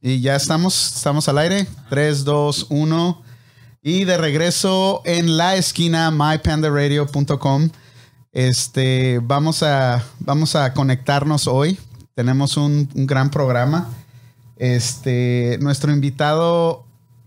Y ya estamos, estamos al aire. 3, 2, 1. Y de regreso en la esquina mypandaradio.com. Este, vamos a, vamos a conectarnos hoy. Tenemos un, un gran programa. Este, nuestro invitado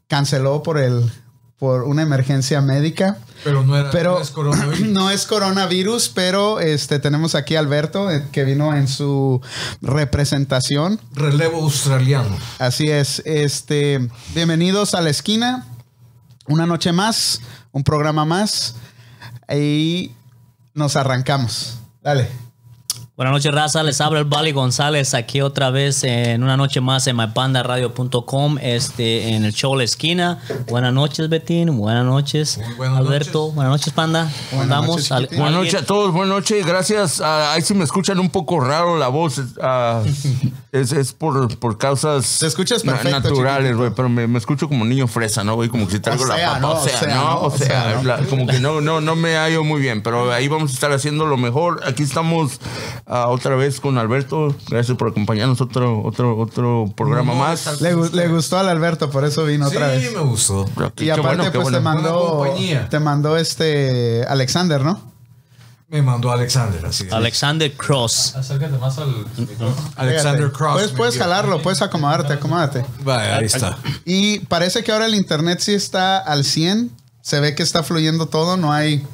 canceló por el por una emergencia médica. Pero no, era, Pero no es coronavirus. no es coronavirus, pero este tenemos aquí a Alberto eh, que vino en su representación. Relevo australiano. Así es. Este, bienvenidos a la esquina. Una noche más, un programa más y nos arrancamos. Dale. Buenas noches, raza. Les habla el Bali González aquí otra vez en una noche más en mypandaradio.com, este, en el show La Esquina. Buenas noches, Betín. Buenas noches, Muy buenas Alberto. noches. Buenas noches, Panda. ¿Cómo Buenas andamos? noches, Al- chiquitín. Buenas alguien- noches a todos, buenas noches. Gracias. Ah, ahí si me escuchan un poco raro la voz. ah, es es por, por causas Te escuchas na- perfecto, naturales, güey. Pero me, me escucho como niño fresa, ¿no, güey? Como que si traigo O la sea, papa. ¿no? o sea, ¿no? O sea, ¿no? la- como que no, no, no me hallo muy bien. Pero ahí vamos a estar haciendo lo mejor. Aquí estamos ah, otra vez con Alberto. Gracias por acompañarnos otro, otro, otro programa No, más. está- Le, gu- le gustó al Alberto, por eso vino otra sí, vez. me gustó. Y aparte pues te mandó Buena compañía. te mandó este Alexander, ¿no? Me mandó Alexander, así es. Alexander Cross. Acércate más al micrófono. Alexander Fíjate. Cross. Puedes, me puedes dio. jalarlo, puedes acomodarte, acomódate. Vaya, ahí está. Y parece que ahora el internet sí está al 100. Se ve que está fluyendo todo. No hay.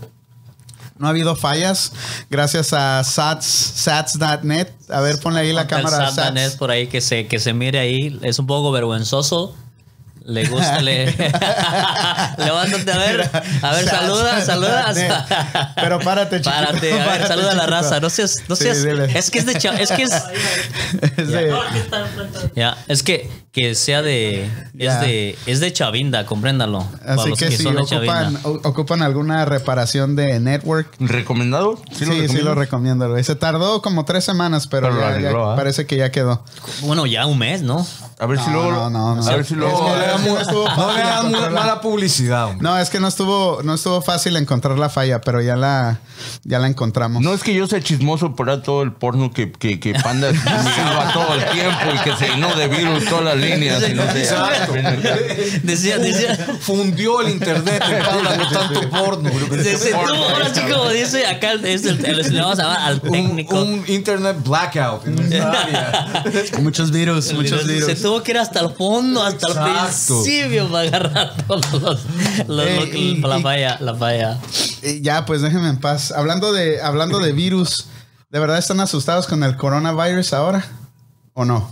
No ha habido fallas. Gracias a Sats, Sats.net. A ver, ponle ahí la Ponte el cámara. Sat Danés Sats. por ahí que se, que se mire ahí. Es un poco vergonzoso. Le gusta, le. Levántate a ver. A ver, Sats saluda, dot saluda. net. Pero párate, chiquito. Párate, a ver, Párate, saluda a la chiquito. raza. No seas, no Sí, seas. dile. es que es de chao, es que es. Es de- Ya, es que, que sea de Ya. es, de. es de Chavinda, compréndalo. Para Así los que, que si son de ocupan, Chavinda. o- ocupan alguna reparación de network. ¿Recomendado? Sí, sí lo recomiendo. güey. Se tardó como tres semanas, pero, Pero lo ya- ya arregló, ¿ah? parece que ya quedó. Bueno, ya un mes, ¿no? A ver si No, luego. no, no, no. A ver si Es luego. que No le es da que mu- no estuvo no le fácil da mu- encontrarla. mala publicidad, hombre. No, es que no estuvo, no estuvo fácil encontrar la falla, pero ya la, ya la encontramos. No es que yo sea chismoso por ahí todo el porno que, que, que Panda miraba todo el tiempo y que se llenó de virus todas las líneas. y no sé. Exacto. Decía, decía. Fundió el internet en Pablo por tanto porno. Se, se Porno, tuvo, ahora ahí sí, está. como dice acá, es el, el- le vamos a llamar al Un, técnico. un internet blackout en nuestra área. Muchos virus, muchos Se- Se virus. tuvo que ir hasta el fondo, hasta Exacto. el principio para agarrar todos los, los- Eh, los- y- la y- falla, la falla. Y ya, pues déjenme en paz. Hablando de, hablando de virus, ¿de verdad están asustados con el coronavirus ahora? ¿O no?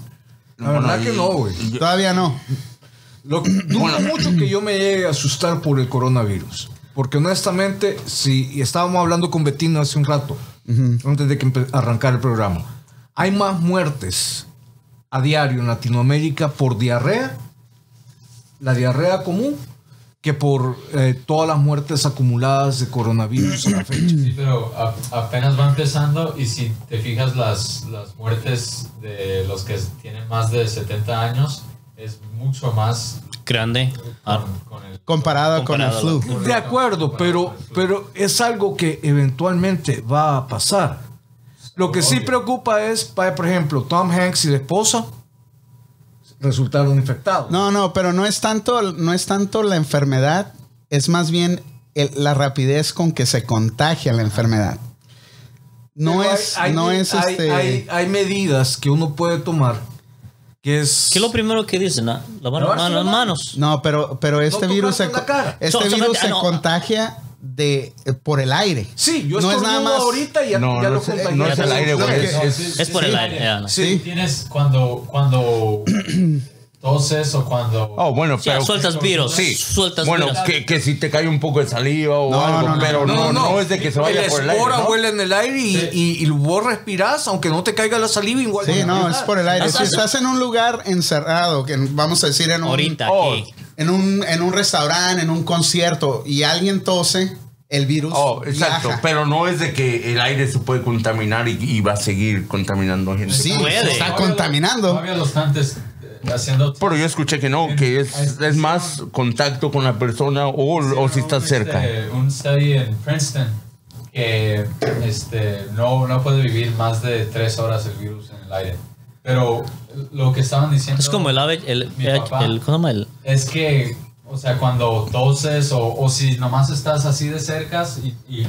La verdad que no, güey. Todavía no. Lo, dudo mucho que yo me llegue a asustar por el coronavirus. Porque honestamente, si y estábamos hablando con Betina hace un rato, antes de que empe- arrancar el programa, hay más muertes a diario en Latinoamérica por diarrea, la diarrea común, que por eh, todas las muertes acumuladas de coronavirus a la fecha. Sí, pero a- apenas va empezando y si te fijas las, las muertes de los que tienen más de 70 años es mucho más Grande. Ah, con, con el... Comparado, Comparado. con el flu. De acuerdo, pero, pero es algo que eventualmente va a pasar. Lo que sí preocupa es, pa- por ejemplo, Tom Hanks y la esposa resultaron infectados. No, no, pero no es tanto, no es tanto la enfermedad, es más bien el- la rapidez con que se contagia la enfermedad. No Pero hay- es, hay- no es hay- este. hay- hay medidas que uno puede tomar que es... ¿Qué es lo primero que dicen? ah? Lavar Lavarse mano- las las manos. manos. No, pero, pero este No virus se, tocarte en la co- cara. este So- virus solamente- se ah, no. contagia de eh, por el aire. Sí, yo No es estornudo nada más- ahorita y ya, No, ya no lo es- contagié. no es el aire, güey. es- es- es por el aire, ya, no. Sí. Tienes cuando, cuando toses o cuando... Oh, bueno, Sí, pero. sueltas virus. Sí. Sueltas bueno, virus. que, que si te cae un poco de saliva o No, algo, no, no, pero no, no, es de que se vaya el por el aire. espora ¿no? vuela en el aire y, Sí. y, y vos respirás, aunque no te caiga la saliva igual. Sí, vas a no, es respirar. por el aire. Si Haz- haz- estás en un lugar encerrado, que en- vamos a decir en un, Ahorita Oh. aquí. en un en un restaurante, en un concierto y alguien tose, el virus Oh, exacto. viaja. Pero no es de que el aire se puede contaminar y, y va a seguir contaminando gente. sí, puede. se está Todavía- contaminando. Todavía los tantes eh, haciendo... Pero yo escuché que no, que es, es más contacto con la persona o, o si estás un, cerca. este, un study en Princeton que este, no, no puede vivir más de tres horas el virus en el aire. Pero lo que estaban diciendo Es como el ave, el, Mi el, papá. el- ¿cómo se llama? El- es que, o sea, cuando toses o, o si nomás estás así de cercas y, y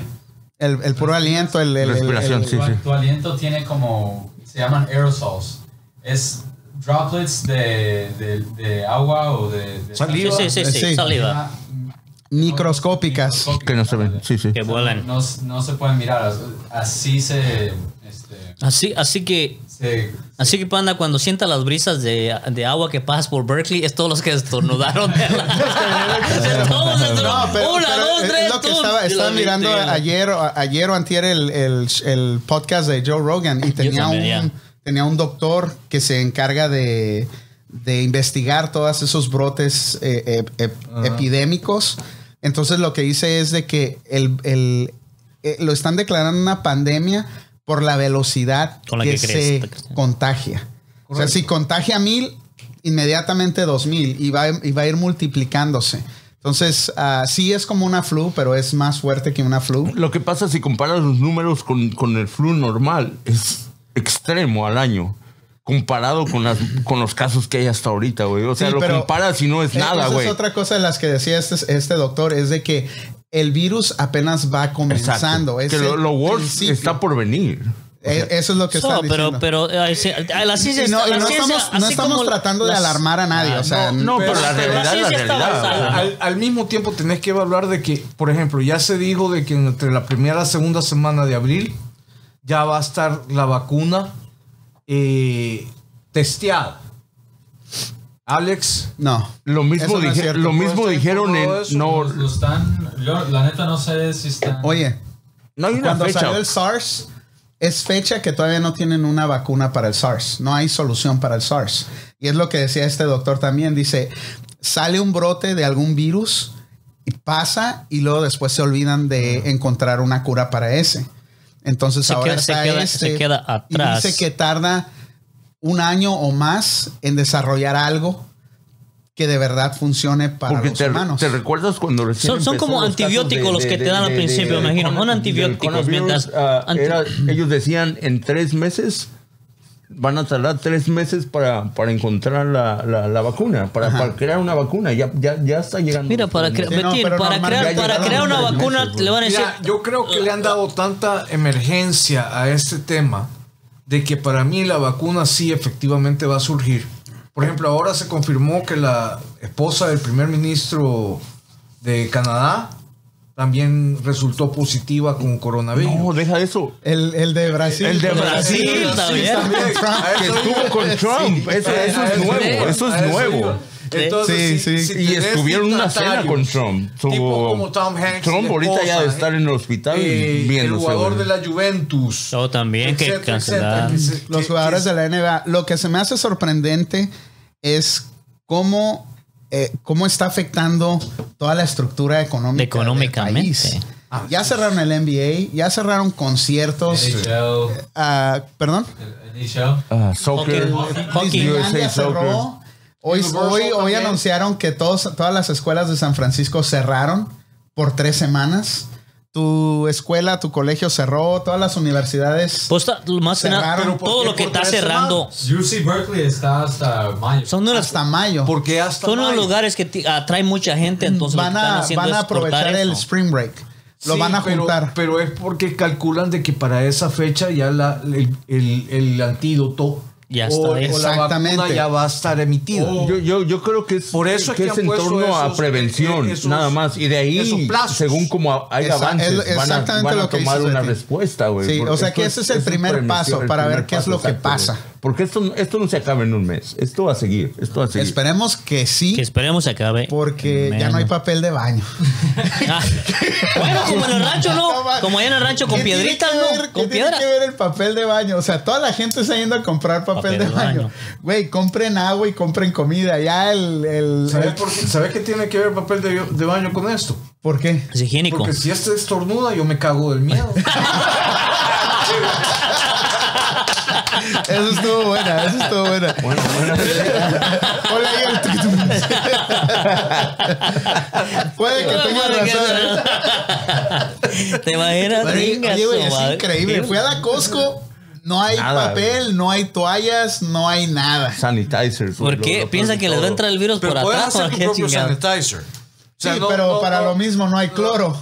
El, el puro aliento, el... el- el- Respiración, el- sí. tu, tu aliento tiene como, se llaman aerosols. Es droplets de, de, de agua o de... de sí, sí, sí, sí, Sí. saliva. Ah, Microscópicas. microscópicas, Que no se ven. Sí, sí. Que vuelan. No, no se pueden mirar, así se... este, Así, así que se Así que, panda, cuando sienta las brisas de, de agua que pasas por Berkeley, es todos los que estornudaron. De la- Todos estornudaron. No, pero, Una, pero dos, es- tres. es lo que tum. estaba, Y estaba la mirando mentira. ayer, o- ayer o antier el, el- el podcast de Joe Rogan y tenía, también, un, ya. tenía un doctor que se encarga de, de investigar todos esos brotes eh, eh, ep- epidémicos. Entonces lo que dice es de que el, el- eh, lo están declarando una pandemia por la velocidad Con la que, que se crees. contagia. O sea, si contagia mil, inmediatamente dos mil y va, y va a ir multiplicándose. Entonces, ah, sí es como una flu, pero es más fuerte que una flu. Lo que pasa si comparas los números con, con el flu normal, es extremo al año. Comparado con, las, con los casos que hay hasta ahorita, güey. O sea, Sí, lo pero- eh, comparas y no es nada, Esa güey. es otra cosa de las que decía este, este doctor, es de que el virus apenas va comenzando. Exacto. Es que lo, el lo worst principio. está por venir. Eh, Eso es lo que So, está pero, diciendo. pero eh, sí, eh, la ciencia Y no, está- y la no ciencia, estamos, no así estamos como tratando de las- Ah, alarmar a nadie. o sea, No, pero, pero- la pero realidad así es la sí está basado. realidad. güey. Al, al mismo tiempo tenés que evaluar de que, por ejemplo, ya se dijo de que entre la primera y la segunda semana de abril ya va a estar la vacuna eh, testeada. Alex, no. Lo mismo, Eso no es dije- cierto. lo mismo Puede ser dijeron todo en... eso, no, Lo están, yo la neta no sé si están. Oye, no hay una cuando fecha. salió el SARS, es fecha que todavía no tienen una vacuna para el SARS. No hay solución para el SARS. Y es lo que decía este doctor también. Dice, sale un brote de algún virus y pasa y luego después se olvidan de encontrar una cura para ese. Entonces Se ahora queda- se está queda- este, se queda atrás. Y dice que tarda un año o más en desarrollar algo que de verdad funcione para Porque los te, humanos. te recuerdas cuando recién Son- son empezó como los casos antibióticos los que te dan al principio, me imagino. con- Son del antibióticos, coronavirus, mientras- ah, anti- era- ellos decían en tres meses van a tardar tres meses para, para encontrar la, la- la vacuna, para, para crear una vacuna. Ya, ya, ya está llegando. Mira, para, cre- Sí, no, Betín, pero para normal, crear, ya para llegaron crear una tres meses, vacuna güey. le van a decir... mira, yo creo que le han dado tanta emergencia a este tema de que para mí la vacuna sí efectivamente va a surgir. Por ejemplo, ahora se confirmó que la esposa del primer ministro de Canadá también resultó positiva con coronavirus. No, deja eso. el, el de Brasil. El de Brasil también. Trump. Que estuvo con Trump. Eso, A eso a es nuevo. iba, Eso a es nuevo. iba. Entonces, Sí, si- sí. si Y tenés estuvieron una cena dignatarios, con Trump. Tipo Tuvo- como Tom Hanks. Trump la ahorita ya esposa, debe estar en el hospital eh, El viéndose, jugador güey. de la Juventus. Oh, también, que etcétera, cancelaron. etcétera, que se- los que- jugadores que- de la NBA. Lo que se me hace sorprendente es cómo, eh, cómo está afectando toda la estructura económica. del Económicamente. país. ya cerraron el NBA, ya cerraron conciertos. NHL, ah, Perdón. el NHL. Ah, soccer. Hockey. Hockey. Disneylandia USA Soccer. cerró. Hoy, Universal hoy, hoy también. anunciaron que todos, todas las escuelas de San Francisco cerraron por tres semanas. Tu escuela, tu colegio cerró, todas las universidades. Pues está- más que nada, Cerraron, todo ¿por lo qué? que Por está tres cerrando... UC Berkeley está hasta mayo. Son unos- hasta mayo. Porque hasta Son los mayo. lugares que ti- atraen mucha gente, entonces Mm, van lo que están a, haciendo van a es cortar aprovechar el eso. spring break. Lo Sí, van a pero- juntar. Pero, es porque calculan de que para esa fecha ya la, el, el- el antídoto o, Ya está ahí. o la vacuna Exactamente. ya va a estar emitida. Yo, yo, yo creo que es, Oh. Por eso es que que es han en puesto torno a esos- prevención, esos- nada más. Y de esos ahí, plazos. según como hay Esa- avances, es van a, exactamente van a lo que tomar dices, una Betín. respuesta, güey. Sí, Porque o sea esto que ese es el esto primer prevención, paso el para primer ver qué es lo que exacto, pasa. güey. Porque esto, esto no se acaba en un mes. Esto va a seguir. Esto va a seguir. Esperemos que sí, Que esperemos se acabe. porque ya no hay papel de baño. Ah, bueno, como en el rancho no. No, man. Como allá en el rancho con ¿Qué tiene piedritas, que ver- no. Con qué tiene piedra. que ver el papel de baño? O sea, toda la gente está yendo a comprar papel, de baño. Güey, compren agua y compren comida. Ya el... el- ¿Sabes el- por qué, sabes qué tiene que ver papel de, de baño con esto? ¿Por qué? Es higiénico. Porque si este estornuda, yo me cago del miedo. Eso estuvo buena, eso estuvo buena. Bueno, bueno, Hola, ahí el tuc-tuc. Puede que tenga razón. ¿eh? Te imaginas, Oye, Ringa, oye, güey, su madre. Pues es increíble. Fui a la Costco. No hay Nada, papel, no hay toallas, no hay nada. Sanitizers. güey, ¿Por qué? lo- lo ¿Piensan que peor de les va a todo. entrar el virus por Pero puedes atrás hacer o tu qué propio chingado? sanitizer. O sea, sí, no- pero no- para no. lo mismo no hay cloro.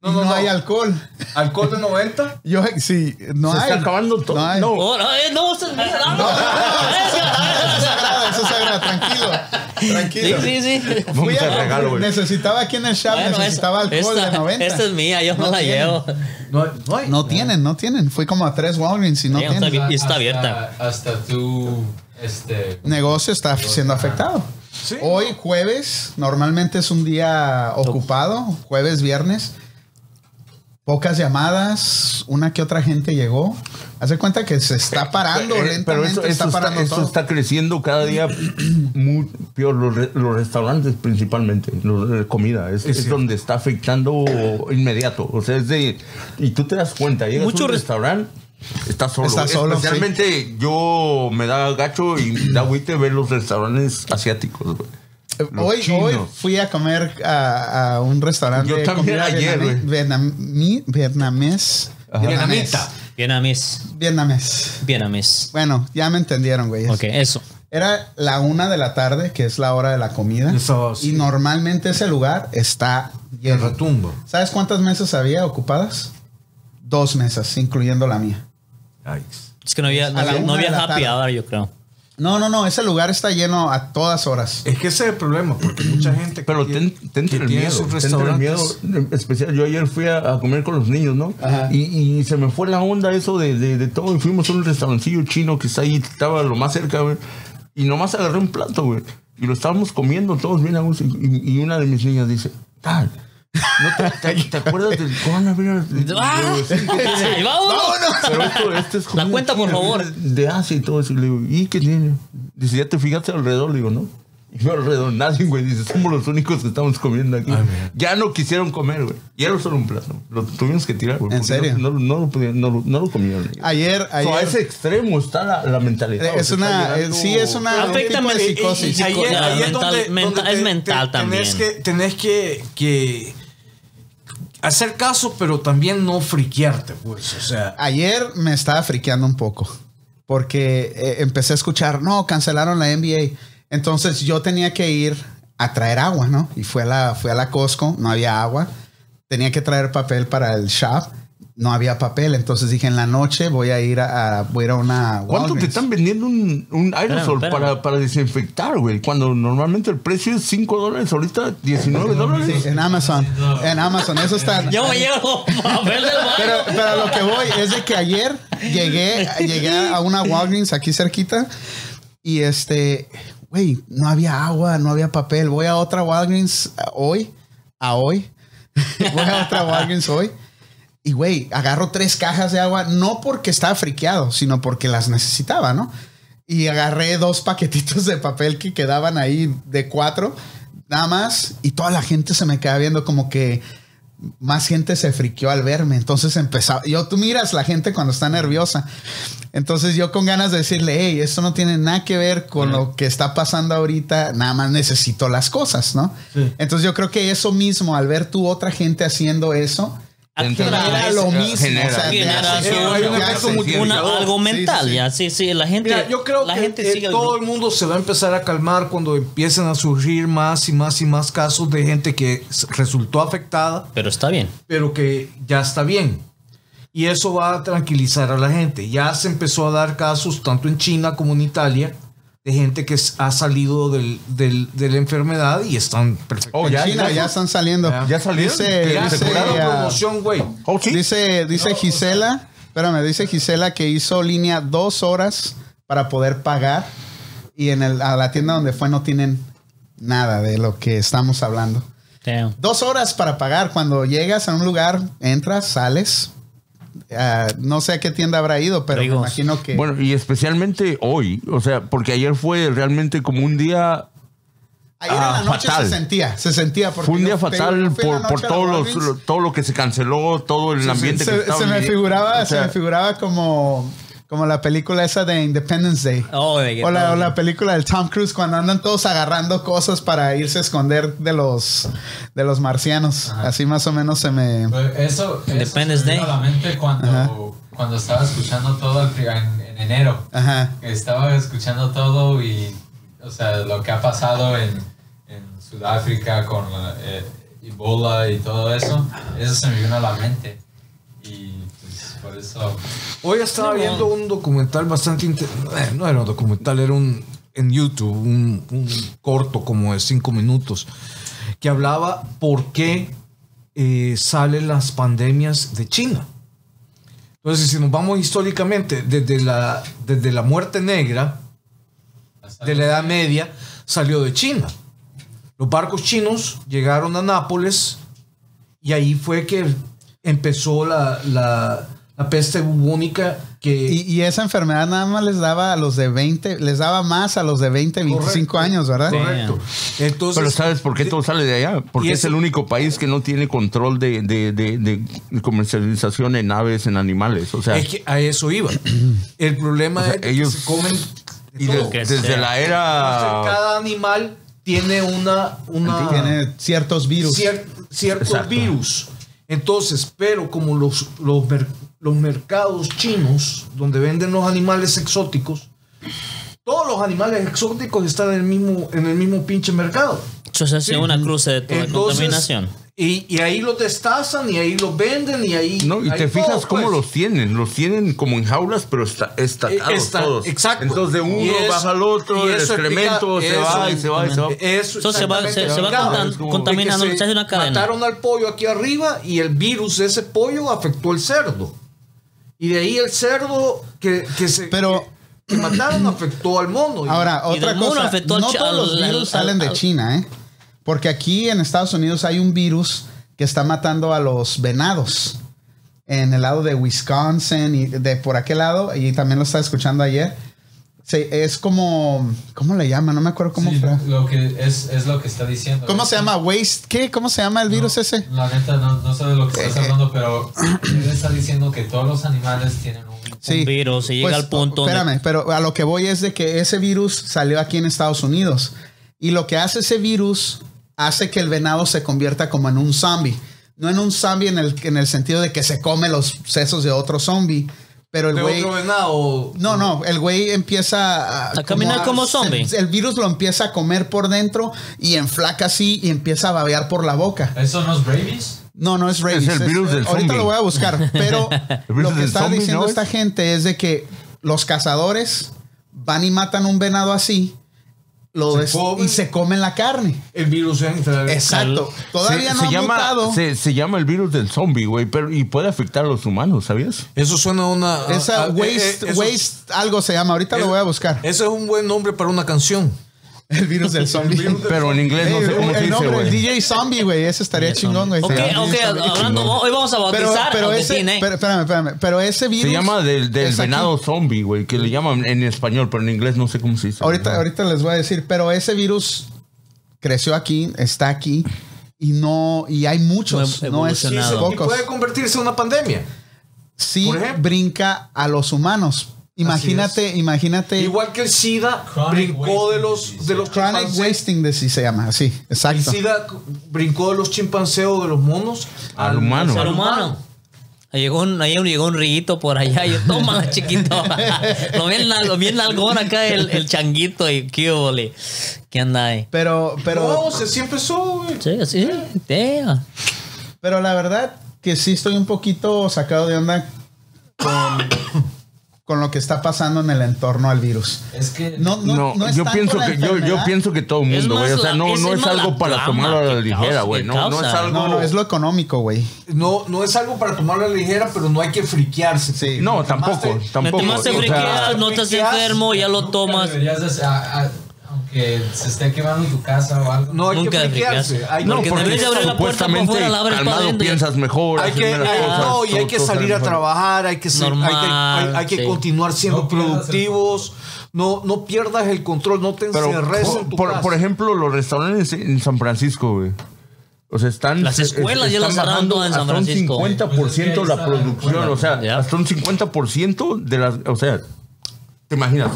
No, y no, no, no. hay alcohol. Alcohol de 90. Yo sí, no Se hay. está acabando todo. No hay. Ah, No. Oh, eh, no, usted- Eso es sagrado, eso es sagrado. Tranquilo. Sí, Tranquilo. sí, sí. Vamos Fui a a- regalo, güey. necesitaba aquí en el shop, Bueno, necesitaba esa- alcohol esta- de 90. Esta es mía, yo no la tienen. llevo. No, no hay. No tienen, no tienen. Fui como a tres Walgreens y no Sí, está tienen. bien. Y está Hasta- abierta. Hasta tu este, Negocio está siendo afectado. Sí. Hoy jueves, normalmente es un día ocupado, jueves, viernes. Pocas llamadas, una que otra gente llegó. Hace cuenta que se está parando Eh, lentamente, pero eso, está eso está, parando eso todo. está creciendo cada día muy peor. Los, re- los restaurantes principalmente, los de comida, es, es donde está afectando inmediato. O sea, es de... Y tú te das cuenta, llegas Mucho a un res- restaurante, estás solo. Estás solo, Especialmente yo me da gacho y me da agüite ver los restaurantes asiáticos, güey. Los Hoy, chinos. hoy fui a comer a, a un restaurante Yo de también comida ayer, vietnami- vietnami- vietnamés. Vietnamés. Vietnamita. Vietnamés. Vietnamés. Vietnamés. Bueno, ya me entendieron, güey. Ok, eso. Era la una de la tarde, que es la hora de la comida. Eso, Y sí. normalmente ese lugar está El lleno. retumbo. ¿Sabes cuántas mesas había ocupadas? Dos mesas, incluyendo la mía. Ay. Es que no había, no A la había, no una había de la happy tarde. hour, yo creo. No, no, no, ese lugar está lleno a todas horas. Es que ese es el problema, porque mucha gente. que Pero ten, tiene- ten que el tiene miedo, sus ten el miedo restaurantes. especial. Yo ayer fui a, a comer con los niños, ¿no? Ajá. Y, y se me fue la onda eso de, de, de todo. Y fuimos a un restaurancillo chino que está ahí, estaba lo más cerca, güey. Y nomás agarré un plato, güey. Y lo estábamos comiendo todos bien a gusto. Y, y una de mis niñas dice, tal. ¿No te, te- te acuerdas del coronavirus? ¡Ah! Y yo, "Sí, ¿qué tiene?" Ay, vámonos. Pero esto, esto es La comida cuenta, por china, favor. De Asia y todo eso. Y le digo, ¿y qué tiene? Dice, ¿ya te fijaste alrededor? Le digo, no. Y veo alrededor, nadie, güey. Dice, somos los únicos que estamos comiendo aquí. Ah, ya no quisieron comer, güey. Y era solo un plato. Lo tuvimos que tirar, güey. ¿En porque serio? Ah, No, no, no lo pudieron- no lo- no lo comieron. Ayer, O sea, a Eh, ese ayer. extremo está la, la mentalidad. eh, o sea, Es está una, eh, llegando- sí, es una un Afecta tipo de men- y- y- psicosis. y- y- eh, Ayer, Ya, ayer mental- donde- mental- donde es mental tenés también. Que, tenés que, que hacer caso, pero también no friquearte, pues. O sea, Ayer me estaba friqueando un poco porque eh, empecé a escuchar, no, cancelaron la NBA. Entonces yo tenía que ir a traer agua, ¿no? Y fui a la, fui a la Costco, no había agua. Tenía que traer papel para el shop, no había papel. Entonces dije, en la noche voy a ir a, a- voy a, ir a una... ¿Cuánto te Walgreens". están vendiendo un, un aerosol espérame. Para, para desinfectar, güey? Cuando normalmente el precio es 5 dólares, ahorita 19 dólares. Sí, en Amazon, en Amazon, eso está... Yo me llevo papel del baño. Pero, pero lo que voy es de que ayer llegué, llegué a una Walgreens aquí cerquita y este, güey, no había agua, no había papel. Voy a otra Walgreens hoy, a hoy. voy a otra Walgreens hoy. Y güey, agarro tres cajas de agua, no porque estaba friqueado, sino porque las necesitaba, ¿no? Y agarré dos paquetitos de papel que quedaban ahí de cuatro, nada más, y toda la gente se me queda viendo como que más gente se friqueó al verme. Entonces empezaba. Yo, tú miras la gente cuando está nerviosa. Entonces yo con ganas de decirle, hey, esto no tiene nada que ver con lo que está pasando ahorita. Nada más necesito las cosas, ¿no? Entonces yo creo que eso mismo, al ver tú otra gente haciendo eso, Atrae. genera lo mismo. Genera. O sea, te Genera hace- eso, te una hace- cosa muy- sí, Una, algo mental, sí, sí. ya. Sí, sí, la gente. Mira, yo creo la que gente eh, sigue el todo el grupo. mundo se va a empezar a calmar cuando empiecen a surgir más y más y más casos de gente que s- resultó afectada, Pero está bien. pero que ya está bien. Y eso va a tranquilizar a la gente. Ya se empezó a dar casos tanto en China como en Italia de gente que s- ha salido del- del- de la enfermedad y están perfectos. Oh, En ya, China ya. ya están saliendo. Ya salieron. Dice- Ya Ya dice, se curaron ah, promoción, güey. Oh, sí. Dice, dice Gisela, espérame, dice Gisela que hizo línea dos horas para poder pagar y en el, a la tienda donde fue no tienen nada de lo que estamos hablando. Damn. Dos horas para pagar. Cuando llegas a un lugar, entras, sales. Ah, no sé a qué tienda habrá ido, pero me Amigos. imagino que... Bueno, y especialmente hoy, o sea, porque ayer fue realmente como un día, Ayer en ah, la noche fatal. se sentía, se sentía. Porque fue un yo día te digo, yo fatal fui en la por, por noche a la todo, los- Walgreens. lo, todo lo que se canceló, todo el ambiente se, que se- estaba se me viviendo. figuraba, O sea, se me figuraba como, como la película esa de Independence Day. Oh, de que O la, todo- o la película del Tom Cruise cuando andan todos agarrando cosas para irse a esconder de los de los marcianos. Así más o menos se me. Pero Eso, eso Independence se me vino Day. a la mente cuando, cuando estaba escuchando todo al pri- en, en enero. Ajá. que Estaba escuchando todo y, o sea, lo que ha pasado en, en Sudáfrica con la, eh, Ebola y todo eso, eso se me vino a la mente. Y pues por eso... Hoy estaba viendo un documental bastante interesante. No era un documental, era un en YouTube, un, un corto como de cinco minutos, que hablaba por qué eh, salen las pandemias de China. Entonces, si nos vamos históricamente, desde la, desde la muerte negra, de la Edad Media, salió de China. Los barcos chinos llegaron a Nápoles y ahí fue que empezó la, la- la peste bubónica que... Y, y esa enfermedad nada más les daba a los de 20, les daba más a los de 20, 25 Correcto. años, ¿verdad? correcto. Entonces, Pero ¿sabes por qué todo sale de allá? Porque y es ese- el único país que no tiene control de, de- de- de comercialización en aves, en animales. O sea, es que a eso iba. El problema o sea, es que ellos... se comen... de y de- todo. que desde sea. la Entonces, era... cada animal tiene una... una Tiene ciertos virus. cier- ciertos Exacto. virus. Entonces, pero como los, los, mer- los mercados chinos, donde venden los animales exóticos, todos los animales exóticos están en el mismo, en el mismo pinche mercado. Entonces hace una cruce de toda Entonces, contaminación. Y, y ahí los destazan, y ahí los venden, y ahí. No, y ahí te todo, fijas cómo pues. los tienen. Los tienen como en jaulas, pero está, estacados Eh, está- todos. Exacto. Entonces de uno Y eso- baja al otro, y el eso excremento explica- se va, eso- y se va y se va. Eso Entonces se va- se- exactamente se va explicado. contan- Es como- contaminando, de que se hace una cadena. Mataron al pollo aquí arriba y el virus de ese pollo afectó al cerdo. Y de ahí el cerdo que, que se Pero- que mataron afectó al mono. Y- Ahora, Pues, Y otra del mono cosa, afectó al no chi- todos los al- al- virus salen de al- China, ¿eh? Porque aquí en Estados Unidos hay un virus que está matando a los venados en el lado de Wisconsin y de por aquel lado, y también lo estaba escuchando ayer. Se- es como, ¿cómo le llama? No me acuerdo cómo Sí, fue. lo que es, es lo que está diciendo. ¿Cómo se Es- llama? ¿Waste? ¿Qué? ¿Cómo se llama el virus ese? La neta, no, no sé de lo que estás hablando, pero él está diciendo que todos los animales tienen un... Sí. Pues, virus y llega al punto donde- Espérame, pero a lo que voy es de que ese virus salió aquí en Estados Unidos. Y lo que hace ese virus hace que el venado se convierta como en un zombie. No en un zombie en el, en el sentido de que se come los sesos de otro zombie, pero el de güey... otro venado. No, no, el güey empieza a, A caminar como zombie. El, virus lo empieza a comer por dentro y enflaca así y empieza a babear por la boca. ¿Eso no es rabies? No, no es rabies. Es el virus del Ahorita zombie. lo voy a buscar, pero virus lo que del está zombie, diciendo ¿no? esta gente es de que los cazadores van y matan un venado así lo Se des- comen. y se comen la carne. El virus entra. Exacto. Todavía Eh, se, no se ha llama, mutado. Se, se llama el virus del zombie, güey, pero y puede afectar a los humanos, ¿sabías? Eso suena a una. a- Esa ah, a- eh, waste, eh, eso- waste, algo se llama. Ahorita eh, lo voy a buscar. Ese es un buen nombre para una canción. El virus del zombie. Pero en inglés no Ey, sé cómo se Eh, el dice, nombre, el güey. DJ Zombie, güey. Ese estaría chingón, güey. Ok, Se llama ok, DJ Zombie. hablando, hoy vamos a Pero, bautizar pero al ese, botín, ¿eh? pero, espérame, espérame. Pero ese virus. Se llama del, del es aquí. venado zombie, güey, que le llaman en español, pero en inglés no sé cómo se dice. Ahorita, güey. ahorita les voy a decir, pero ese virus creció aquí, está aquí y no y hay muchos, No ha no es Y, se- evolucionado. y pocos. puede convertirse en una pandemia. Sí por ejemplo. brinca a los humanos. Imagínate, imagínate Igual que el SIDA Chronic brincó de wasting los, disease. de los chronic chimpancés wasting disease se llama, así, El exacto. SIDA brincó de los chimpancés o de los monos Al humano. Ser humano. Llegó un, ahí llegó un rillito por allá. y Yo, tómala, chiquito. lo vi en la- lo vi en la algona acá el, el changuito y qué ole. ¿Qué anda ahí? Pero Pero pero se siempre empezó. güey. Sí, sí, damn. pero la verdad que sí estoy un poquito sacado de onda con, con lo que está pasando en el entorno al virus. Es que... No, no, No, no es yo tanto pienso la que yo, yo enfermedad. pienso que todo el Es mundo, más güey, o sea, la- no, es no es más algo la para trama tomarlo a la que ligera, causa- güey. que No, no es causa. algo. No, no, es lo económico, güey. No, no es algo para tomarlo a la ligera, pero no hay que friquearse. Sí. No, Te tampoco, tomaste- tampoco. Te tomaste o sea, friqueas, no estás friqueas, enfermo, ya lo Nunca tomas. deberías de- a- a- aunque se esté quemando tu casa o algo. No hay Nunca que te friqueas. friquearse. Hay, No, que- porque hay deberías de abrir la puerta para supuestamente afuera, la abres para calmado adentro. piensas mejor. que, haces menos hay- cosas, no, y hay todo- que todo salir a mejor. trabajar, hay que, ser- hay que- hay, Normal, hay que sí. continuar siendo No pierdas el productivos, no, no pierdas el control, no te Pero, encerres en por, tu por, casa. por ejemplo, los restaurantes en San Francisco, güey. O sea, están. Las escuelas ya las están cerraron bajando en San Francisco, güey. Hasta un 50% Pues es que ahí la está la producción. escuela, O sea, ya. hasta un 50% de las. O sea, te imaginas.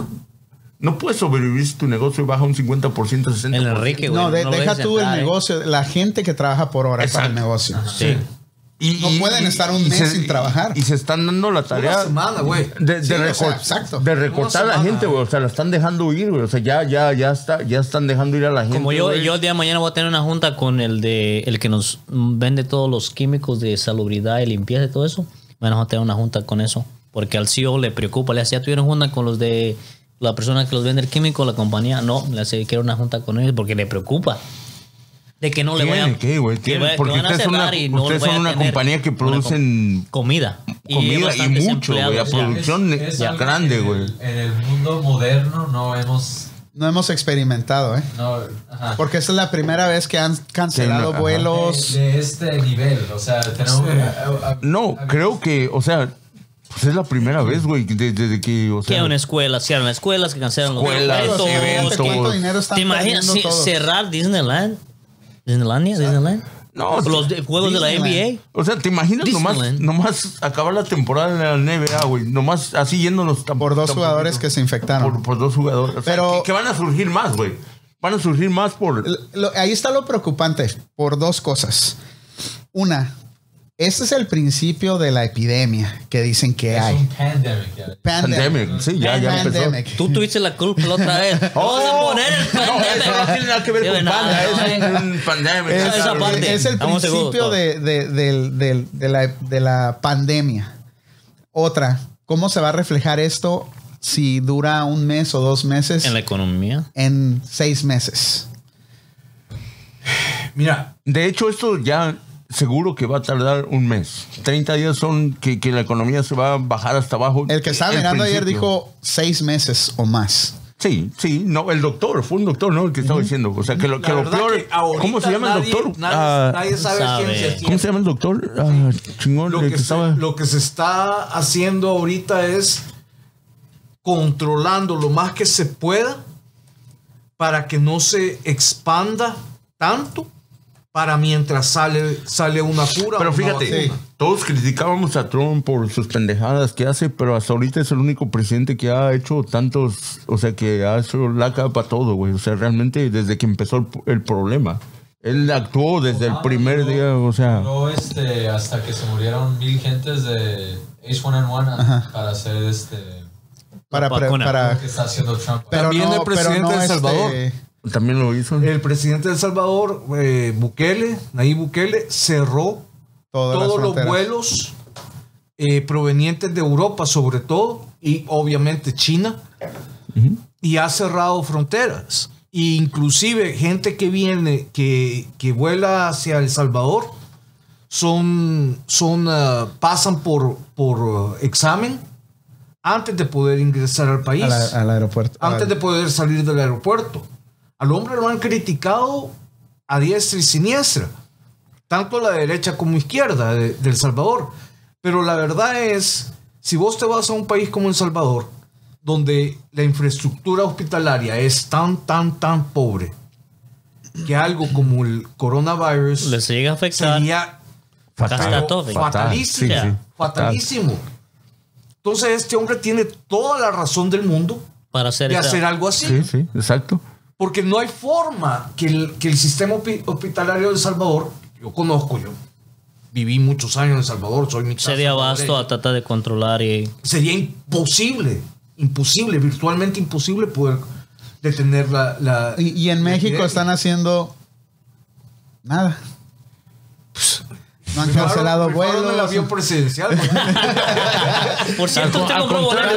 No puedes sobrevivir si tu negocio baja un 50%, 60%. El Enrique, güey. no, de- lo deja dejes tú el entrar, ¿eh? negocio, la gente que trabaja por hora para Exacto. el negocio. Sí. Y, No y- pueden y- estar un y mes sin trabajar. Y se están dando la tarea. Una semana, güey. De, de Sí, o recor- sea, exacto. de recortar Una a la semana. gente, güey. O sea, la están dejando ir, güey. O sea, ya, ya, ya, está, ya están dejando ir a la gente. Como yo, güey. yo el día de mañana voy a tener una junta con el de el que nos vende todos los químicos de salubridad y limpieza y todo eso. Bueno, vamos a tener una junta con eso. Porque al CEO le preocupa. Le hace, ya tuvieron junta con los de la persona que los vende el químico, la compañía. No, le hace, quiero una junta con ellos porque le preocupa. De que no le Tiene vayan. que, güey, que tiene, va- que porque van a ustedes son una- cerrar y no ustedes voy a son una tener compañía que una producen com- comida. es comida y, bastantes mucho, güey. La empleados, ya. producción Es- es es algo que grande, en güey. el- En el mundo moderno no hemos. No hemos experimentado, ¿eh? No, ajá. Porque esta es la primera vez que han cancelado Sí, no, ajá. vuelos. De, de este nivel, o sea, tenemos. a- a- a- No, creo que, o sea, pues es la primera vez, güey, desde que, o Que sea, en escuelas, cierran escuelas, que cancelan los Escuelas, Pero, eventos. ¿Cuánto dinero están ¿Te imaginas perdiendo si- todos? cerrar Disneyland? ¿Disneylandia? ¿Disneyland? No, los de- juegos de la Disneyland. NBA. o sea, te imaginas nomás, Disneyland. nomás acabar la temporada en la NBA, güey, nomás así yéndonos tam- Por dos tam- jugadores que se infectaron. por, por dos jugadores, O sea, Pero- que, que van a surgir más, güey, van a surgir más por L- lo- ahí está lo preocupante por dos cosas. Una, este es el principio de la epidemia que dicen que es un hay. pandemic. ya. pandemic, sí, ya, ya empezó. Pandemic. Tú tuviste la culpa la otra vez. Vamos a poner el Oh, no, eso no tiene nada que ver Sí, con no, panda, no, eso no. es un Pues pandemic. Es, Esa parte. es el Estamos principio seguros, de, de- del- del- de la, de la pandemia. Otra, ¿cómo se va a reflejar esto si dura un mes o dos meses En la economía. en seis meses? Mira, De hecho, esto ya seguro que va a tardar un mes. 30 días son que, que la economía se va a bajar hasta abajo. El que estaba En mirando ayer principio. dijo seis meses o más. Sí, sí, no, el doctor, fue un doctor, ¿no? El que estaba diciendo. O sea, que lo, la que lo verdad peor. que ahorita ¿Cómo se llama el nadie- doctor? Nadie, Ah, nadie sabe, a sabe. ciencia cierta. ¿Cómo se llama el doctor? Ah, chingón, lo el que, que se, estaba. lo que se está haciendo ahorita es controlando lo más que se pueda para que no se expanda tanto para mientras sale, sale una cura. Pero o una fíjate, vacuna. todos criticábamos a Trump por sus pendejadas que hace, pero hasta ahorita es el único presidente que ha hecho tantos, o sea, que ha hecho la capa todo, güey. O sea, realmente desde que empezó el, el problema. Él actuó desde el Ah, primer duró- día, o Ah. sea, duró, este, hasta que se murieron mil gentes de H1N1 para hacer este. Para, pre- vacuna. para- Ah. Lo que está haciendo Trump. pero También no, el presidente pero no, de El Salvador. este, también lo hizo. el presidente de El Salvador, eh, Bukele, Nayib Bukele, cerró todas las todos los fronteras. vuelos eh, provenientes de Europa sobre todo y obviamente China y ha cerrado fronteras e inclusive gente que viene que, que vuela hacia El Salvador son son ah, pasan por por ah, examen antes de poder ingresar al país A la- al aeropuerto. antes Al- de poder salir del aeropuerto. Al hombre lo han criticado a diestra y siniestra, tanto la derecha como izquierda de, de El Salvador. Pero la verdad es, si vos te vas a un país como El Salvador, donde la infraestructura hospitalaria es tan, tan, tan pobre, que algo como el coronavirus Les llega a afectar. sería Fatal. pero Fatal, fatalísimo. sí, sí. Fatalísimo. Entonces este hombre tiene toda la razón del mundo Para hacer de esa- hacer algo así. Sí, sí, exacto. Porque no hay forma que el, que el sistema hopi- hospitalario de El Salvador, yo conozco, yo viví muchos años en El Salvador, soy mi sería abasto a tratar de controlar y Sería imposible, imposible, virtualmente imposible poder detener la... la- Y, y en la México epidemia. están haciendo nada. No han Rifaron- cancelado rifaron el vuelos. avión presidencial. güey. por cierto usted al compró contrario,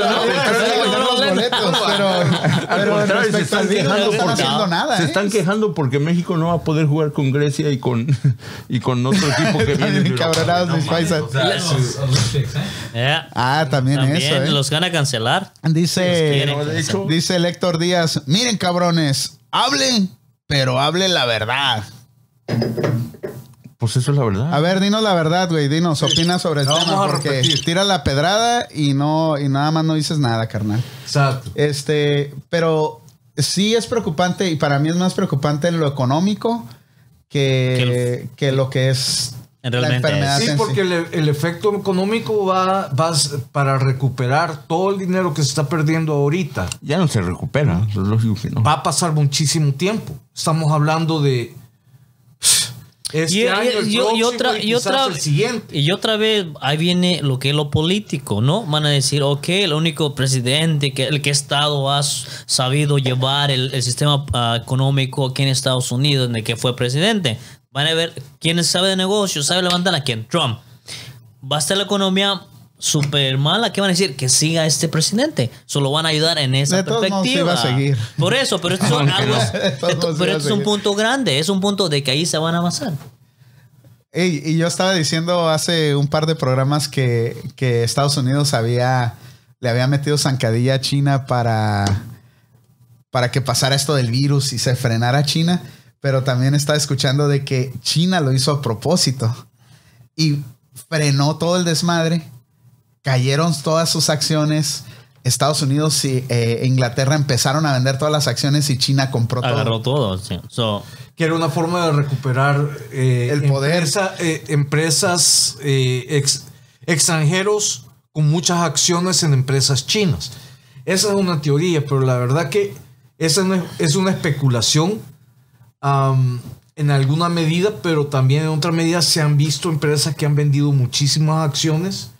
boletos, No, ¿no? al contrario, Usted vendieron los boletos, compró boletos. pero, pero contrario, se respecto al están virus no quejando están por- haciendo nada. Se ¿eh? están quejando porque México no va a poder jugar con Grecia y con, y con otro equipo que Están viene. de bien Europa. cabronados mis mames, paisas. o sea, los Olympics, ¿eh? Yeah. Ah, también, También eso, ¿eh? los van a cancelar. Dice, quieren. Eh, No, de hecho, dice el Héctor Díaz, miren cabrones, hablen, pero hablen la verdad. pues eso es la verdad. A ver, dinos la verdad, güey, dinos, opina sobre el La tema, vamos a porque repetir. tira la pedrada y no, y nada más no dices nada, carnal. Exacto. Este, pero sí es preocupante y para mí es más preocupante lo económico que, que lo que es Realmente la enfermedad. Sí, en porque el, el efecto económico va, va s- para recuperar todo el dinero que se está perdiendo ahorita. Ya no se recupera, es lógico que no. va a pasar muchísimo tiempo. Estamos hablando de Este y, año, el y- y- y próximo y otra, y quizás otra- el siguiente. y otra vez, ahí viene lo que es lo político, ¿no? Van a decir, ok, el único presidente, que, el que Estado ha s- sabido llevar el, el sistema ah, económico aquí en Estados Unidos, en el que fue presidente. Van a ver quién sabe de negocios, sabe levantar a quién, Trump. Va a estar la economía súper mala. ¿Qué van a decir? Que siga este presidente. Solo van a ayudar en esa De todos modos, sí perspectiva. va a seguir. Por eso, pero esto son algo- De todos esto- modos, sí pero va a esto es un seguir. punto grande. Es un punto de que ahí se van a avanzar. Ey, y yo estaba diciendo hace un par de programas que, que Estados Unidos había le había metido zancadilla a China para, para que pasara esto del virus y se frenara China, pero también estaba escuchando de que China lo hizo a propósito y frenó todo el desmadre, cayeron todas sus acciones. Estados Unidos y eh, Inglaterra empezaron a vender todas las acciones y China compró todo. Agarró todo. sí. So, Que era una forma de recuperar eh, El poder. empresa- eh, empresas eh, ex- extranjeros con muchas acciones en empresas chinas. Esa es una teoría, pero la verdad que esa no es, es una especulación am, en alguna medida, pero también en otra medida se han visto empresas que han vendido muchísimas acciones,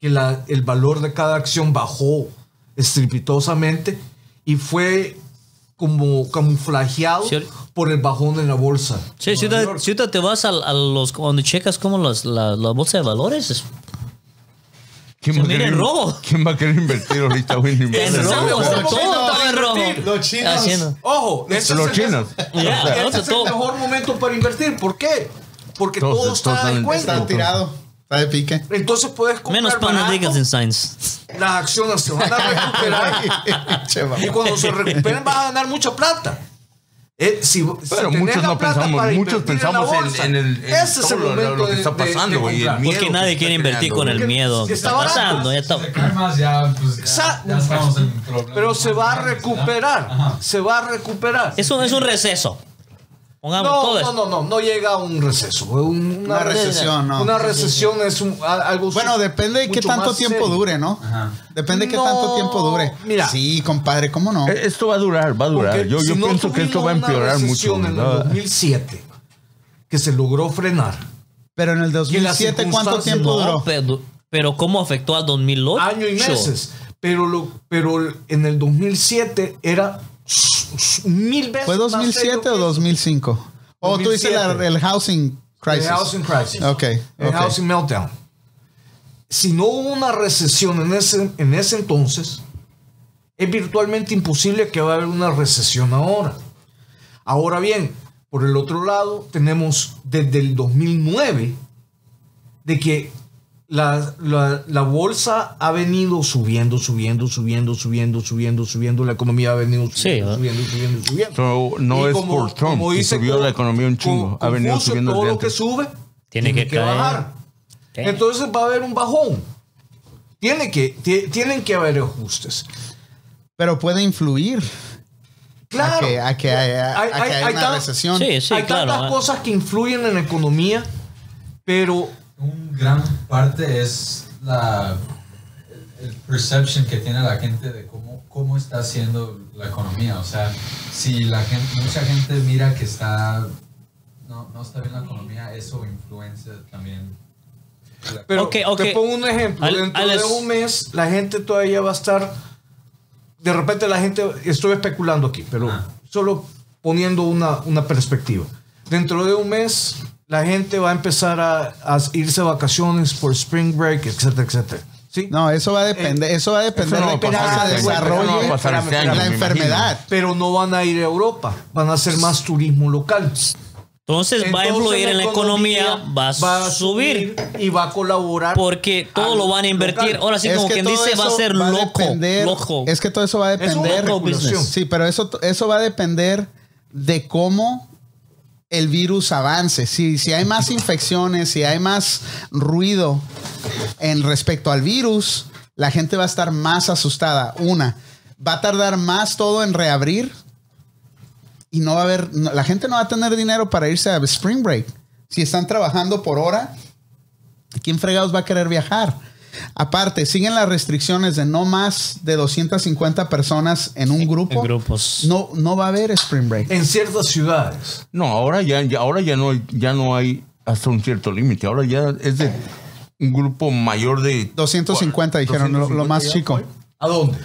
que la- el valor de cada acción bajó estrepitosamente y fue como camuflajeado Sí. por el bajón en la bolsa. sí, Nueva si ahorita York. si ahorita te vas a, a los. Cuando checas como las, la, la bolsa de valores. es- ¿Quién Se va, a mira querer, en robo. ¿Quién va a querer invertir ahorita, güey? Ni En madre. es el robo, mejor está momento todo para estaba en robo. invertir. Los chinos. Haciendo. Ojo, ese Los es el- chinos. Ya, Este ahorita es el todo- mejor momento para invertir. ¿Por qué? Porque Todos- todo todos está están en en- cuenta. Está tirado, está de pique. Entonces puedes comprar Menos barato, Panadigas en Science. las acciones se van a recuperar Che, mamá. y cuando se recuperen vas a ganar mucha plata. Eh, si, si Pero tenés muchos la no plata pensamos, para muchos invertir la pensamos en- bolsa, en el- en ese es todo el lo- momento lo que de- está de- de pasando, güey, el comprar. miedo. Porque que nadie está quiere invertir creando, con el porque miedo si que está está barato, pasando. Ya Se está. cae más, ya, pues, ya- Sa- ya estamos en problemas. Pero se va a Ajá. recuperar, se va a recuperar. Es un, es un receso. Pongamos todo No, esto. no, no, no, no llega a un receso. un- Una recesión, ¿no? Una recesión es un, a- algo. Bueno, su- depende de qué mucho tanto más tiempo serio. dure, ¿no? Ajá. Depende de qué No, tanto tiempo dure. mira. Sí, compadre, ¿cómo no? Eh, Esto va a durar, va a durar. Porque yo yo si no pienso que esto va a tuvimos una empeorar mucho. recesión En el ¿verdad? 2007, que se logró frenar. Pero en el Y las 2007, ¿cuánto circunstancias, tiempo no, duró? Pero, pero ¿cómo afectó al 2008? Año y meses. Pero, lo, pero en el 2007 era s- s- mil veces. ¿Fue más 2007 serio o que 2005? O tú dices la- 2007. el housing el crisis. housing crisis. Ok, El ok. housing meltdown. Si no hubo una recesión en ese, en ese entonces, es virtualmente imposible que va a haber una recesión ahora. Ahora bien, por el otro lado, tenemos desde el 2009 de que la, la- la bolsa ha venido subiendo, subiendo, subiendo, subiendo, subiendo, subiendo, la economía ha venido subiendo, ¿verdad? subiendo, subiendo, subiendo. So, Y no es por Trump, que subió Con- la economía un chingo, Con- ha venido Confucio, subiendo todo desde lo que antes. sube Tiene que caer. Ok. entonces va a haber un bajón. Tiene que, ti- tienen que haber ajustes. Pero puede influir Claro. a que, a que haya, Hay- a que hay- haya hay una tan- recesión. Sí, sí, Hay claro. tantas ah. cosas que influyen en la economía, pero Un gran parte es la el, el perception que tiene la gente de cómo, cómo está haciendo la economía. O sea, si la gente, mucha gente mira que está no, no está bien la economía, eso influencia también. la- Pero Ok, ok. te pongo un ejemplo. Al- Dentro Alex. de un mes, la gente todavía va a estar. De repente, la gente. Estoy especulando aquí, pero Ah. solo poniendo una, una perspectiva. Dentro de un mes, la gente va a empezar a, a irse a vacaciones por spring break, etcétera, etcétera. ¿Sí? No, eso va a Eh, depender, eso va a depender no va de a cómo pasar se este año, eso no va a desarrolle pasar este año, la me enfermedad. Pero no van a ir a Europa, van a hacer más turismo local. Entonces, va a Entonces, influir en la economía, va, va a subir. y va a colaborar. Porque todo al lo van a invertir. local. Ahora sí, Es como que quien todo dice, va a eso ser va a loco. depender- loco. Es que todo eso va a Es una depender. especulación. Sí, pero eso, eso va a depender de cómo el virus avance. Si, si hay más infecciones, si hay más ruido en respecto al virus, la gente va a estar más asustada. Una, va a tardar más todo en reabrir y no va a haber, no- la gente no va a tener dinero para irse a spring break. Si están trabajando por hora, ¿quién fregados va a querer viajar? Aparte, siguen las restricciones de no más de 250 personas en un grupo. en grupos. No, no va a haber Spring Eh, Break. En ciertas ciudades. No, ahora ya, ya- ahora ya no, hay- ya no hay hasta un cierto límite. Ahora ya es de un grupo mayor de 250 dijeron, lo- lo más chico. 250 ya fue. ¿A dónde?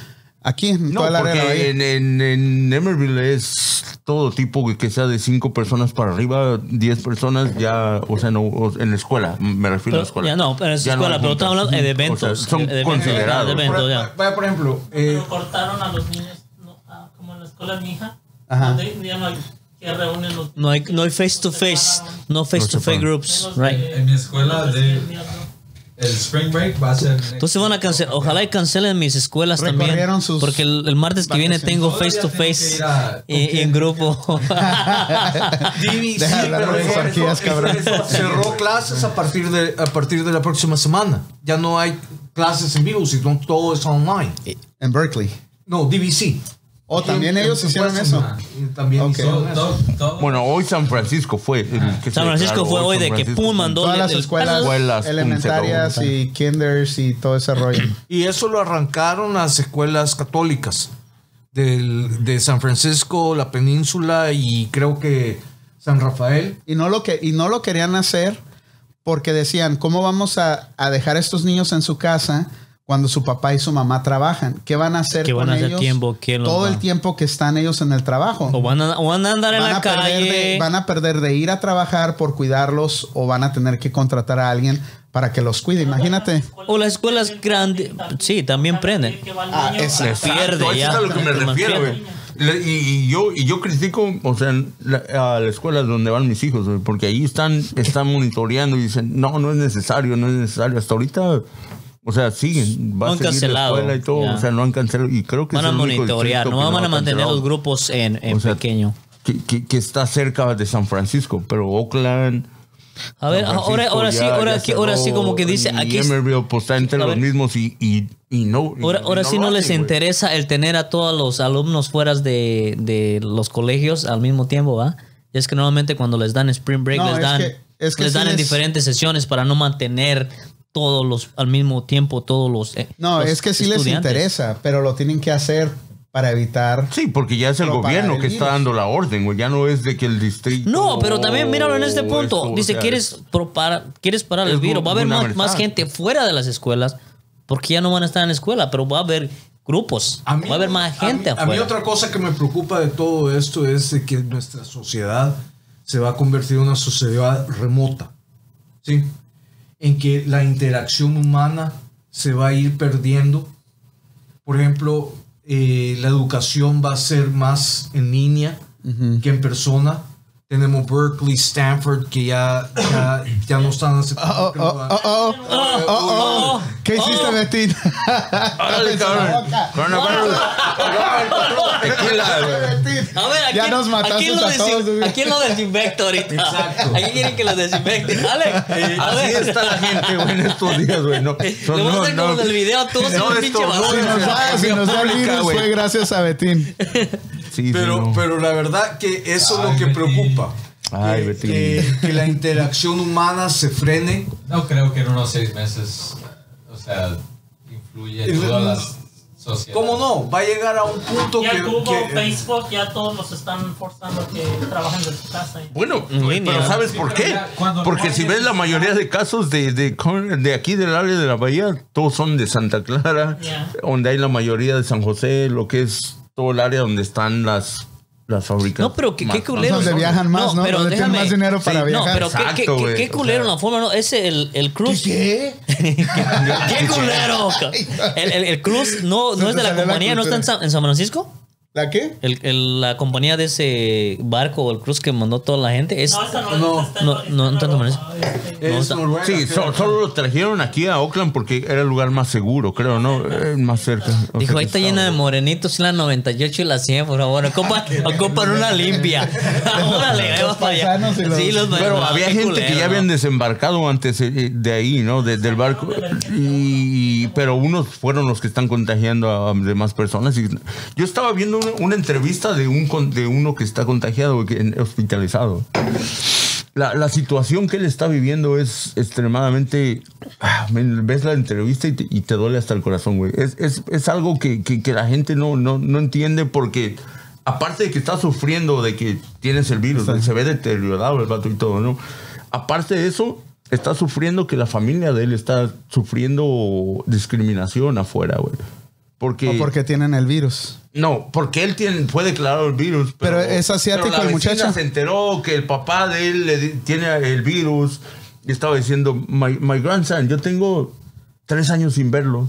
Aquí, en No, toda la área de porque Bahía. en, en, en Emerville es todo tipo que- que sea de cinco personas para arriba, 10 personas ya, o sea, no, o- en la escuela, me Pero, refiero a la escuela. ya no, pero es Ya no escuela, hay pero estamos juntas. hablando de O sea, eventos. son de eventos, considerados. de eventos, ya. Por, vaya, por ejemplo, eh, Pero cortaron a los niños, no, a- como en la escuela de mi hija, Ajá. donde ya no hay que reúnen los No hay, no hay face to face, no face to face separan. groups, menos right? de- En mi escuela Ah, menos de- diez días, ¿no? El spring break va a ser. Entonces van a cancelar, ojalá y cancelen mis escuelas también, Recorrieron sus porque el, el martes que viene vacaciones. tengo Todavía face to tengo que face ir a- y- y en grupo. Divi- Deja de sí, hablar pero de eso- orgías, eso- cabrón. eso cerró clases a partir, de, a partir de la próxima semana. Ya no hay clases en vivo, sino todo es online. En Berkeley. No, DVC. O oh, también En- ellos en- hicieron en- eso. y También Ok. hicieron Todo- eso. todo- todo- Bueno, hoy San Francisco fue. el que se San Francisco declaró, fue hoy San de que Francisco. pum mandó Todas el- las el- escuelas, Escuelas, pum, se acabó. elementarias y kinders y todo ese rollo. Y eso lo arrancaron las escuelas católicas del- de San Francisco, la península y creo que San Rafael. Y no lo, que, y no lo querían hacer porque decían, ¿cómo vamos a, a dejar a estos niños en su casa cuando su papá y su mamá trabajan? ¿Qué van a hacer ¿Qué van con a hacer ellos tiempo? ¿Quién los todo va? el tiempo que están ellos en el trabajo? o, van a, o van a andar en van la a, perder calle. de, van a perder de ir a trabajar por cuidarlos o van a tener que contratar a alguien para que los cuide. Imagínate. o las escuelas grandes, sí, también prenden. Que va el Ah, niño, exacto. Se pierde Exacto, eso ya. es a lo que me Se refiero, güey. mantiene. Le- Y, y yo, y yo critico, o sea, la- a la escuela donde van mis hijos, güey, porque ahí están, están monitoreando y dicen, no, no es necesario, no es necesario. Hasta ahorita, o sea, siguen. No va a han seguir la cancelado, escuela y todo, ya. o sea, no han cancelado. Y creo que Van es a el único monitorear, distrito no que van ha a mantener cancelado. los grupos en, en O sea, pequeño. Que, que- que está cerca de San Francisco, pero Oakland. A ver, San ahora, Francisco ahora sí, ya- ahora, ya aquí, ahora sí cerró, como que dice, y aquí Emeryville, pues está entre A los ver. mismos y, y, y no. y- Ahora, y ahora sí no lo les hacen, güey. interesa el tener a todos los alumnos fuera de, de los colegios al mismo tiempo, ¿va? Y es que normalmente cuando les dan spring break, No, les es dan, que- es que les sí dan en les- diferentes sesiones para no mantener todos los al mismo tiempo, todos los. eh, No, los es que sí les estudiantes. interesa, pero lo tienen que hacer para evitar. Sí, porque ya es el Propagar gobierno el que está virus. dando la orden, güey. Ya no es de que el distrito. No, pero también míralo en este o punto. esto, o Dice, sea, ¿quieres, propar- ¿quieres parar es el virus? gu- Va a haber más, gubernamental. más gente fuera de las escuelas porque ya no van a estar en la escuela, pero va a haber grupos, A mí- va a haber más a mí- gente a mí, afuera. otra cosa que me preocupa de todo esto es de que nuestra sociedad se va a convertir en una sociedad remota, ¿sí? En que la interacción humana se va a ir perdiendo. Por ejemplo, eh, la educación va a ser más en línea que en persona. Tenemos Berkeley, Stanford, que ya, ya, ya no están Oh, aceptando. oh, oh, oh, oh, oh, oh. ¿Qué hiciste, Betín? Árale, cabrón. Coronavirus. Agarra el patrón de tequila, güey. A ver, ¿a Ya quién, nos mataste ¿a quién lo a todos, desin- güey. ¿a quién lo desinfecta ahorita? ¿A quién quieren que lo desinfecte? Eh, Alex, a Así ver. está la gente, güey, en estos días, güey. Le No, voy a hacer como del video, tú haces No, un esto pinche no Si basura. es- nos da, si nos da el Pública, virus güey. fue gracias a Betín. Sí, pero, sí, no. pero la verdad que eso Ay, es lo que Betín. preocupa. Ay, que, Betín. que- que la interacción humana se frene. No creo que en unos seis meses, o sea, influye Es- todas las sociedades. ¿Cómo no? Va a llegar a un punto Ya que, Google, que- eh, Facebook, ya todos los están forzando que trabajen desde casa. Bueno, En línea. pero ¿sabes Sí, por pero qué? ya cuando Porque no si ves hayas- la mayoría de casos de, de, con- de aquí del área de la bahía, todos son de Santa Clara, Ya. donde hay la mayoría de San José, lo que es todo el área donde están las, las fábricas. No, pero qué, qué más- culero. Donde viajan más, ¿no? Donde tienen más dinero para No, viajar. pero qué- qué, Exacto, qué- güey, qué o culero sea. la forma, ¿no? Ese, el, el cruz. ¿Qué? ¿Qué culero? El, el, el cruz no, Se no te es de la salió la compañía, ¿no está en cultura. San, en San Francisco? ¿La qué? El, el- la compañía de ese barco o el cruz que mandó toda la gente. Es, No, esta no, No, es- esta no, no, esta tanto es- es No, está- Noruega, Sí, creo. so- solo lo trajeron aquí a Oakland porque era el lugar más seguro, creo, ¿no? Eh, más cerca. O Dijo, sea, ahí está llena de morenitos, la 98 y la 100, por favor. Ocupan, ocupan una limpia. Órale, ahí va para allá. paisanos y Ah, los- Sí, los Pero paisanos, había qué gente que culero, ya ¿no? habían desembarcado antes eh, de ahí, ¿no? De- del barco. Y, pero unos fueron los que están contagiando a demás personas. Y yo estaba viendo una, una entrevista de, un, con- de uno que está contagiado, que en- hospitalizado. la, la situación que él está viviendo es extremadamente... ah, men, Ves la entrevista y te, y te duele hasta el corazón, güey. Es, es- es algo que, que- que la gente no, no, no entiende porque... Aparte de que está sufriendo de que tienes el virus, güey, se ve deteriorado el vato y todo, ¿no? Aparte de eso, está sufriendo que la familia de él está sufriendo discriminación afuera, güey. Porque... O porque tienen el virus. No, porque él tiene, fue declarado el virus. Pero, Pero es asiático pero la el vecina muchacho. se enteró que el papá de él le di- tiene el virus. Y estaba diciendo, my, my grandson, yo tengo tres años sin verlo.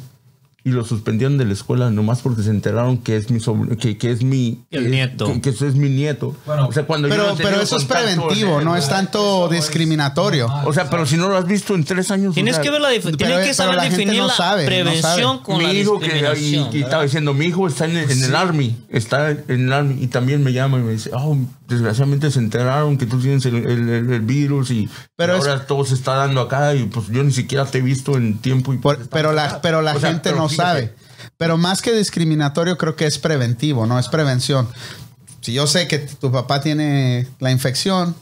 Y lo suspendieron de la escuela nomás porque se enteraron que es mi sobr- que, que es mi... El nieto. Que, que eso es mi nieto. Bueno, o sea, cuando yo no Pero, he pero tenido eso es contacto preventivo, con él, no es ¿verdad? tanto Eso es discriminatorio. normal. O sea, pero si no lo has visto en tres años... o Tienes sea, que ver la dif- pero- eh, tienes que pero saber la gente definir no la sabe, no prevención sabe. con mi la hijo que y- discriminación. y estaba diciendo mi hijo está en el, en el army está en el army y también me llama y me dice oh desgraciadamente se enteraron que tú tienes el, el- el- el virus y Pero y es- ahora todo se está dando acá y pues yo ni siquiera te he visto en tiempo y Por- pues, pero estamos la, acá". pero la O sea, gente pero no fíjate, sabe. Pero más que discriminatorio, creo que es preventivo, no es prevención. Si yo sé que t- tu papá tiene la infección,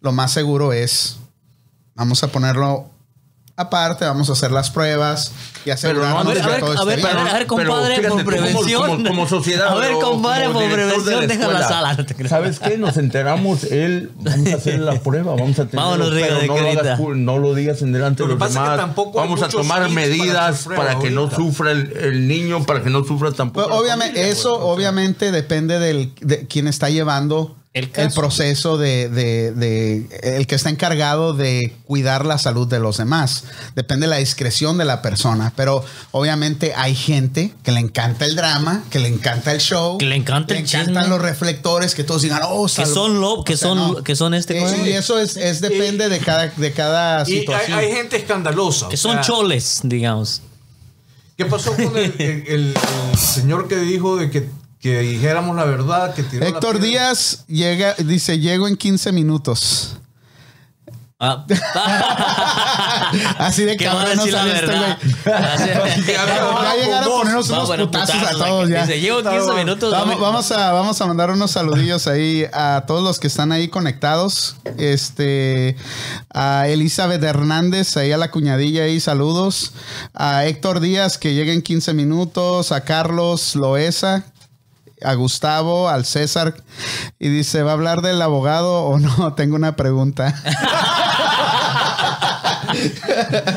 lo más seguro es, vamos a ponerlo aparte, vamos a hacer las pruebas y asegurarnos no, de a que ver, a todo ver, esté a ver, bien. a ver, a ver, Pero compadre, fíjate, por tú como- prevención. Como, como sociedad. A ver, o compadre, como por director de prevención, deja la escuela, sala. ¿Sabes qué? Nos enteramos, él. Vamos a hacer la prueba, vamos a tener. Vámonos, Rigo, de no, lo que hagas ahorita. pu- no lo digas en delante Lo de que los pasa es que demás. tampoco hay vamos a muchos tomar kits para medidas hacer para, prueba que no ahorita. sufra el, el niño, para que no sufra tampoco. Pues, la obviamente, familia, eso güey. obviamente depende del, de quien está llevando El el, caso. proceso de, de- de- el que está encargado de cuidar la salud de los demás. Depende de la discreción de la persona. Pero obviamente hay gente que le encanta el drama, que le encanta el show, Que le encanta el encantan chisme. los reflectores, que todos digan, oh, Que salud". son lo, que O sea, son, no. que son este. ¿cómo se Eh, llama? y eso es, es depende de cada, de cada Y hay, situación. hay gente escandalosa. que o son sea, choles, digamos. ¿Qué pasó con el, el- el- el señor que dijo de que, que dijéramos la verdad? Que tiró la Héctor piedra? Díaz llega, dice, llego en 15 minutos. Ah. Así de que van a cabrón no decir la salió este verdad. güey. Ya Ah, llegaron a con ponernos Vamos unos a poner putazos a putazos todos aquí. ya. Dice, llevo 15 minutos. Vamos, dame- vamos a, vamos a mandar unos saludillos ahí a todos los que están ahí conectados. Este, a Elizabeth Hernández, ahí a la cuñadilla ahí, saludos. A Héctor Díaz, que llega en 15 minutos. A Carlos Loesa, a Gustavo, al César. Y dice, ¿va a hablar del abogado o no? Tengo una pregunta.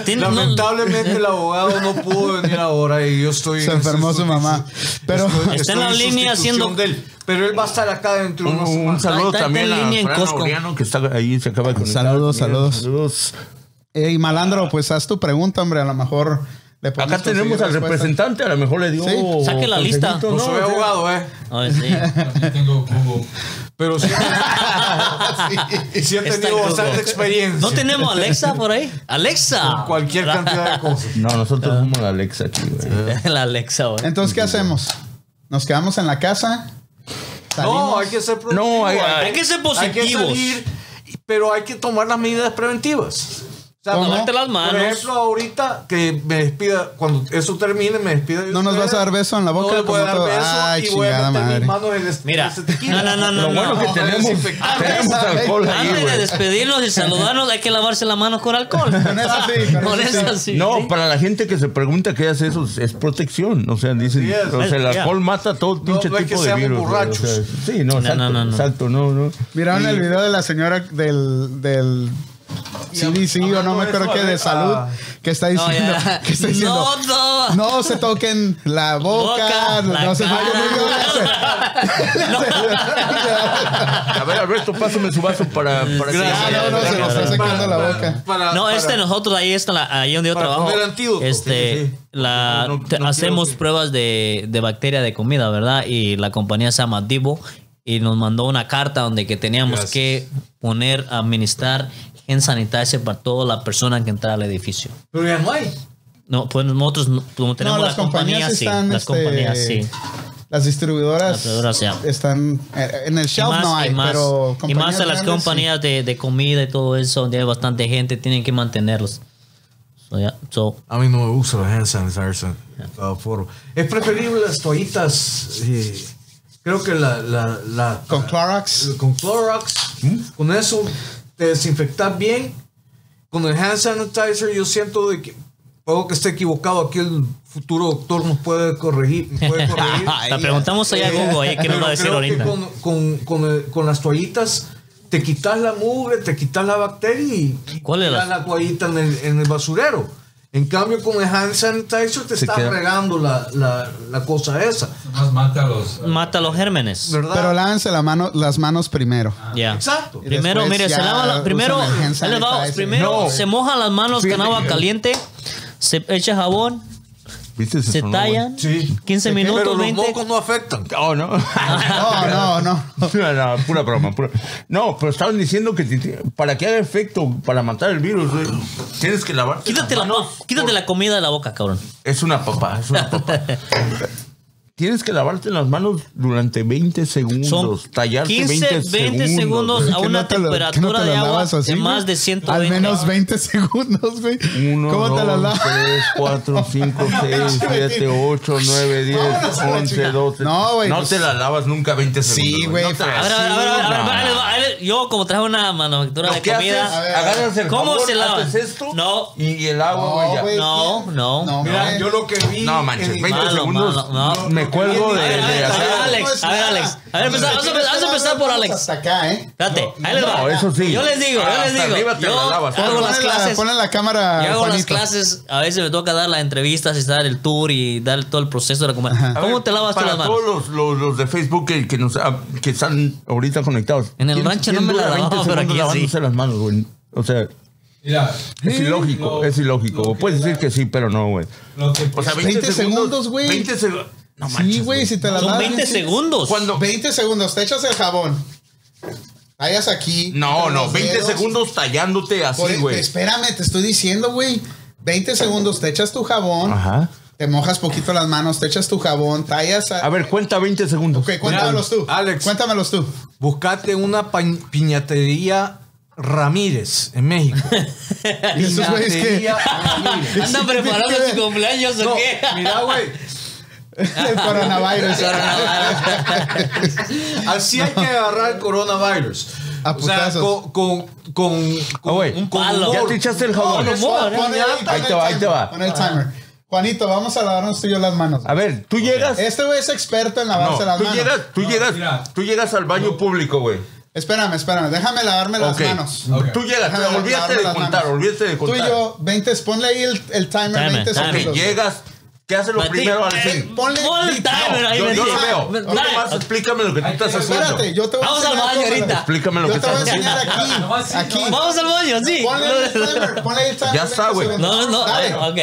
Tien- no- Lamentablemente el abogado no pudo venir ahora y yo estoy... Se en enfermó su sustitu- mamá. Pero- Está en la en línea sustitución haciendo- de él. pero él va a estar acá dentro de Un, una un semana. saludo Está- está en también a línea en Fran Costco. Laureano, que está ahí, se acaba de conectar. Saludos, También, saludos. saludos. Ey, malandro, pues haz tu pregunta, hombre. A lo mejor le podemos Acá tenemos conseguir al respuesta. representante, a lo mejor le dio. Sí. Saque la lista. consejito, No ¿no? soy O sea, abogado, eh. Ay, sí. Yo tengo Google. Pero sí, y sí he Está tenido en bastante Google. experiencia. No tenemos Alexa por ahí. Alexa. con cualquier cantidad de cosas. No, nosotros Ah. somos la Alexa aquí, güey. La Alexa, güey. Entonces, ¿qué hacemos? ¿Nos quedamos en la casa? No, ¿Salimos? hay que ser productivo. No, hay- hay- Hay que ser positivos. salir, pero hay que tomar las medidas preventivas. O sea, ¿Cómo? Lavarte las manos. Por ejemplo, ahorita que me despida, cuando eso termine, me despida. de ¿No nos ustedes. vas a dar beso en la boca No les voy a como dar todo? beso Ay, y voy a chingada meter madre. mis manos en este, Mira. en este tequila. No, no, no, no. Lo bueno no. que tenemos, desinfectante. tenemos Ah, alcohol ahí, Antes de güey. despedirnos y saludarnos, hay que lavarse la mano con alcohol. Con eso sí, con eso sí. eso sí. No, para la gente que se pregunta qué hace eso, es protección. O sea, dicen, Así es. o sea, el Ya. alcohol mata todo pinche no es que tipo de seamos virus. güey. O borrachos. sea, sí, no, exacto, no, no, no. exacto, no, no. ¿Miraron el video de la señora del... del CDC o no hablando me de acuerdo eso, que a de ver, salud ah. que está ¿eh? No, diciendo ya. que está diciendo No, no. "No se toquen la boca, Boca, la no se cara. A ver, Alberto, pásame su vaso para, para que- Ah, no, no, se lo está secando la boca. Para- No, para- este nosotros ahí está la- ahí donde yo para trabajo. poner antídoto. Este, Sí, sí, sí. la No, no, te- no hacemos quiero que- pruebas de, de bacteria de comida, ¿verdad? Y la compañía se llama Divo y nos mandó una carta donde que teníamos Gracias. que poner administrar en sanitario para toda la persona que entrara al edificio. Pero ya no hay. No, pues nosotros no- como tenemos la compañía, sí, las este, compañías sí. Las distribuidoras, Las distribuidoras, ya. están eh, en el Y shelf más, no hay, y más, pero y más a las grandes, sí. compañías de, de comida y todo eso, donde hay bastante gente, tienen que mantenerlos. So, ya, so, A mí no me gusta la hand sanitizer de todas formas. Es preferible las toallitas. eh, creo que la. la, la Con Clorox. con Clorox. Con eso. te desinfectas bien. Con el hand sanitizer yo siento de que puedo que esté equivocado. Aquí el futuro doctor nos puede corregir. nos puede corregir. La preguntamos allá a Google, eh, ¿qué nos pero va a decir creo que ahorita? Con, con- con el- con las toallitas te quitas la mugre, te quitas la bacteria y ¿Cuál es tiras la- la toallita en el, en el basurero. En cambio, con el hand sanitizer te estás queda- regando la, la- la cosa esa, Nomás mata a los. Mata los gérmenes. ¿verdad? Pero lávense la mano, las manos primero. Ya. Exacto. Y Primero, después mire, se ya lava la- usan primero, el hand ahí les va, sanitizer. primero No. se mojan las manos con Fíjate agua que- caliente, se echa jabón, ¿Viste? se sonó, tallan, Sí. 15 Pero minutos, los 20. mocos no afectan. güey. Oh, no. Ah. No, no, no. No, no, pura broma, pura. No, pero estaban diciendo que te- te- para que haga efecto, para matar el virus, güey, tienes que lavar. Quítate la, quítate la comida de la boca, cabrón. Es una papá, es una papá. Tienes que lavarte las manos durante 20 segundos. Son tallarte 15, 20, 20 segundos ¿Por a qué una no te lo- temperatura qué no te de las agua lavas así, de güey? más de 120. Al menos 20 segundos, güey. 1, ¿Cómo te las 2, lavas? 3, 4, 5, 6, 7, 8, 9, 10, Vámonos a la 11, chingada. 12. No, güey, pues- te la lavas nunca 20 segundos. Sí, güey, pues. No te la- A ver, a ver, a ver, a ver, a ver, No. ahí les va, ahí les- Yo, como traje una manufactura de ¿Qué haces? comida. ver, Agarras el ¿Cómo jabón, se lavan? haces esto No. y, y el agua, güey, ya. güey, No, ¿quién? no. Mira, güey. yo lo que vi. No manches, en- 20 Malo, segundos. malo, no. Me cuelgo de, A ver, a ver, de a hacer. ver, Alex, a ver, Alex. A ver, empezar- vamos a empezar- vamos a empezar por Alex. Hasta acá, ¿eh? Date, ahí les No, va. eso sí. Ah, Yo les digo, yo Hasta les digo. arriba te yo la lavas. hago las Ponle la- clases. Ponle la cámara. Yo hago las Juanito. clases, a veces me toca dar las entrevistas y dar el tour y dar todo el proceso de la comida. A ¿Cómo ver, te lavas tú para las manos? todos los, los, los de Facebook que, que, nos, ah, que están ahorita conectados. En el ¿Quién- rancho quién no me la dura 20 lavaba, pero segundos aquí sí. lavándose las manos, güey? O sea, Mira. es ilógico, lo- es ilógico. lo que- Puedes decir que sí, pero no, güey. Lo que O sea, 20, 20 segundos, güey. 20 segundos. No manches. Sí, güey, si te las Son lavas. 20 sí. segundos. Cuando. 20 segundos, te echas el jabón. Vayas aquí. No, con no, los 20 dedos. segundos tallándote Por- así, güey. Espérame, te estoy diciendo, güey. 20 segundos, te echas tu jabón. Ajá. Te mojas poquito las manos, te echas tu jabón, tallas. A ver, cuenta 20 segundos. Ok, cuéntamelos tú. Alex. Cuéntamelos tú. Buscate una pa- piñatería Ramírez en México. Y esos güeyes que. Piñatería Ramírez. ¿Andan preparando ¿Qué? su cumpleaños o No, qué? mira, güey. El coronavirus. Así hay que agarrar el coronavirus. A o sea, putazos. con, con, con, Ah, güey, con- con palo. humor. Ya te echaste el jabón. No, Con humor, eso, ¿eh? Pon el- piñata. Ahí te va, ahí te va. Pon el timer. Juanito, vamos a lavarnos tú y yo las manos. A ver, tú llegas. Este güey es experto en pues. No, lavarse las tú manos. llegas, tú No, llegas, mira. tú llegas al baño público, güey. Espérame, espérame. Déjame lavarme Ok. las manos. Ok. Tú llegas, Déjame te- olvídate lavarme de las contar, manos. olvídate de Tú y contar. yo, 20, ponle ahí el, el timer, Timer, 20 timer. Ok, segundos. llegas. ¿Qué haces lo Martín, primero al eh, decir? Ponle- Pon el No, timer ahí, Yo, yo Martín. lo veo. Dale. Tú nomás explícame lo que tú estás haciendo. Espérate, yo te voy Vamos a al enseñar. baño cosas. ahorita. Explícame lo que Yo te voy a estás enseñar haciendo. aquí. aquí. Vamos al baño, sí. Ponle el timer, ponle el timer. Ya está, 20 güey. segundos. No, no, Dale. no, ok.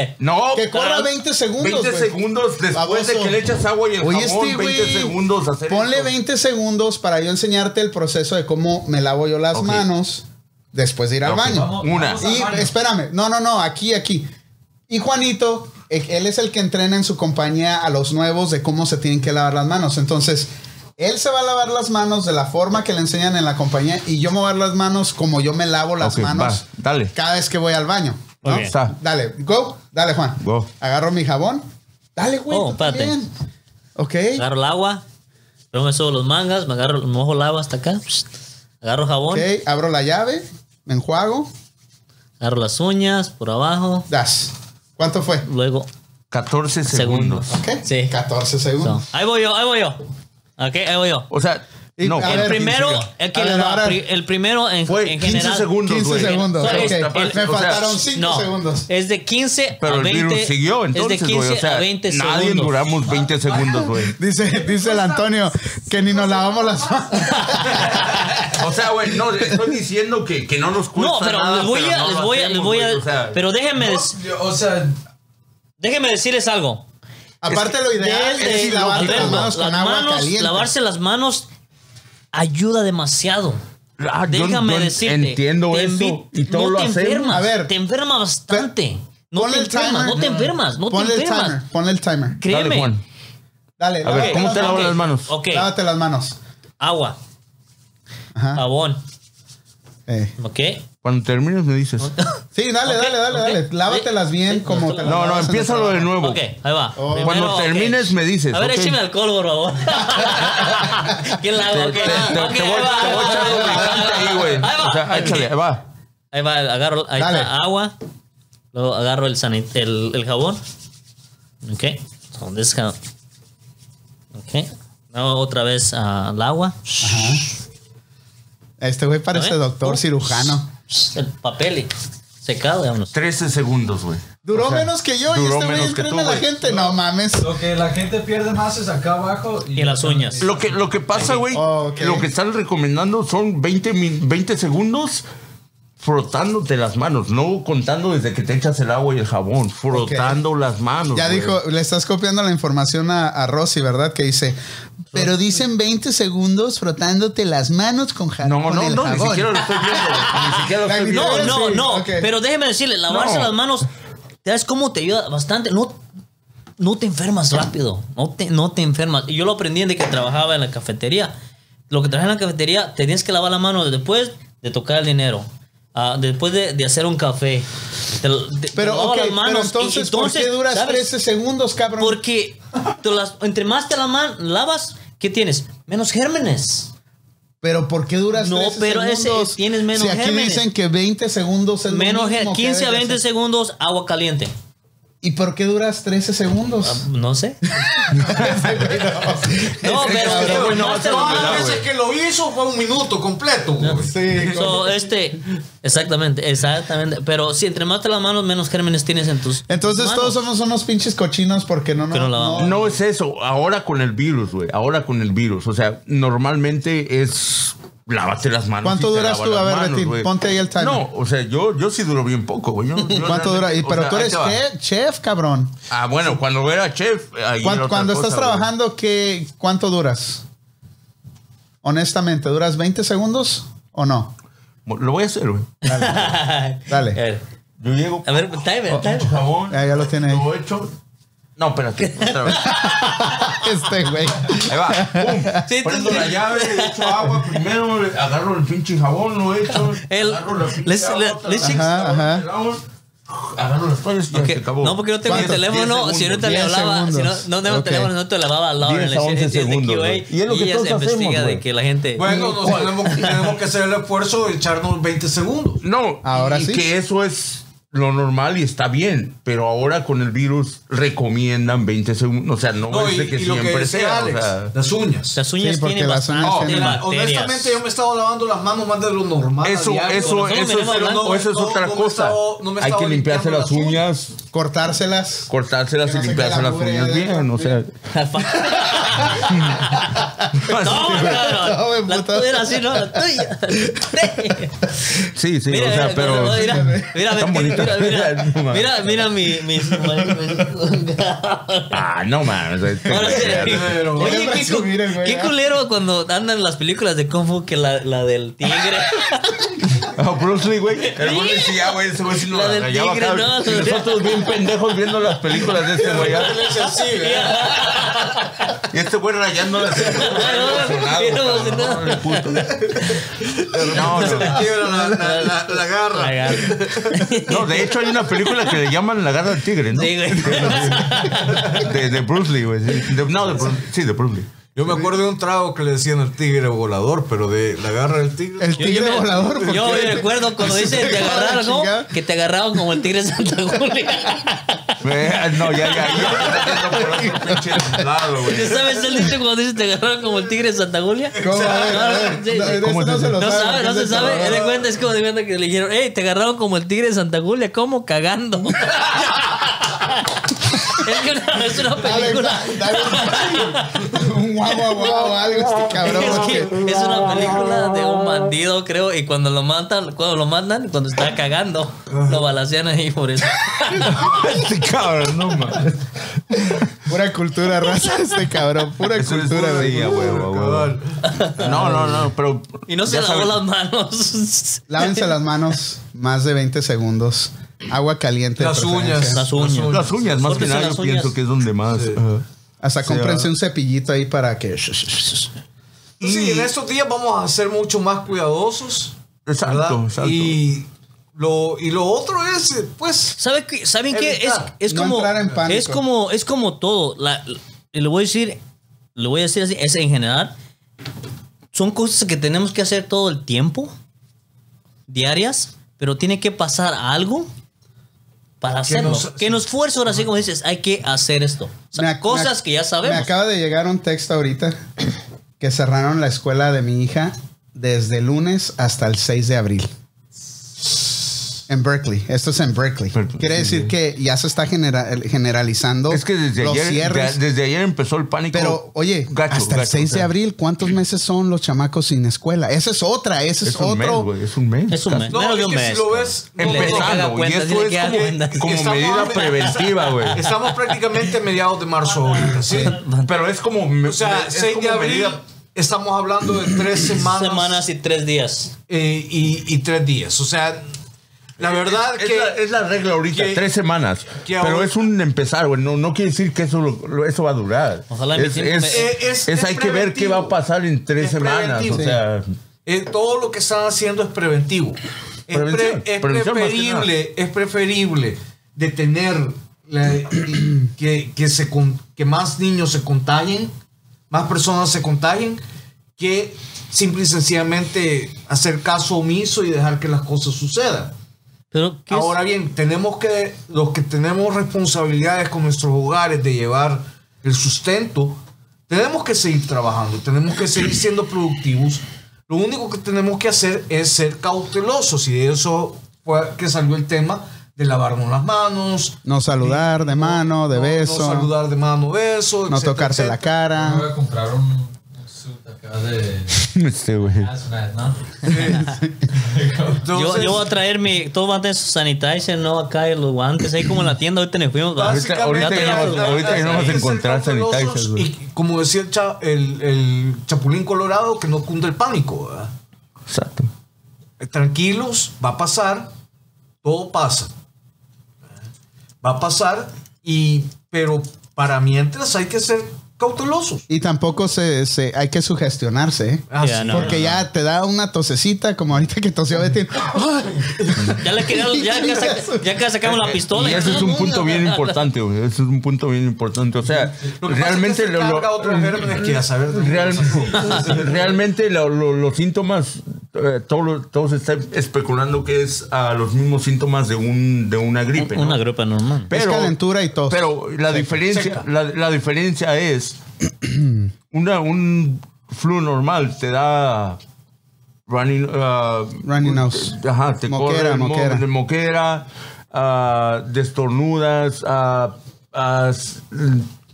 No, Que corra 20 segundos. pues. 20 güey. segundos después de Baboso. que le echas agua y el Oye, jabón, este, 20 güey, segundos hacer Ponle esto. 20 segundos para yo enseñarte el proceso de cómo me lavo yo las Ok. manos después de ir al Ok, baño. vamos- Una. vamos al Y baño. espérame, no, no, no, aquí, aquí. Y Juanito, eh, él es el que entrena en su compañía a los nuevos de cómo se tienen que lavar las manos. Entonces, él se va a lavar las manos de la forma que le enseñan en la compañía y yo me voy a lavar las manos como yo me lavo las Ok, manos va, dale. cada vez que voy al baño. ¿no? Ok. Está. Dale, go, dale Juan. Go. Agarro mi jabón. Dale, güey. Oh, tú espérate. también. Ok. Agarro el agua, luego me subo los mangas, me agarro, mojo el agua hasta acá, psh, agarro jabón, Ok, abro la llave, me enjuago, agarro las uñas por abajo, das. ¿Cuánto fue? luego. 14 Segundos. segundos. Ok, Sí. 14 segundos. no. Ahí voy yo, ahí voy yo. Ok, ahí voy yo. O sea, Y- no, a El ver, primero, ¿quién sigue? el que A le ver, va- ahora- pri- el primero en, fue en 15 general. segundos, 15 güey. segundos. Sorry, ok. taparte, Me o sea, faltaron 5 No, segundos. es de 15 Pero a el 20. virus siguió, entonces, es de güey. 15 O sea, a 20 nadie segundos. Ah, duramos 20 segundos, güey. Dice, dice el Antonio que ni nos lavamos las manos. O sea, güey, no, le estoy diciendo que, que no nos cuesta No, pero nada, les voy pero a, no les lo voy a, les hacemos, voy a. güey, o sea, pero déjenme, des- Yo, O sea, déjenme decirles algo. Aparte, lo ideal Desde- es lavarse Alberto, las manos con las agua manos, caliente. Lavarse las manos ayuda demasiado. ah, yo- Déjame yo decirte. Entiendo te eso envi- y todo no lo te hacemos. enfermas, A ver. Te enfermas bastante. No Ponle te el enfermas, timer. no te enfermas, no te Ponle el timer. enfermas. Ponle el timer. Dale, Créeme. Juan. Dale. A ver, lávate ¿cómo las te manos. Ok, lavas las manos? Ok, Lávate las manos. agua, Ajá. jabón, Eh. Ah, ¿Ok? Cuando termines me dices. Sí, dale, dale, dale, ok. dale. Lávatelas bien Sí, como no, te las No, no, lavas en el empiézalo de trabajo. nuevo. Ok, ahí va. Oh. Primero, Cuando ok. termines me dices. A ver, ok. écheme alcohol, por favor. ¿Quién la hago? Te, Ok, te- te- ok, te ahí voy, va, te ahí va, voy echando ahí va, picante ahí, güey. va. O sea, échale, ahí va. Ahí va, agarro, ahí Dale. está agua. Luego agarro el, sanit el, el jabón. Ok. So this jabón. Ok. Luego otra vez ah, el agua. Este güey parece ¿Eh? doctor cirujano. El papel y secado, vámonos. 13 segundos, güey. Duró O sea, menos que yo y duró este güey menos que entrena a tú, la güey. gente. No mames. Lo que la gente pierde más es acá abajo Y las uñas. Lo que, lo que pasa, güey, Oh, ok. lo que están recomendando son 20, min- 20 segundos frotándote las manos, no contando desde que te echas el agua y el jabón, frotando las manos. Ya güey. dijo, le estás copiando la información a, a Rosy, ¿verdad? Que dice, pero dicen 20 segundos frotándote las manos con, ja No, con no, Ah, el no, ni jabón. siquiera lo estoy viendo. güey. Ni siquiera lo estoy Ay, viendo. No, no, Sí, no. ok. Pero déjeme decirle, lavarse No. las manos, ¿sabes cómo te ayuda bastante? No, no te enfermas rápido. No te, no te enfermas. Y yo lo aprendí desde que trabajaba en la cafetería. Lo que trabajé en la cafetería, te tienes que lavar la mano después de tocar el dinero. ah, después de, de hacer un café. Te, te- te Pero, lavas ok, las pero manos y- entonces, ¿por qué entonces, duras ¿sabes? 13 segundos, cabrón? Porque te las- entre más te la man- lavas, ¿qué tienes? Menos gérmenes. Pero ¿por qué duras No, 13 pero ese- segundos? tienes menos Si aquí gérmenes. dicen que 20 segundos es lo Menos gé- mismo que 15 a debe 20 ser. segundos agua caliente. ¿Y por qué duras 13 Ah, segundos? No sé. No, pero- pero cabrón. no te lo Todas van a las dar, veces que lo hizo fue un minuto completo, güey. Sí, So, este, exactamente, exactamente. Pero si entre más te las manos, menos gérmenes tienes en tus. Entonces manos. todos somos unos pinches cochinos porque no nos... Que no lavamos. No es eso. Ahora con el virus, güey. Ahora con el virus. O sea, normalmente es lávate las manos. ¿Cuánto y te duras lavas tú? las A ver, manos, Betín, güey. ponte ahí el timer. No, o sea, yo, yo sí duro bien poco, güey. Yo- yo ¿Cuánto dura? Y- realmente- o Pero sea, tú ahí eres te va. qué? chef, cabrón. Ah, bueno, cuando era chef. ahí era Cuan- otra Cuando cosa, estás güey. trabajando, ¿qué, ¿cuánto duras? Honestamente, ¿duras 20 segundos o no? Lo voy a hacer, güey. Dale. A ver, Yo llego. a ver, timer, timer. jabón. Ah, ya lo tiene ahí. Lo echo. No, espérate. Otra vez. Este güey. Ahí va. Pum. Sí, Prendo tú- la llave, echo agua primero, le- agarro el pinche jabón, lo echo. El- agarro la pinche les- le- otra, les- la- Ajá, ajá. el jabón, Agarro las toallas y ya Ok, se acabó. No, porque no tengo el ¿Cuántos? teléfono. Diez Si no te le segundos. hablaba, si no, Diez no tengo segundos. teléfono, no te le hablaba a Lauren. Diez a le- once es de QA, segundos, güey. Y es lo que ella se todos hacemos, investiga de güey. que la gente. Bueno, nos tenemos, tenemos que hacer el esfuerzo de echarnos 20 segundos. No, Ahora y sí. que eso es lo normal y está bien, pero ahora con el virus recomiendan 20 segundos, o sea, no, No, es y, de que y lo que siempre decía sea, Alex, o sea, las uñas. Las uñas Sí, porque tienen las uñas bastante No, tienen- la- bacterias. honestamente yo me he estado lavando las manos más de lo normal. a eso, diario. eso, nosotros eso, es- venimos hablando, o eso es no, otra no me he cosa. estado- no me he Hay estado que limpiarse limpiando las las uñas, Cortárselas. cortárselas Que no y se limpiarse quede la las mugre uñas de- bien, o sea. No, No, me claro. La puto. tuya era así, no, la tuya. Sí, sí, Mira, o sea, mira, pero. mira, mira, Tan bonita. mira, mira, No mira, mames. mira, mira mi, mis- Ah, no mames. este- Ahora sí, Pero- Oye, Quiere qué, cu- presumir el güey, qué ¿eh? culero cuando andan las películas de Kung Fu que la, la del tigre. Ah, Bruce Lee, güey. El Bruce Lee, sí, ah, güey, ese güey sí lo La del rayaba tigre, acá. no, Y Nosotros bien pendejos viendo las películas de este güey. ah. Él es así, ¿verdad? Y este güey rayando las Bien emocionado. No, no. Te quiebra la, la- la- la garra. La gata. No, de hecho hay una película que le llaman La Garra del Tigre, ¿no? Sí, güey. De, de Bruce Lee, güey. sí. De- no, de Bruce, sí, de Bruce Lee. Yo me acuerdo de un trago que le decían el tigre volador, pero de la garra del tigre. El tigre me- volador. ¿por Yo qué? recuerdo cuando dicen te agarraron, ¿no? Chingada. Que te agarraron como el tigre de Santa Julia. Eh, No, ya, ya. ya. Por otro pinche lado, güey. ¿Te sabes el dicho cuando dicen te agarraron como el tigre de Santa Julia? Ah, ¿Cómo? A ver, a ver. sí, No, sí. eso no se lo sabe, No sabe, no porque se es de sabe. terror. Es de cuenta, es como de cuenta que le dijeron, hey, te agarraron como el tigre de Santa Julia, ¿cómo? Cagando. es que una- es una Dale, película. dale, dale. Un guau, guau, guau, algo este cabrón. Es, que porque- es una película de un bandido, creo, y cuando lo matan, cuando lo mandan, cuando está cagando, lo balacean ahí por eso. Este cabrón, no mames. Pura cultura, raza, este cabrón. Pura Eso es cultura, pura güey. vida, güey, güey, güey. Cabal. No, no, no, pero. Y no se ya lavó sabes- las manos. Lávense las manos más de 20 segundos. Agua caliente. de Las preferencia. uñas. Las uñas. Las uñas, más que Córtese nada, las yo uñas. pienso que es donde más. ajá. Hasta cómprense ah. un cepillito ahí para que. Sí, en estos días vamos a ser mucho más cuidadosos Exacto, ¿verdad? exacto. Y lo, y lo otro es, eh, pues, ¿Sabe qué- ¿Saben qué? Es, Evitar, es no como. entrar en pánico. es como. Es como todo. La, y lo voy a decir. Lo voy a decir así. Es en general. Son cosas que tenemos que hacer todo el tiempo. Diarias. Pero tiene que pasar algo. Para hacerlo. nos- que nos fuerce ahora sí, como dices, hay que hacer esto. O sea, Me ac- me cosas ac- que ya Me sabemos. acaba de llegar un texto ahorita que cerraron la escuela de mi hija desde el lunes hasta el 6 de abril. En Berkeley. Esto es en Berkeley. Berkeley, Quiere sí, decir que ya se está genera- generalizando Es que desde los ayer, cierres. de- desde ayer empezó el pánico. pero, oye, gacho, hasta el gacho, 6 o de sea, abril, ¿cuántos meses son los chamacos sin escuela? Esa es otra, ese es, Es un mes, otro. güey. Es un mes. Es un casi. mes. No, menos es de un que si mes. lo ves, Dile- dile que haga Empezando, güey. Y cuentas, esto dile que es haga cuentas. como, como Estamos- medida preventiva, güey. estamos prácticamente a mediados de marzo ahorita, ¿sí? Pero es como. O sea, es 6 de como abril, medida- estamos hablando de tres semanas, semanas y tres días. eh, y, y tres días. O sea, la verdad Eh, Es que... la, es la regla ahorita, que- tres semanas. que pero ahora- es un empezar, güey. No, no quiere decir que eso, lo- lo- eso va a durar. Ojalá mi es, tiempo es- me- es- Eh, es hay que ver qué va a pasar en tres Es semanas. preventivo. O sea, Eh, todo lo que están haciendo es preventivo. Es, pre- Prevención, es prevención más que preferible, es preferible detener la- que, que, se con- que más niños se contagien, más personas se contagien, que simple y sencillamente hacer caso omiso y dejar que las cosas sucedan. Pero, ¿qué es? Ahora bien, tenemos que, los que tenemos responsabilidades con nuestros hogares de llevar el sustento, tenemos que seguir trabajando, tenemos que seguir siendo productivos. Lo único que tenemos que hacer es ser cautelosos y de eso fue que salió el tema de lavarnos las manos. No saludar de mano, de no- beso. No saludar de mano, beso. no etcétera, tocarse la etcétera. Yo me voy cara. a comprar un, un suit acá de este, güey. hazmat, ¿no? Yo, Entonces, yo voy a traer mi. Todos van a tener su sanitizer, no acá y los guantes. Ahí como en la tienda, ahorita nos fuimos. Básicamente, ahorita ya ya tenemos- no- ahorita ya no vas a hay que ser encontrar cautelosos sanitizers, güey. Y como decía el, cha- el- el chapulín colorado, que no cunde el pánico. ¿verdad? Exacto. Eh, tranquilos, va a pasar, todo pasa. Va a pasar, y, pero para mientras hay que ser cautelosos. Y tampoco se, se- hay que sugestionarse, ¿eh? Ah, Ya, sí. no. Porque ya te da una tosecita, como ahorita que tosió Betty. Ya le quería- ya, ya, saca- ya que sacamos la pistola. Y ese es un punto bien importante, güey. Ese es un punto bien importante. O sea, Lo que pasa realmente es que se lo- carga lo- otros gérmenes que a saber de Real- dónde son. realmente lo- lo- los síntomas, eh, todo, todo se está especulando que es a los mismos síntomas de, un, de una gripe. ¿no? Una gripe normal. Es calentura y tos. Pero la diferencia, la, la diferencia es una, un flu normal te da runny, ah, Runny nose. Ajá, te Moquera, corre mo- moquera. de moquera, ah, destornudas, ah, ah, s-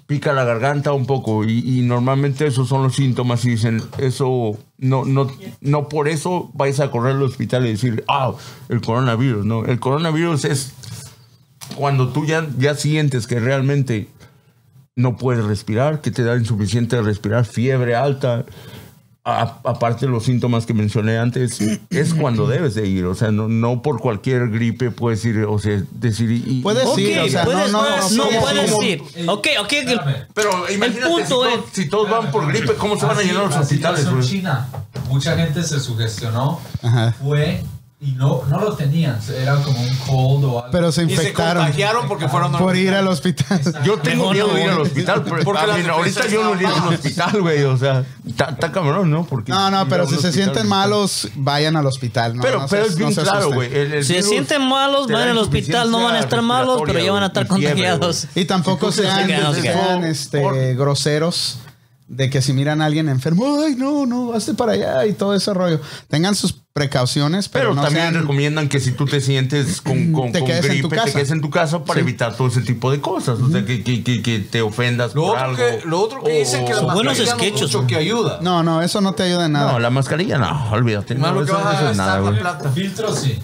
pica la garganta un poco y, y normalmente esos son los síntomas y dicen eso no no no por eso vais a correr al hospital y decir ah el coronavirus no el coronavirus es cuando tú ya, ya sientes que realmente no puedes respirar, que te da insuficiente de respirar, fiebre alta, a- aparte de los síntomas que mencioné antes, es cuando debes de ir. O sea, no, no por cualquier gripe puedes ir, o sea, decir... y- y- Puedes Ok, Sí, o sea, no, puedes, no, no, no, como- puedes como- ir. Ok, ok. el- Espérame. Pero imagínate, punto si, todos- es- si todos van por gripe, ¿cómo se van a Así- llenar los así hospitales? pasó en güey? China. Mucha gente se sugestionó, Ajá. fue y no, no lo tenían. Era como un cold o algo. Pero se Y se infectaron contagiaron porque fueron por ir al hospital. Yo tengo Mejor miedo no, de ir al güey. hospital, pero Porque ah, las mira, ahorita defensas yo no iría estaban al hospital, güey. O sea, está está cabrón, ¿no? Porque No, no, ir a pero un si se hospital- sienten malos, vayan al hospital. No, pero no pero se- es no este. bien se claro, asusten. güey. el- el Se virus sienten malos, te da van al hospital, no van a estar malos, pero ya van a estar respiratoria, güey, y fiebre, contagiados. Y tampoco Si tú sean, te sientes sean, enfermo, este, por- groseros de que si miran a alguien enfermo, ay, no, no, hazte para allá y todo ese rollo. Tengan sus precauciones, pero, Pero no también sean- recomiendan que si tú te sientes con, con, Te con quedes en tu gripe, te casa. quedes en tu casa para evitar todo ese tipo de cosas. O sea, que, que, que, que te ofendas Lo por otro, algo. que, lo otro que O- dicen que la Son buenos mascarilla no sketches, mucho güey. que ayuda. No, no, eso no te ayuda en nada. No, la mascarilla no, olvídate. Más No, lo que eso, vas a eso es gastar, nada, la güey. plata. Filtro sí.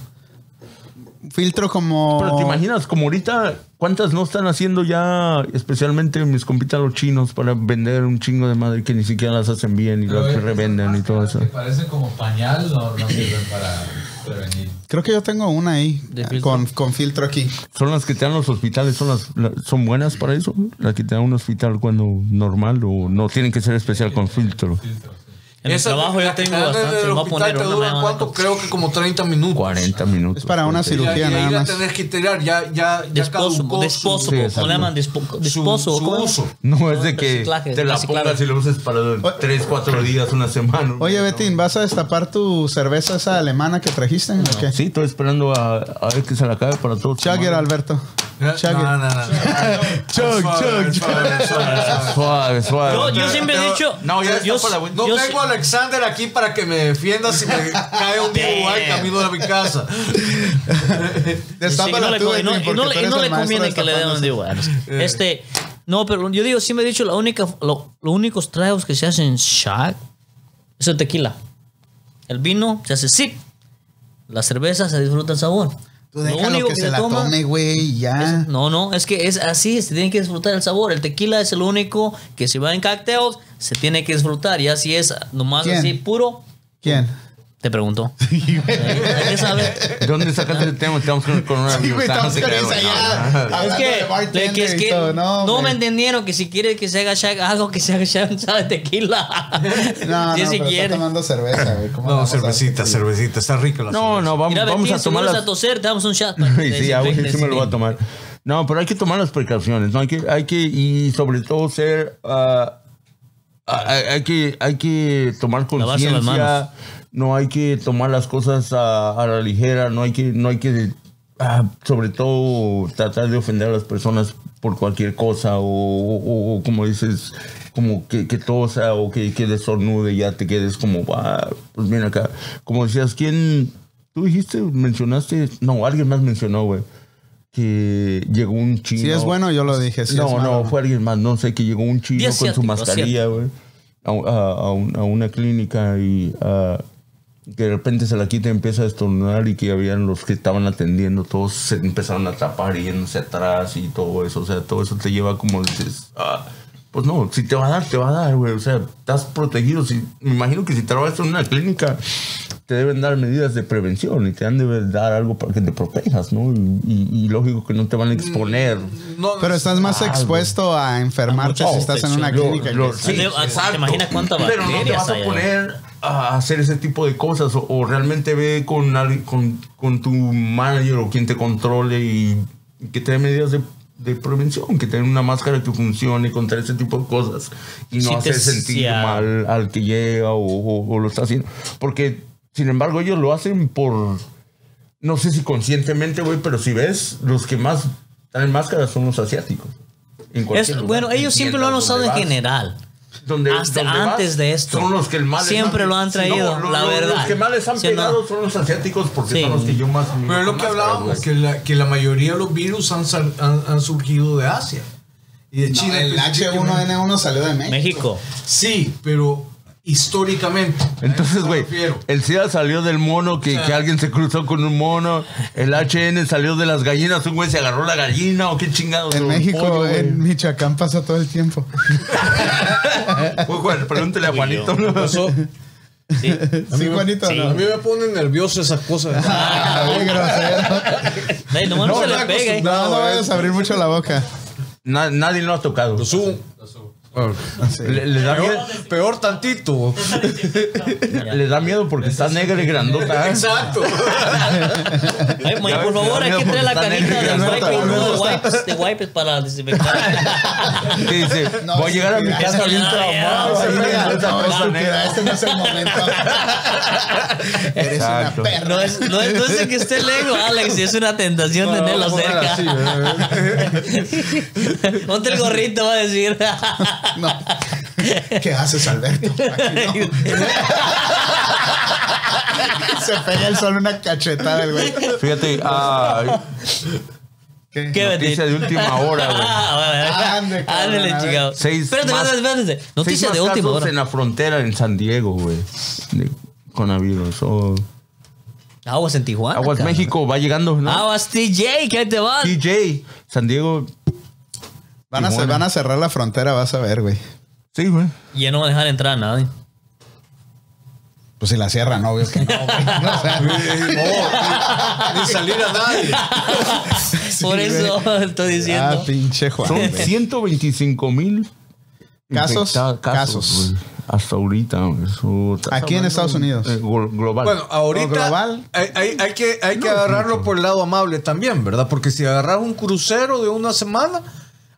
Filtro como... Pero te imaginas, como ahorita, ¿cuántas no están haciendo ya, especialmente mis compitas los chinos, para vender un chingo de madre que ni siquiera las hacen bien y las Pero que esas revenden y todo máscaras eso? Que parecen como pañal, no, no sirven para prevenir. Creo que yo tengo una ahí ¿De filtro? con, con filtro aquí. Son las que te dan los hospitales, son las, la- son buenas para eso. Las que te dan un hospital cuando normal o no tienen que ser especial con filtro. Filtro, sí. En el Esa- trabajo yo la que tengo te dan en bastante. el me voy a hospital poner te una, me dura van a cuánto, dar- creo que como 30 minutos. 40 minutos. Es para una Y ahí- cirugía y ahí nada la más. tenés que tirar, ya, ya, ya Desposo, caducó su- desposo, Sí, ¿cómo exacto. le llaman? Dispo- Desposo, su ¿cómo? uso. No, es de que Reciclaje, te la reciclaje. pongas y la uses para 3, 4 días, una semana. un Oye, mes, ¿no? Betín, ¿vas a destapar tu cerveza esa alemana que trajiste? ¿O qué? Sí, estoy esperando a, a ver que se la acabe para todos. Chug it, Alberto. No, Chug it. no, no, no. Chug, Suave, chug, suave, suave. Suave, suave. Yo, yo siempre he dicho. No, ya yo, está para la vuelta. No yo- tengo a Alexander aquí para que me defienda si me cae un DUI camino de mi casa. Sí, y no Destápala le, tú, co- y no- Betín, y porque no tú le- y eres no el maestro le Eh. conviene que le den destapando un DUI. Este, no, pero yo digo, siempre he dicho, la única, lo- los únicos tragos que se hacen shot es el tequila. El vino se hace sip. La cerveza se disfruta el sabor. Tú déjalo que se la toma- tome, güey, y ya. No, no, es que es así, se tiene que disfrutar el sabor. El tequila es el único que si va en cocktails, se tiene que disfrutar. Y así es, nomás ¿Quién? así puro, ¿Quién? te pregunto. Eh, hay que saber. ¿De dónde sacaste el tema? Estamos con el coronavirus. Sí, güey, Ah, no estamos te con creo, esa no, ya. no. Es Hablando de que, bartender de que es y que todo, no, no, me hombre. entendieron que si quieres que se haga shag, algo que se haga shag, sabe tequila. No, Sí, no, si pero está quieres. tomando cerveza, güey. ¿Cómo No, vamos a- cervecita, cervecita. Está rica la No, no, vamos, Mira, vamos Betín, a si tomar vuelves las... a toser, te damos un shot. para que Sí, te sí, ah, güey, desinfectes, sí me lo sí. voy a tomar. No, pero hay que tomar las precauciones, ¿no? Hay que, hay que y sobre todo ser, ah, hay, hay que, hay que tomar Lavarse las manos. conciencia. No hay que tomar las cosas a, a la ligera. No hay que, no hay que, ah, sobre todo tratar de ofender a las personas por cualquier cosa o, o- o como dices, como que, que tosa o que, que desornude y ya te quedes como, ah, pues mira acá. Como decías, ¿quién? Tú dijiste, mencionaste, no, alguien más mencionó, güey que llegó un chino. Si es bueno, yo lo dije. si no, es no, malo, pues, fue alguien más. No sé, que llegó un chino Día con asiático, su mascarilla, güey, a, a- a un- a una clínica y ah, que de repente se la quita y empieza a estornudar y que habían los que estaban atendiendo, todos se empezaron a tapar y yéndose atrás y todo eso. O sea, todo eso te lleva como dices, ah, pues no, si te va a dar, te va a dar, güey. O sea, estás protegido. Si, me imagino que si trabajas en una clínica, te deben dar medidas de prevención y te han de dar algo para que te protejas, ¿no? Y, y- y lógico que no te van a exponer. No, Pero estás más Ah, expuesto a enfermarte A si mucha estás en una infección. clínica. Lo- lo- que- sí. ¿Te imaginas cuántas Pero no te bacterias vas a hay ahí? poner a hacer ese tipo de cosas o, o realmente ve con, alguien- con, con tu manager o quien te controle y que te dé medidas de, de prevención, que te dé una máscara que funcione contra ese tipo de cosas y no Sí te- hacer sentir sí, ah. mal al que llega o, o- o lo está haciendo. Porque, sin embargo, ellos lo hacen por... No sé si conscientemente, güey, pero si ves, los que más traen máscaras son los asiáticos. En Es- cualquier lugar, bueno, en ellos siempre lo han tiendas, usado donde en vas general. donde, Hasta donde antes vas, de esto. Son los que el mal les Siempre lo han traído, Sí, no, la Los verdad. que más les han Sí, pegado no. son los asiáticos porque Sí. son los que yo más. me- Pero es lo más que hablábamos, traigo. que la, que la mayoría de los virus han, sal- han, han surgido de Asia. Y de No, China. el H1N1 salió de México. México. Sí, pero históricamente. Entonces, güey, el SIDA salió del mono, que, que alguien se cruzó con un mono. El HN salió de las gallinas, un güey se agarró la gallina o qué chingados. En o un México, pollo, güey. en Michoacán pasa todo el tiempo. Güey, güey, pregúntele a Juanito. ¿no? Sí. sí, Juanito, sí. no. mí me pone nervioso esas cosas. Ah, qué grosero. Ey, nomás no, se no, le pega. eh. No, no vayas a abrir mucho la boca. Na- nadie lo ha tocado. subo. Ah, Le, le da miedo, Peor tantito. le da miedo porque está negra y grandota. ¿eh? Exacto. Ay, ma, Ya por ves, favor, ya aquí veo trae la porque están canita de en el wipe y granote, uno de boludo. wipes, de wipes para desinfectar. Que dice, No, voy a llegar a mi sí, casa sí, bien no, traumado. no, ahí sí, me Mira, encuentro no, con esa estúpida, negra. este no es el momento. Eres una Exacto. perra. No es, no, es, no es el que esté lejos, Alex, es una tentación tenerlo cerca. eh. Ponte el gorrito, va a decir. No. ¿Qué haces, Alberto? Aquí no. Se pega el sol una cachetada, el güey. Fíjate, ah, ¿Qué? ¿Qué Ah, noticia de última hora, güey. Ande, Ándale, cabrón, a ver. chingado. Seis Espérate, más- espérate, espérate. Seis Noticia más de última casos hora. en la frontera en San Diego, güey. de Coronavirus. o Aguas en Tijuana. Aguas cabrón. México va llegando, ¿no? Aguas TJ, que ahí te vas. DJ, San Diego. Van a, cer- van a cerrar la frontera, vas a ver, güey. Sí, güey. Y ya no va a dejar entrar a nadie. Pues si la cierran, obvio que no, güey. O sea, Ni salir a nadie. Por güey. eso estoy ah, diciendo. pinche Juan. Son güey. 125 mil Casos, infecta- casos. güey. Hasta ahorita. eso- Aquí en Estados Unidos. Eh, glo- global. Bueno, ahorita O global. hay, hay- hay que, hay que agarrarlo por el lado amable también, ¿verdad? Porque si agarras un crucero de una semana,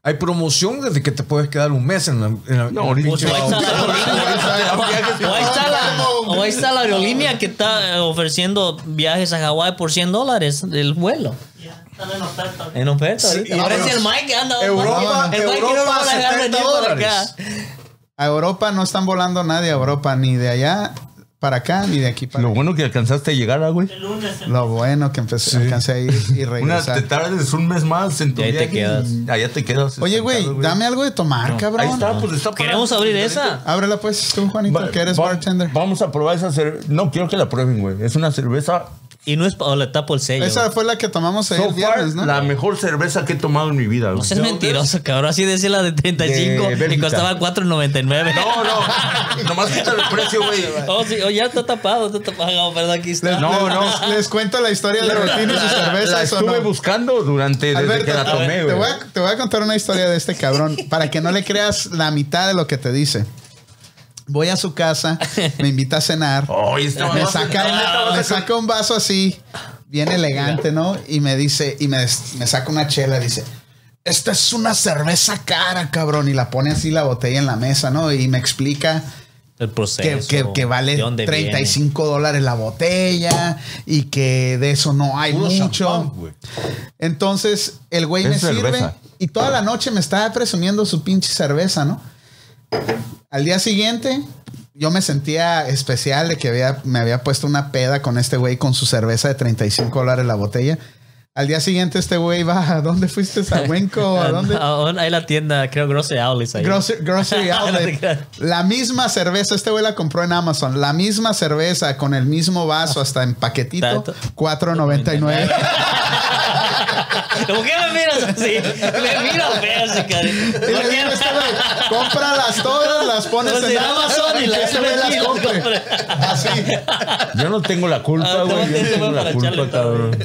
hay promoción desde que te puedes quedar un mes en la... en la- No, ahorita- Pues, o ahí está la aerolínea. O ahí está la- o ahí está la aerolínea que está eh, ofreciendo viajes a Hawái por 100 dólares del vuelo. Ya, están en oferta. ahorita. En oferta. ahorita. y Ahora es vámonos. el Mike que anda. Europa- el Mike que no lo van a dejar venir Europa, para acá. 70 A Europa no están volando nadie a Europa, ni de allá para acá, ni de aquí para Lo allá. bueno que alcanzaste a llegar, ah, güey. El lunes. el- Lo bueno que empecé, alcancé a ir y Una, regresar. te tardes un mes más en tu Y ahí te viaje quedas. y Allá te quedas. Oye, güey, sentado, dame algo de tomar, cabrón. Ahí está, pues está Queremos parado. abrir esa. Ábrela pues tú, Juanito, Va- que eres va- bartender. Vamos a probar esa cerveza. No, quiero que la prueben, güey. Es una cerveza. Y no es pa- o le tapo el sello. Esa fue la que tomamos el So far, viernes, ¿no? la mejor cerveza que he tomado en mi vida, güey. No seas mentiroso, cabrón. Así decía la de 35 De y Bélgica. costaba 4.99. No, no. Nomás quítale el precio, güey. Oh, sí, oh, ya está tapado, está tapado, Ah, perdón, aquí está. No, no. Les cuento la historia de Rotín y sus La cervezas o estuve no. buscando durante desde Alberto, que la a ver, tomé, te, voy güey. a, te voy a contar una historia de este cabrón para que no le creas la mitad de lo que te dice. Voy a su casa, me invita a cenar. Ay, esta me mamá- saca, Ah, me saca un vaso así, bien elegante, ¿no? Y me dice, y me, me saca una chela, dice, esta es una cerveza cara, cabrón. Y la pone así la botella en la mesa, ¿no? Y me explica El que, proceso. que- que vale ¿de dónde viene? 35 dólares la botella y que de eso no hay Puro champán, mucho. güey. Entonces, el güey Es me sirve cerveza. y toda la noche me estaba presumiendo su pinche cerveza, ¿no? Al día siguiente, yo me sentía especial de que había, me había puesto una peda con este güey con su cerveza de 35 dólares la botella. Al día siguiente, este güey va, ¿a dónde fuiste? ¿A Huenco? ¿A dónde? Ah, Ahora Hay la tienda, creo, Grosse Aulis ahí. Grocery, grocery No te creas. outlet. la misma cerveza, este güey la compró en Amazon. La misma cerveza con el mismo vaso hasta en paquetito, Ah. Tanto. 4.99. ¿Por qué me miras así? Me miro feo, así, cariño. Y le ¿Por digo, este güey, cómpralas todas, las pones Pues en en Amazon y la- que este güey las compre. Así. Yo no tengo la Ah, culpa, te voy a güey. Yo no decir, tengo güey, la para culpa, echarle, cabrón.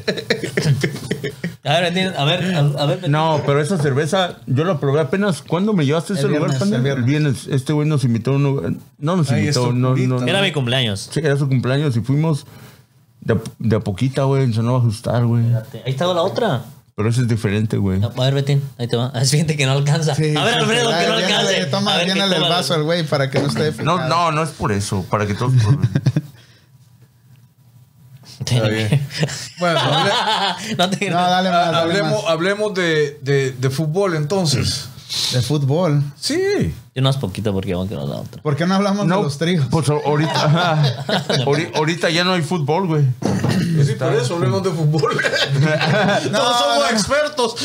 A ver, Betín, a ver, a a ver. Betín. No, pero esa cerveza yo la probé apenas. ¿Cuándo me llevaste a ese El lugar, viernes, Panda? el viernes. viernes. Este güey nos invitó a un lugar. No nos Ay, invitó. esto No, invita. no, no. Era mi cumpleaños. Sí, era su cumpleaños y fuimos de, a- de a poquita, güey. Se no va a ajustar, güey. Espérate, Ahí estaba la otra. Pero ese es diferente, güey. A ver, Betín, ahí te va. Es gente que no alcanza. Sí, a ver, sí, Alfredo, sí, que no dale, alcance. dale, Toma, A ver, que llénale el toma- vaso al güey para que no esté. No, picado. no, no es por eso. Para que todos. Está bien. Bueno, hable- Ah, No te No, ah, dale más, dale Ah, hablemos, más. hablemos de, de- de fútbol entonces. De fútbol. Sí. Yo no es poquito porque van a quedar la otra. ¿Por qué no hablamos de los tríos? Pues ahorita. ajá. Ahori- ahorita ya no hay fútbol, güey. Sí, por eso hablemos de fútbol. Todos somos no, no. expertos.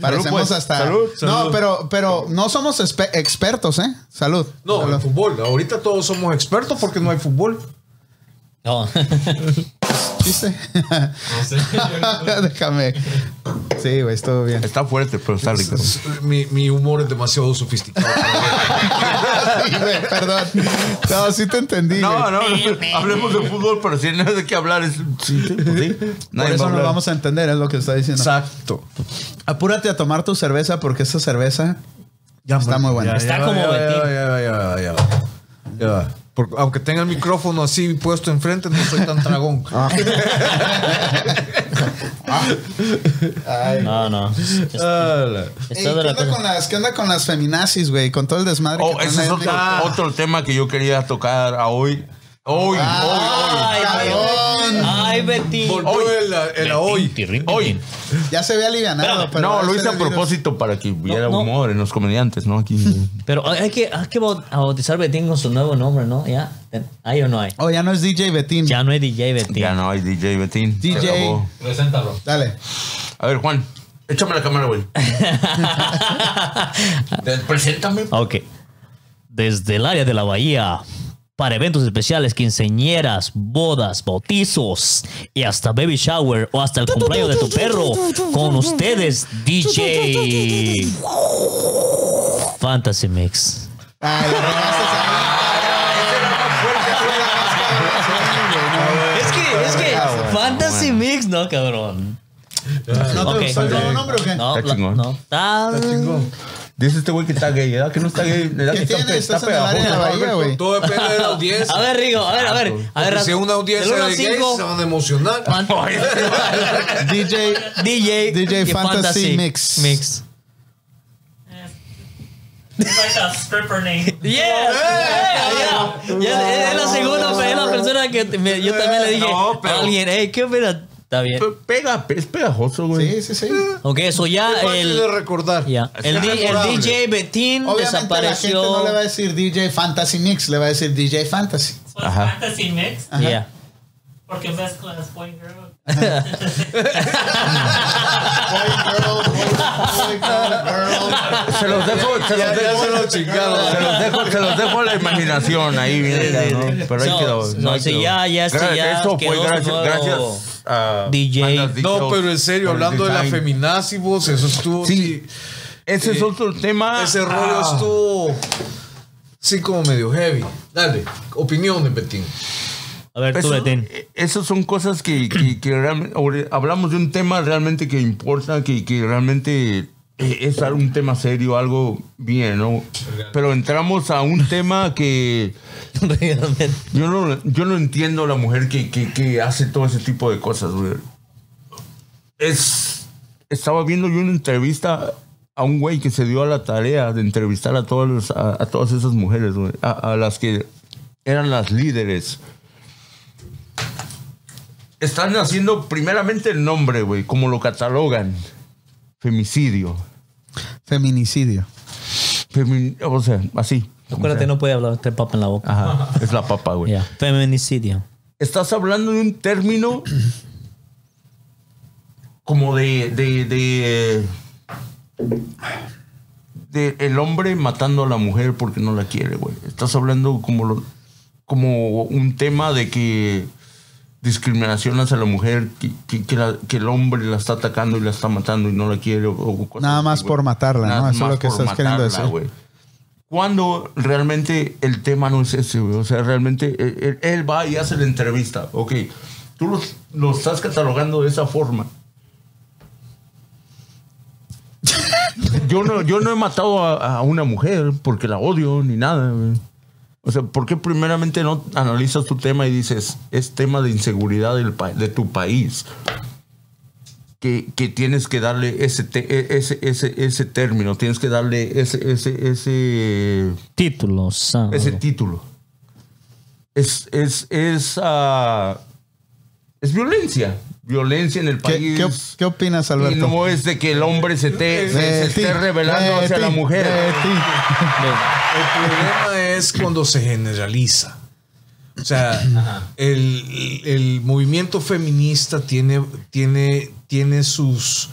Parecemos Salud, pues. hasta. Salud, No, salud. pero, pero no somos espe- expertos, ¿eh? Salud. No, Salud. en fútbol. Ahorita todos somos expertos porque no hay fútbol. No. chiste. No sé. Déjame. Sí, güey, estuvo bien. Está fuerte, pero está rico. Mi, mi humor es demasiado sofisticado. Sí, güey, perdón. No, sí te entendí. No, güey. no, no. hablemos de fútbol, pero si no hay de qué hablar, es. Sí, sí, pues sí. Por Nadie va eso a no hablar. vamos a entender, es lo que está diciendo. Exacto. Apúrate a tomar tu cerveza porque esa cerveza está muy buena. Está como ya, Betín. ya, ya, ya, ya. Ya. Porque aunque tenga el micrófono así puesto enfrente, no soy tan dragón. No, no. Ah, Ey, Está ¿qué, de la onda cosa. con las, ¿Qué onda con las feminazis, güey? Con todo el desmadre Oh, que ese es traen otro, ahí. otro tema que yo quería tocar a hoy. Hoy, Ah, Ay, cabrón. Ay, Betín. Volvió el, el a hoy. hoy, hoy. Ya se ve alivianado. Espérame. pero No, va lo ser hice a el virus. propósito para que hubiera no. humor en los comediantes, ¿no? Aquí. Pero hay que, hay que baut- a bautizar Betín con su nuevo nombre, ¿no? ¿Ya? ¿Hay o no hay? Oh, ya no es DJ Betín. Ya no es DJ Betín. Ya no hay DJ Betín. se DJ. acabó. Preséntalo. Dale. A ver, Juan, échame la cámara, güey. Preséntame. Ok. Desde el área de la bahía, para eventos especiales, quinceñeras, bodas, bautizos y hasta baby shower o hasta el cumpleaños de tu perro, con ustedes, DJ Fantasy Mix. Ay, la regaste, Es que, es que, Fantasy Mix, no, cabrón. ¿No te Ok. gustó el nuevo nombre o qué? No, Está la- chingón. no. Está- Chingón. Dice este güey que está gay, ¿verdad? Que no está gay, ¿verdad? ¿Qué Que está, tiene? pe- está Estás en el área de la pegajoso. bahía, güey. Todo depende de la audiencia. A ver, Rigo, a ver, a ver. A ver Porque si es una audiencia del uno de al gays, cinco, se van a emocionar. ¿cuánto? DJ, DJ, DJ y Fantasy Mix. Mix. It's like a stripper name. Yeah, yeah, yeah. Ya, es, es la segunda pe- es la persona que te- me- yo también le dije No, pero- a alguien, hey, ¿qué opinas? Está bien. Pe- Pega, es pegajoso, güey. Sí, sí, sí. Ok, eso ya Es fácil de el, recordar. ya. el, di- el memorable. DJ Betín Obviamente desapareció. la gente no le va a decir DJ Fantasy Mix, le va a decir DJ Fantasy. So it's Ajá. fantasy mix. Yeah. Porque mezclas boy and girl. Se los dejo, se los Ya dejo. se lo chingaron. Se los dejo, se los dejo a la imaginación, ahí viene, ¿no? Pero ahí No, quedó. no, ahí sí, quedó. ya, ya, sí, Gra- ya Eso fue quedó su gracias, nuevo gracias a DJ. Bandas Dick No, Show pero en serio, por el hablando de la design. feminazi, vos, eso estuvo. Sí. Sí. Ese es eh, otro tema. Ese rollo Ah. estuvo. Sí, como medio heavy. Dale, opinión, Betín. A ver, tú, Eso- Betín. eh, Esas son cosas que, que, que realmente ahora hablamos de un tema realmente que importa, que, que realmente eh, es un tema serio, algo bien, ¿no? Pero entramos a un tema que Realmente. yo no, yo no entiendo la mujer que, que, que hace todo ese tipo de cosas, güey. Es, estaba viendo yo una entrevista a un güey que se dio a la tarea de entrevistar a, todas las- a, a todas esas mujeres, güey, a, a las que eran las líderes. Están haciendo primeramente el nombre, güey, como lo catalogan. Femicidio. Feminicidio. Femi- o sea, así. como Acuérdate, sea. no puede hablar, te papa en la boca. Ajá, es la papa, güey. Yeah. Feminicidio. estás hablando de un término como de de, de de el hombre matando a la mujer porque no la quiere, güey. Estás hablando como lo- como un tema de que discriminación hacia la mujer, que, que- que la- que el hombre la está atacando y la está matando y no la quiere. o- o cosas Nada más güey. por matarla, ¿no? Eso es más lo que por estás queriendo decir. güey. Cuando realmente el tema no es ese, güey. O sea, realmente él, él- él va y hace la entrevista. Ok, tú lo, lo estás catalogando de esa forma. Yo no, yo no he matado a, a una mujer porque la odio ni nada. güey. O sea, ¿por qué primeramente no analizas tu tema y dices, es tema de inseguridad del pa- de tu país? que, que tienes que darle ese, te- e- ese, ese, ese término, tienes que darle ese, ese, ese, Título, Ah, santo. ese título. Es, es, es, ah, es violencia. Violencia en el ¿Qué, país. qué op- qué opinas, y Alberto? Eh, no es de que el hombre se, te, se- se Betty, esté revelando hacia la Betty, mujer. eh, Betty. El problema es cuando se generaliza. O sea, el, el movimiento feminista tiene, tiene, tiene sus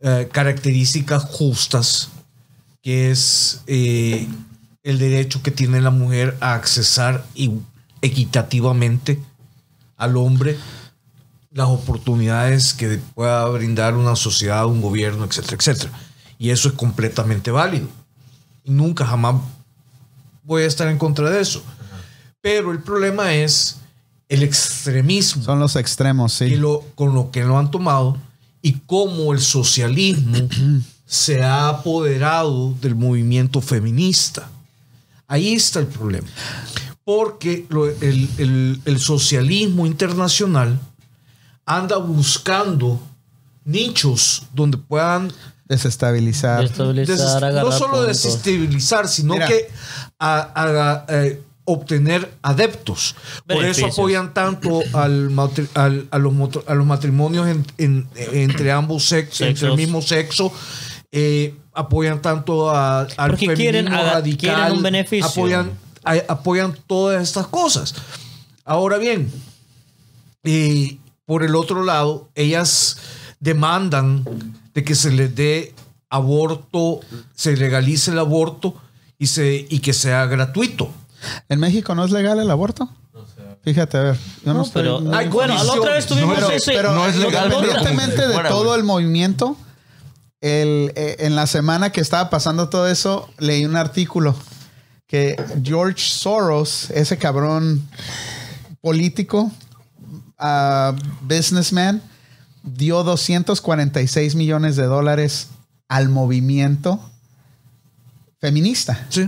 eh, características justas, que es eh, el derecho que tiene la mujer a accesar y- equitativamente al hombre las oportunidades que pueda brindar una sociedad, un gobierno, etcétera, etcétera. Y eso es completamente válido y nunca jamás voy a estar en contra de eso. Pero el problema es el extremismo Son los extremos, que sí. lo, con lo que lo han tomado y cómo el socialismo se ha apoderado del movimiento feminista. Ahí está el problema. Porque lo- el, el- el socialismo internacional anda buscando nichos donde puedan Desestabilizar. Deses- Estabilizar, agarrar no solo puntos. desestabilizar, sino Mira. que a- a- eh, obtener adeptos. Por eso Beneficios. apoyan tanto al matri- al- a, los, motr- a los matrimonios en- en- entre ambos sexos, entre el Sexos. mismo sexo. eh, apoyan tanto a, al Porque quieren feminismo aga- radical. quieren un beneficio. Apoyan, a- apoyan todas estas cosas. Ahora bien, y por el otro lado, ellas demandan de que se les dé aborto, se legalice el aborto y, se, y que sea gratuito. ¿En México no es legal el aborto? Fíjate, a ver. yo no No, estoy- pero, no- Ay, bueno, la otra condiciones. vez tuvimos pero, ese. pero no es lo- legal, pero- independientemente de Fuera, todo güey. el movimiento, el, eh, en la semana que estaba pasando todo eso, leí un artículo que George Soros, ese cabrón político, ah, businessman, dio 246 millones de dólares al movimiento feminista. Sí.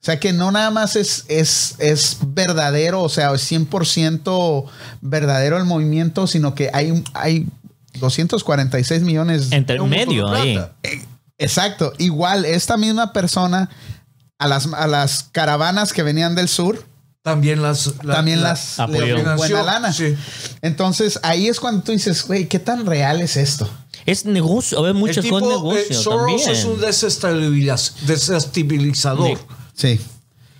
O sea que no nada más es, es, es verdadero, o sea, es 100% verdadero el movimiento, sino que hay, un- hay 246 millones. Entre medio montón de ahí. plata. Exacto. Igual, esta misma persona a las, a las caravanas que venían del sur, También las. la- también la- las apoyó. le dio Financió, buena lana. sí. Entonces ahí es cuando tú dices, güey, ¿qué tan real es esto? Es negocio, a ver, muchas el tipo, son eh, negocios Soros también. es un desestabiliz- desestabilizador. Sí. Sí.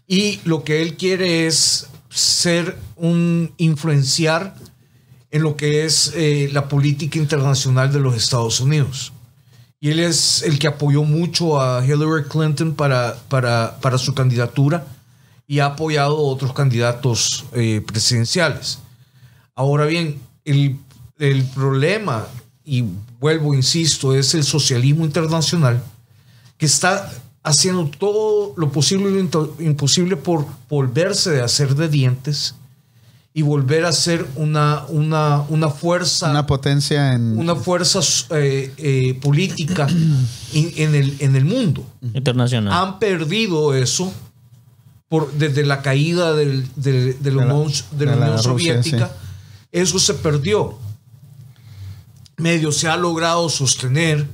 Y lo que él quiere es ser un influenciar en lo que es eh, la política internacional de los Estados Unidos. Y él es el que apoyó mucho a Hillary Clinton para, para, para su candidatura y ha apoyado a otros candidatos eh, presidenciales. Ahora bien, el, el problema, y vuelvo, insisto, es el socialismo internacional que está haciendo todo lo posible y lo into- imposible por volverse de hacer de dientes y volver a ser una, una, una fuerza Una potencia en... una fuerza eh, eh, política en, en el, en el mundo. Internacional. Han perdido eso por, desde la caída del- del- de la De la- Unión, de la de la Unión Rusia, Soviética. sí. Eso se perdió. Medio se ha logrado sostener.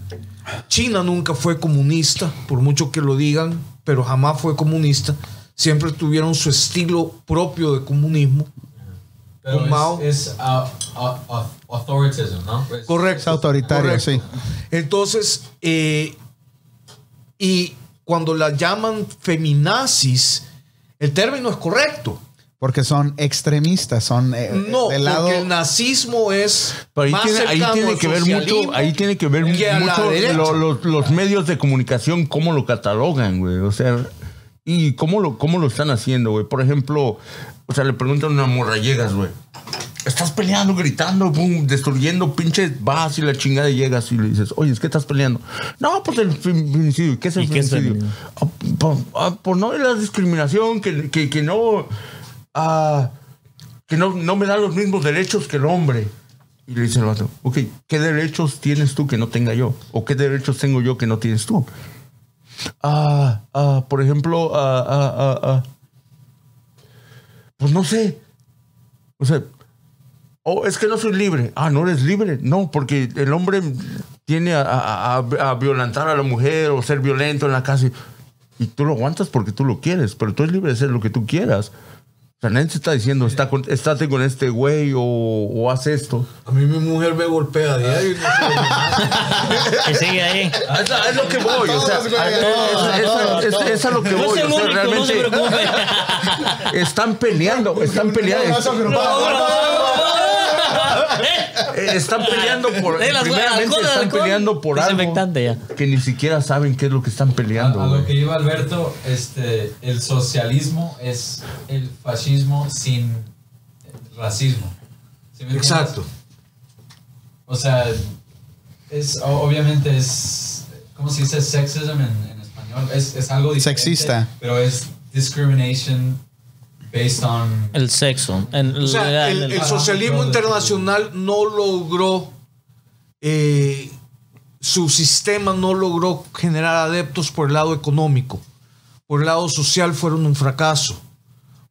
China nunca fue comunista, por mucho que lo digan, pero jamás fue comunista. Siempre tuvieron su estilo propio de comunismo. Pero Un Mao. es, es ah, ah, ah, authoritism, ¿no? Es- Es autoritario, Correcto. sí. Entonces, eh, y cuando la llaman feminazis, el término es correcto. Porque son extremistas, son eh, No, del lado... porque el nazismo es Pero ahí más tiene, ahí cercano tiene al que ver mucho, socialismo ahí tiene que ver que a la mucho derecha. lo- lo- los medios de comunicación, cómo lo catalogan, güey. O sea, y cómo lo, cómo lo están haciendo, güey. Por ejemplo, o sea, le preguntan a Morrallegas, güey. Estás peleando, gritando, boom, destruyendo pinches vas y la chingada y llegas y le dices, oye, es que estás peleando. No, pues el fem- feminicidio. ¿Qué es el ¿Y qué es feminicidio? Ah, por, ah, por no la discriminación, que, que, que no. ah, que no, no me da los mismos derechos que el hombre. Y le dice el vato, ok, ¿qué derechos tienes tú que no tenga yo? ¿O qué derechos tengo yo que no tienes tú? Ah, ah, por ejemplo, ah, ah, ah, ah. Pues no sé. O sea, oh, es que no soy libre. Ah, no eres libre. No, porque el hombre tiene a, a- a- a violentar a la mujer o ser violento en la casa. Y tú lo aguantas porque tú lo quieres, pero tú eres libre de hacer lo que tú quieras. O sea, nadie te está diciendo, está con- estate con este güey o, o haz esto. A mí mi mujer me golpea a diario. y no sé. Que sigue ahí. Es, a- es lo que voy, o sea, todos, güey, a- a es- todos, es- es- es- es- es a lo que No voy. es el o sea, único, no se realmente preocupe. están peleando, están peleando, Abrazo agrupado. eh, están peleando por, De las- primeramente alcohol, están alcohol. peleando por algo Desinfectante ya. que ni siquiera saben qué es lo que están A, peleando. a lo güey. que iba Alberto, este, el socialismo es el fascismo sin racismo. ¿Sí me entiendes? Exacto. O sea, es, o- obviamente es, ¿cómo se dice sexism en, en español? Es, es algo diferente. Sexista. Pero es discrimination based on... El sexo. En- O sea, el, en- el socialismo Ajá. internacional no logró, eh, su sistema no logró generar adeptos por el lado económico, por el lado social fueron un fracaso.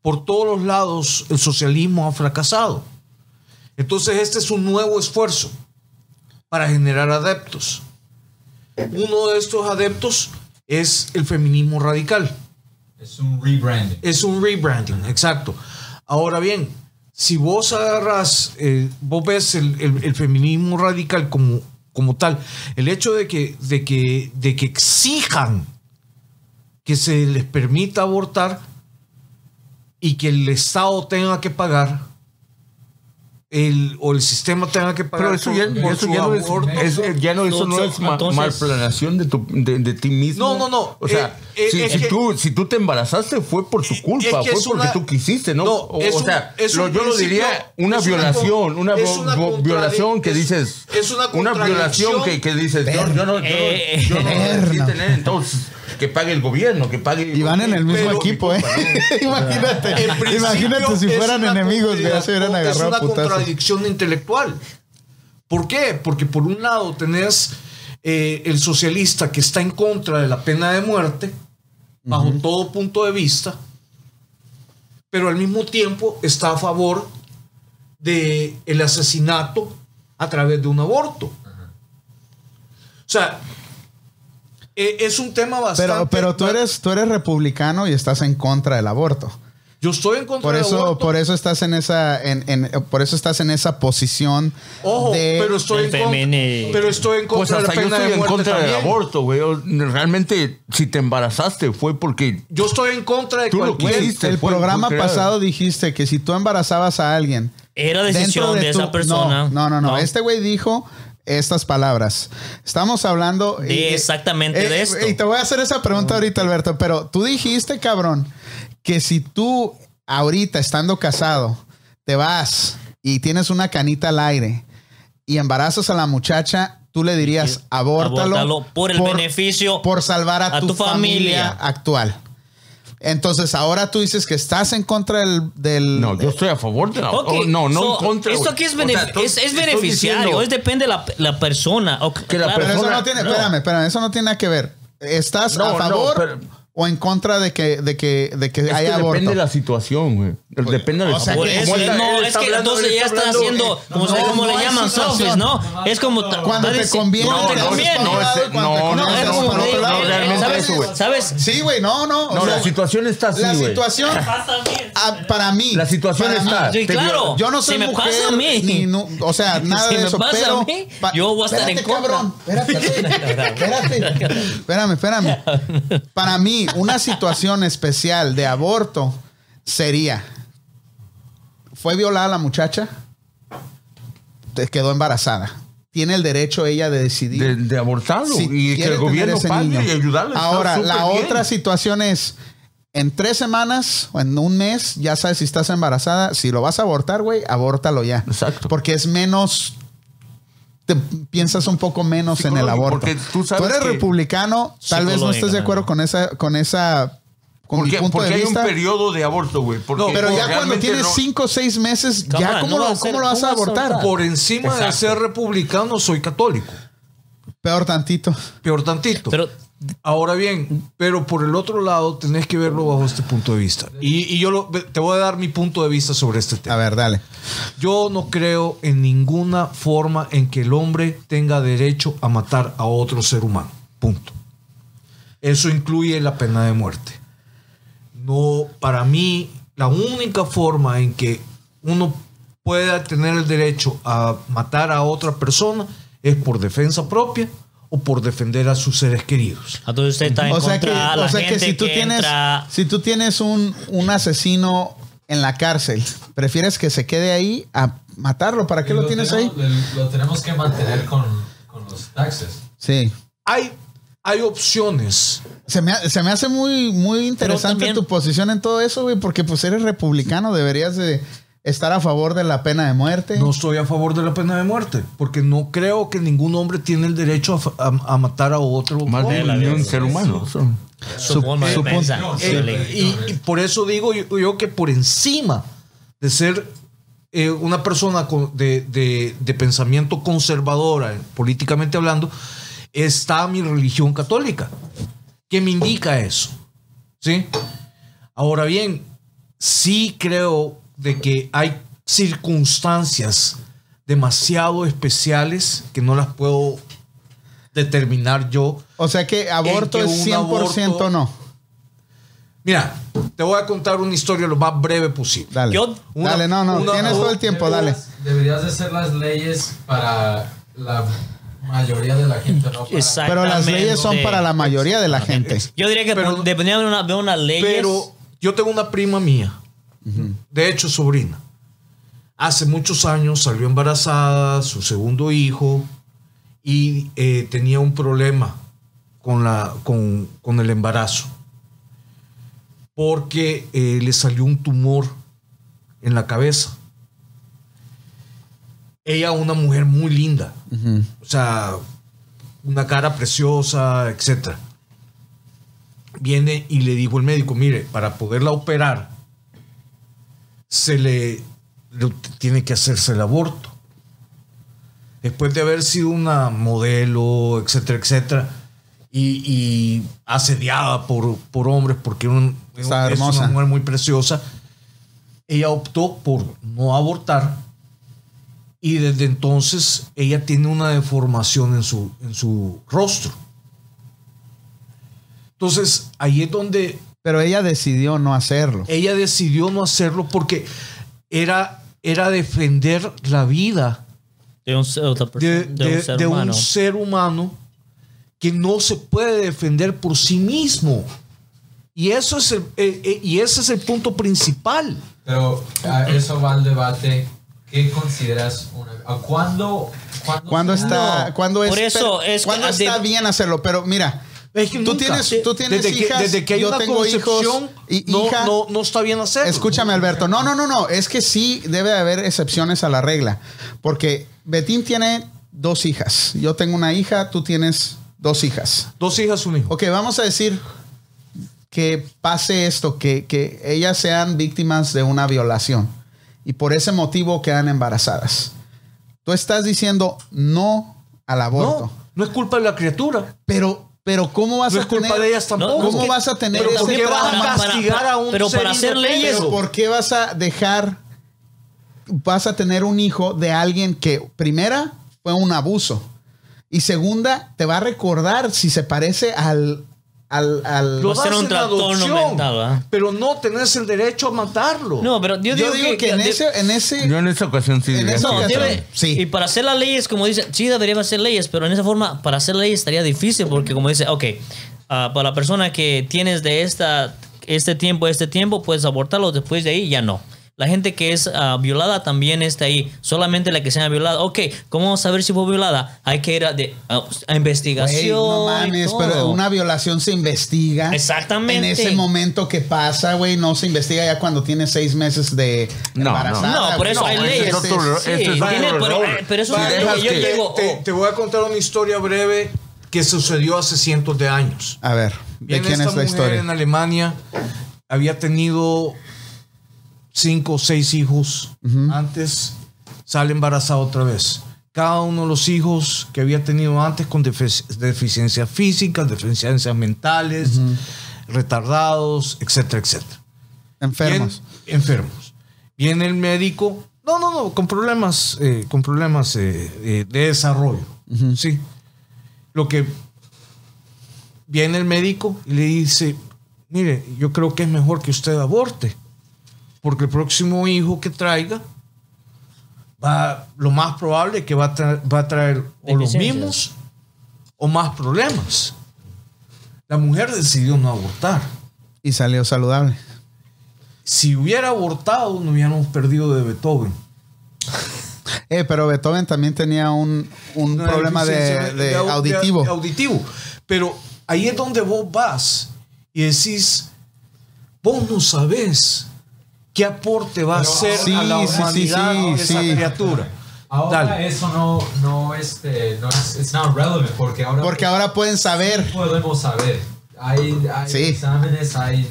Por todos los lados el socialismo ha fracasado. Entonces este es un nuevo esfuerzo para generar adeptos. Uno de estos adeptos es el feminismo radical. Es un rebranding. Es un rebranding, exacto. Ahora bien, si vos agarras, eh, vos ves el, el- el feminismo radical como, como tal, el hecho de que, de, que, de que exijan que se les permita abortar y que el Estado tenga que pagar el, o el sistema tenga que pagar Pero eso ya, por- por eso su ya no es, aborto. es- eh, ya no, eso no es ma- Entonces- malplanación de, tu- de, de ti mismo. No, no, no. O sea, Eh, eh, si, es si que- tú, si tú te embarazaste fue por Es su que culpa, es fue porque una- tú quisiste, ¿no? No, o, es o un- sea, es lo- un yo lo principio- diría una es una violación, con- una, es vo- una vo- contradic- violación que es- dices. es una violación que, que dices. Yo, yo no, yo no- Eh, yo no eh, quise no. tener, entonces que pague el gobierno, que pague. Y van en el mismo Pero- equipo, ¿eh? imagínate. En principio, Imagínate si es fueran una enemigos, güey, ya se hubieran contradic- agarrado a Es una putazos. contradicción intelectual. ¿Por qué? Porque por un lado tenés eh, el socialista que está en contra de la pena de muerte bajo todo punto de vista, pero al mismo tiempo está a favor de el asesinato a través de un aborto. O sea, e- es un tema bastante... Pero, pero tú, eres, tú eres republicano y estás en contra del aborto. Yo estoy en contra Por del eso, aborto. por eso estás en esa, en, en- por eso estás en esa posición Ojo, de pero estoy en del contra, femini- pero estoy en Pues contra de la hasta yo pena estoy de en muerte contra del también. aborto, güey. Realmente, si te embarazaste fue porque Yo estoy en contra de Tú lo cualquier... quisiste. el fue- programa fue creado. pasado dijiste que si tú embarazabas a alguien Era dentro decisión de, tu- esa persona. No, no, no. no. Este güey dijo estas palabras. Estamos hablando eh, De exactamente de esto. Y te voy a hacer esa pregunta ahorita, Alberto. Pero tú dijiste, cabrón, que si tú ahorita estando casado te vas y tienes una canita al aire y embarazas a la muchacha, tú le dirías Sí, abórtalo, abórtalo por el beneficio por salvar a, a tu, tu familia. familia". actual. Entonces ahora tú dices que estás en contra del, del- No, yo estoy a favor del aborto. Ok, Oh, no, no so, en contra. Esto güey. aquí es, O sea, benef- estoy- es, es estoy beneficiario. diciendo- es depende de la, la persona. Ok, Que la claro. Pero eso persona- no tiene, no. espérame, espérame, eso no tiene nada que ver. ¿Estás No, a no, favor pero- o en contra de que, de que, de que Es que haya depende aborto? de la situación, güey. Depende del o sea, favor. Por que- eso, como él está- no, él es está que hablando, entonces él ya está está hablando- haciendo, como, no, se- como no le hay llaman, situación. selfies, ¿no? Es como. ta- Cuando está te dici- conviene, No, te no, conviene. no, es- Cuando te no, conviene, no, te no, vas para no, otro no, lado. no, realmente ¿Sabes? eso, güey. ¿Sabes? Sí, güey, no, no. o No, sea, la situación está así, la güey. situación, Pasa bien. ah, para mí. La situación para está- mí, Sí, Te viola- claro. Yo no soy si me mujer, pasa a mí. ni nu- o sea, nada Si de me eso, pasa a pero mí, pa- yo voy a estar en espérate, contra. cabrón, espérate, espérate. Espérame, espérame. Para mí, una situación especial de aborto sería fue violada la muchacha, te quedó embarazada. Tiene el derecho ella de decidir De, de abortarlo si y que quiere el tener gobierno ese pague niño. y ayudarle. está Ahora, la súper bien. otra situación es, en tres semanas o en un mes, ya sabes si estás embarazada, si lo vas a abortar, güey, abórtalo ya. Exacto. Porque es menos, te piensas un poco menos en el Psicológico, aborto. porque tú sabes eres que- republicano, tal vez no estés de acuerdo con esa, con esa, con mi Porque, punto porque de hay vista. un periodo de aborto, güey. porque- pero ya porque cuando realmente tienes no- cinco o seis meses, ya Cámara, cómo, no va lo, a ser- cómo lo vas ¿cómo a vas a abortar. abortar? Por encima de Exacto. ser republicano, soy católico. Peor tantito. Peor tantito. Pero Ahora bien, pero por el otro lado tenés que verlo bajo este punto de vista. Y, y yo lo- te voy a dar mi punto de vista sobre este A tema. ver, dale. Yo no creo en ninguna forma en que el hombre tenga derecho a matar a otro ser humano. Punto. Eso incluye la pena de muerte. No, para mí, la única forma en que uno pueda tener el derecho a matar a otra persona es por defensa propia o por defender a sus seres queridos. entonces usted está en O sea que, contra de la o sea que gente si tú que tienes, entra- si tú tienes un, un asesino en la cárcel, prefieres que se quede ahí a matarlo. ¿Para qué lo, tienes ahí? ahí? Lo tenemos que mantener con, con los taxes. Sí. Hay, hay opciones. Se me, ha- se me hace muy, muy interesante también- tu posición en todo eso, güey, porque pues eres republicano, deberías de estar a favor de la pena de muerte. No estoy a favor de la pena de muerte, porque no creo que ningún hombre tiene el derecho a fa- a, a matar a otro. Más de hombre. un millón de seres humanos. son. su forma de su punto- pensar. no, Sí, eh, le- Eh, y, y por eso digo yo, yo que por encima de ser eh, una persona con- de, de- de pensamiento conservadora, eh, políticamente hablando, está mi religión católica, que me indica eso. ¿sí? Ahora bien, sí creo de que hay circunstancias demasiado especiales que no las puedo determinar yo O sea que aborto En que es un 100% aborto- no. Mira, te voy a contar una historia lo más breve posible. Dale. Yo- dale, no, no. una- tienes una- todo el tiempo, dale. Deberías- Deberías de hacer las leyes para la mayoría de la gente, no para- Exacto. Pero las leyes son para la mayoría de la gente. Yo diría que Pero- por- dependiendo de una, de una ley. Pero yo tengo una prima mía, de hecho sobrina. Hace muchos años salió embarazada, su segundo hijo, y eh, tenía un problema con, la, con, con el embarazo, porque eh, le salió un tumor en la cabeza. Ella, una mujer muy linda, o sea, una cara preciosa, etcétera. viene y le dijo el médico, mire, para poderla operar, se le, le- tiene que hacerse el aborto. Después de haber sido una modelo, etcétera, etcétera, y, y asediada por, por hombres porque un- Estaba es hermosa. una mujer muy preciosa. Ella optó por no abortar y desde entonces ella tiene una deformación en su, en su rostro. Entonces ahí es donde Pero ella decidió no hacerlo. ella decidió no hacerlo porque era, era defender la vida De un ser, otra persona, de, de, de- un ser de un humano. ser humano que no se puede defender por sí mismo. Y, eso es el, eh, eh, y ese es el punto principal. Pero a eso va el debate. ¿Qué consideras una... a ¿Cuándo, cuándo, ¿Cuándo se- está, No. cuándo es, Por eso pero- es- cuándo ah, está de- bien hacerlo? Pero mira, Es que tú, nunca. tienes, tú tienes desde hijas, que, desde que hay yo una tengo hijos. concepción, Y, no, hija, no, no está bien hacerlo. Escúchame, Alberto. No, no, no, no. Es que sí debe de haber excepciones a la regla. Porque Betín tiene dos hijas. Yo tengo una hija, tú tienes dos hijas. Dos hijas, un hijo. Ok, vamos a decir que pase esto, que, que ellas sean víctimas de una violación y por ese motivo quedan embarazadas. Tú estás diciendo no al aborto. No, no es culpa de la criatura. Pero, pero ¿cómo vas No a es culpa tener- de ellas tampoco. ¿Cómo Es que- vas a tener pero ese ¿por qué vas trauma? a castigar a un Pero ser para hacer indefenso? leyes, Pero ¿por qué vas a dejar, vas a tener un hijo de alguien que, primera, fue un abuso? Y segunda, te va a recordar si se parece al... al, al- Lo Va a ser das un en trastorno adopción, mental, ¿verdad? Pero no tenés el derecho a matarlo. No, pero yo yo, digo, digo que, en, de- ese, en ese... Yo en esta ocasión sí En diría esa que- No, ocasión. debe- Sí. Y para hacer las leyes, como dice, sí debería hacer leyes, pero en esa forma, para hacer leyes estaría difícil, porque como dice, ok, ah, para la persona que tienes de esta, este tiempo, este tiempo, puedes abortarlo, después de ahí ya no. La gente que es ah, violada también está ahí, solamente la que sea violada. Ok, ¿cómo vamos a saber si fue violada? Hay que ir a, de- a- a Güey, investigación. no y mames, todo. pero una violación se investiga. Exactamente. En ese momento que pasa, güey, no se investiga ya cuando tiene seis meses de No, no. embarazada. No, por güey. eso hay ese ese leyes. es otro- Sí, ese es otro tiene- pero, error. eh, pero eso Si es lo que dejas yo que- llego. te, oh, te voy a contar una historia breve que sucedió hace cientos de años. A ver, ¿de Viene quién es esta la mujer historia? En Alemania había tenido cinco o seis hijos. Antes sale embarazada otra vez. Cada uno de los hijos que había tenido antes con defe- deficiencias físicas, deficiencias mentales, retardados, etcétera, etcétera. Enfermos. Bien- enfermos. Viene el médico. No, no, no, con problemas, eh, con problemas eh, eh, de desarrollo. Sí. Lo que viene el médico y le dice, mire, yo creo que es mejor que usted aborte, porque el próximo hijo que traiga va, lo más probable es que va a, tra- va a traer o los Deficiencias. mismos o más problemas. La mujer decidió no abortar Y salió saludable. si hubiera abortado, no hubiéramos perdido de Beethoven. Eh, pero Beethoven también tenía un, un Una problema de, deficiencia de au- auditivo. de auditivo. Pero ahí es donde vos vas y decís, vos no sabés qué aporte va a Pero hacer ahora- a la Sí, sí, sí, humanidad sí, esa sí. criatura. Ahora Dale. eso no, no, este, no es it's not relevant porque ahora pues, Porque ahora pueden saber. podemos saber. Hay, hay Sí. exámenes, hay...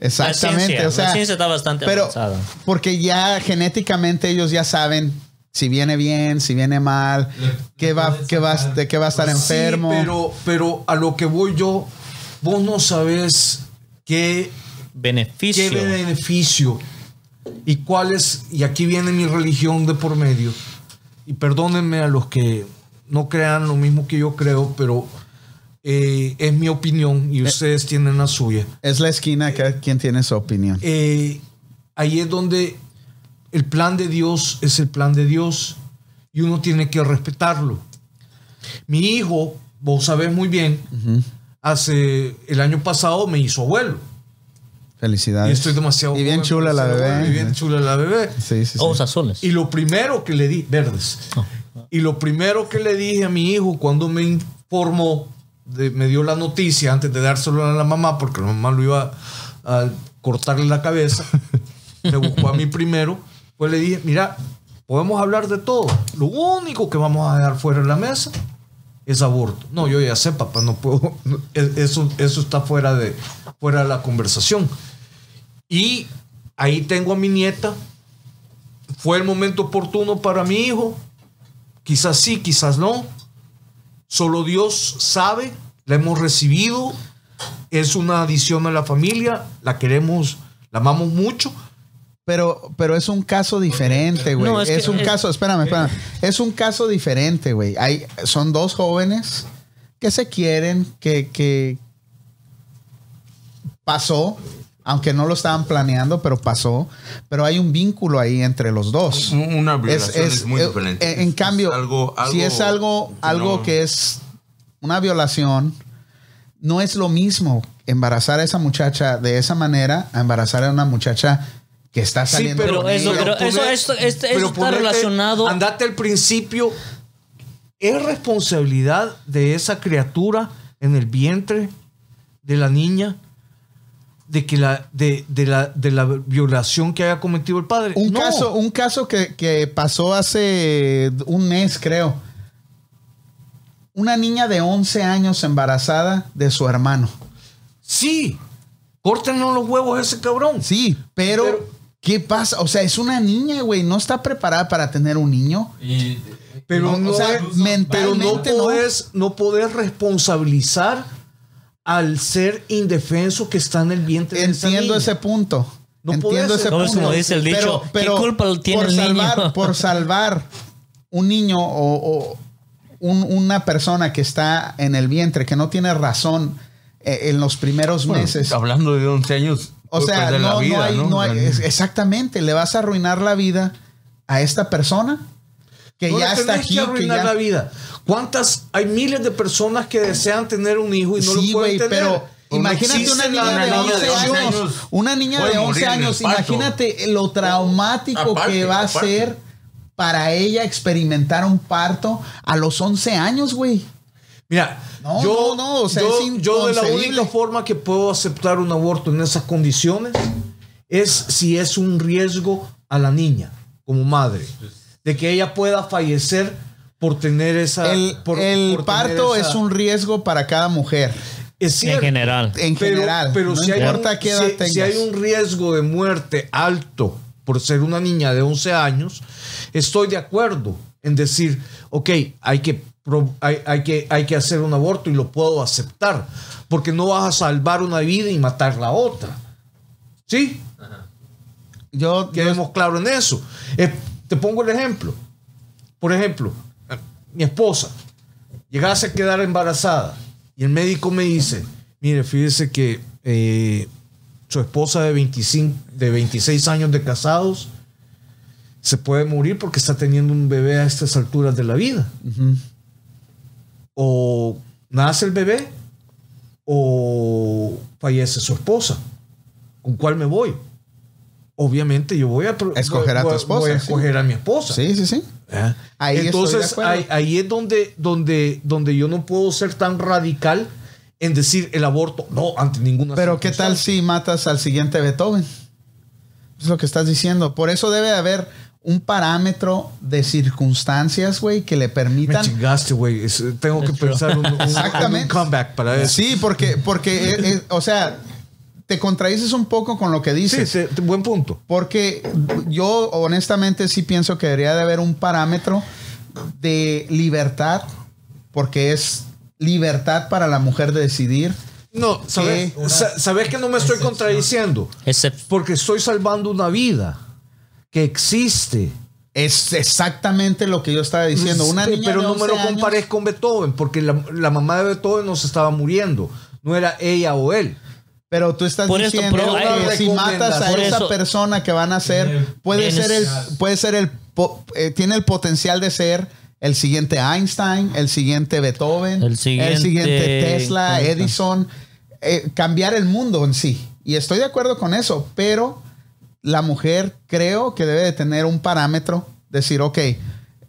Exactamente. La ciencia, o sea, la ciencia está bastante pero avanzada. Porque ya genéticamente ellos ya saben si viene bien, si viene mal, Le- qué le va, pueden qué va, sacar. de qué va a estar Sí, enfermo. pero, pero a lo que voy yo, vos no sabés qué Beneficio. ¿Qué beneficio? ¿Y cuál es? Y aquí viene mi religión de por medio. Y perdónenme a los que no crean lo mismo que yo creo, pero eh, es mi opinión y ustedes tienen la suya. Es la esquina, cada quien tiene su opinión. Eh, ahí es donde el plan de Dios es el plan de Dios y uno tiene que respetarlo. Mi hijo, vos sabés muy bien, hace el año pasado me hizo abuelo. Felicidades. Y estoy demasiado Y bien joven chula la para ser bebé. abuelo, Y bien chula la bebé. Sí, sí, sí. Ojos azules. Y lo primero que le di, verdes. Y lo primero que le dije a mi hijo cuando me informó, de- me dio la noticia antes de dárselo a la mamá, porque la mamá lo iba a, cortarle la cabeza, me buscó a mí primero, pues le dije, mira, podemos hablar de todo. Lo único que vamos a dejar fuera de la mesa es aborto. No, yo ya sé, papá, no puedo. no, es- Eso, eso está fuera de, fuera de la conversación. Y ahí tengo a mi nieta. Fue el momento oportuno para mi hijo. Quizás sí, quizás no. Solo Dios sabe la hemos recibido, es una adición a la familia, la queremos, la amamos mucho. Pero, pero es un caso diferente, güey. No, es, es que- un es- caso, espérame, espérame. Es un caso diferente, güey. Hay, son dos jóvenes que se quieren, que, que pasó, aunque no lo estaban planeando, pero pasó. Pero hay un vínculo ahí entre los dos. Un- Una Es, violación es, es- muy eh, diferente. En, en Es- cambio, es algo- si es algo, algo no- que es una violación, no es lo mismo embarazar a esa muchacha de esa manera a embarazar a una muchacha que está Sí, saliendo. pero con eso- ella. pero eso- esto- esto- esto está relacionado- Andate al principio. Es responsabilidad de esa criatura en el vientre de la niña de que la de, de la de la violación que haya cometido el padre. un No. caso, un caso que, que pasó hace un mes, creo. Una niña de 11 años embarazada de su hermano. Sí. Córtenle los huevos a ese cabrón. Sí, pero, Pero- ¿qué pasa? O sea, es una niña, güey. No está preparada para tener un niño. Y, Pero No, no, o sea, es- eh. pero mentalmente no no. podés, no podés responsabilizar al ser indefenso que está en el vientre de esa Entiendo niña. ese punto. No Entiendo puede ese ser. punto. No, es como dice el dicho, ¿qué culpa tiene por el niño? salvar- por salvar un niño o, o un- una persona que está en el vientre, que no tiene razón eh, en los primeros Bueno, meses. Hablando de 11 años. O puede sea, no, perder la no vida, hay, no hay- O sea, es- exactamente, le vas a arruinar la vida a esta persona que No le ya está tenés aquí. que que arruinar ya- la vida. ¿Cuántas? Hay miles de personas que desean tener un hijo y no sí, lo pueden güey, tener. pero imagínate Existe una niña, la- de la 11 años, años. Una niña Puede de morir 11 en el años. parto. Imagínate lo traumático Aparte, que va a aparte. ser para ella experimentar un parto a los 11 años, güey. Mira, No, yo, no, no, o sea, yo, es yo de la inconcebible. única forma que puedo aceptar un aborto en esas condiciones es si es un riesgo a la niña como madre, de que ella pueda fallecer por tener esa El, por- el por tener parto esa- es un riesgo para cada mujer es en cierto, general. en pero, general. pero no si, hay importa un, qué edad si- tengas. si hay un riesgo de muerte alto por ser una niña de 11 años, estoy de acuerdo en decir, ok, hay que, pro- hay, hay que, hay que hacer un aborto y lo puedo aceptar, porque no vas a salvar una vida y matar la otra. ¿Sí? yo, yo- Quedemos claros en eso. Eh, te pongo el ejemplo. Por ejemplo, eh, mi esposa llegase a quedar embarazada y el médico me dice, mire, fíjese que eh, su esposa de, 25, de 26 años de casados se puede morir porque está teniendo un bebé a estas alturas de la vida. O nace el bebé o fallece su esposa. ¿Con cuál me voy? Obviamente yo voy a pro- Escoger a tu voy- esposa, Voy a sí. escoger a mi esposa. sí, sí, sí. ¿Eh? Ahí estoy de Entonces, acuerdo. ahí, ahí es donde, donde, donde yo no puedo ser tan radical en decir el aborto, no, ante ninguna Pero qué tal circunstancia. si matas al siguiente Beethoven? Es lo que estás diciendo. Por eso debe de haber un parámetro de circunstancias, güey, que le Me permitan. chingaste, güey. Es- Tengo que pensar un, un- Exactamente. un comeback para eso. Sí, porque, porque, eh, eh, o sea, te contradices un poco con lo que Sí, dices. sí, buen punto. Porque yo honestamente sí pienso que debería de haber un parámetro de libertad, porque es libertad para la mujer de decidir. No, ¿sabes? Sí. Sa- ¿Sabes que no me estoy contradiciendo? Excepto Porque estoy salvando una vida que existe. Es exactamente lo que yo estaba diciendo. Una Sí, niña pero de no me 11 lo años- compares con Beethoven, porque la, la mamá de Beethoven nos estaba muriendo. No era ella o él. Pero tú estás Por esto, diciendo pero que hay- si matas a Por esa eso- persona que van a ser, Tiene- puede tiene- ser el, puede ser el, po- eh, tiene el potencial de ser el siguiente Einstein, el siguiente Beethoven, El siguiente- siguiente Tesla, Einstein. Edison, eh, cambiar el mundo en sí. Y estoy de acuerdo con eso, pero la mujer creo que debe de tener un parámetro, decir, ok,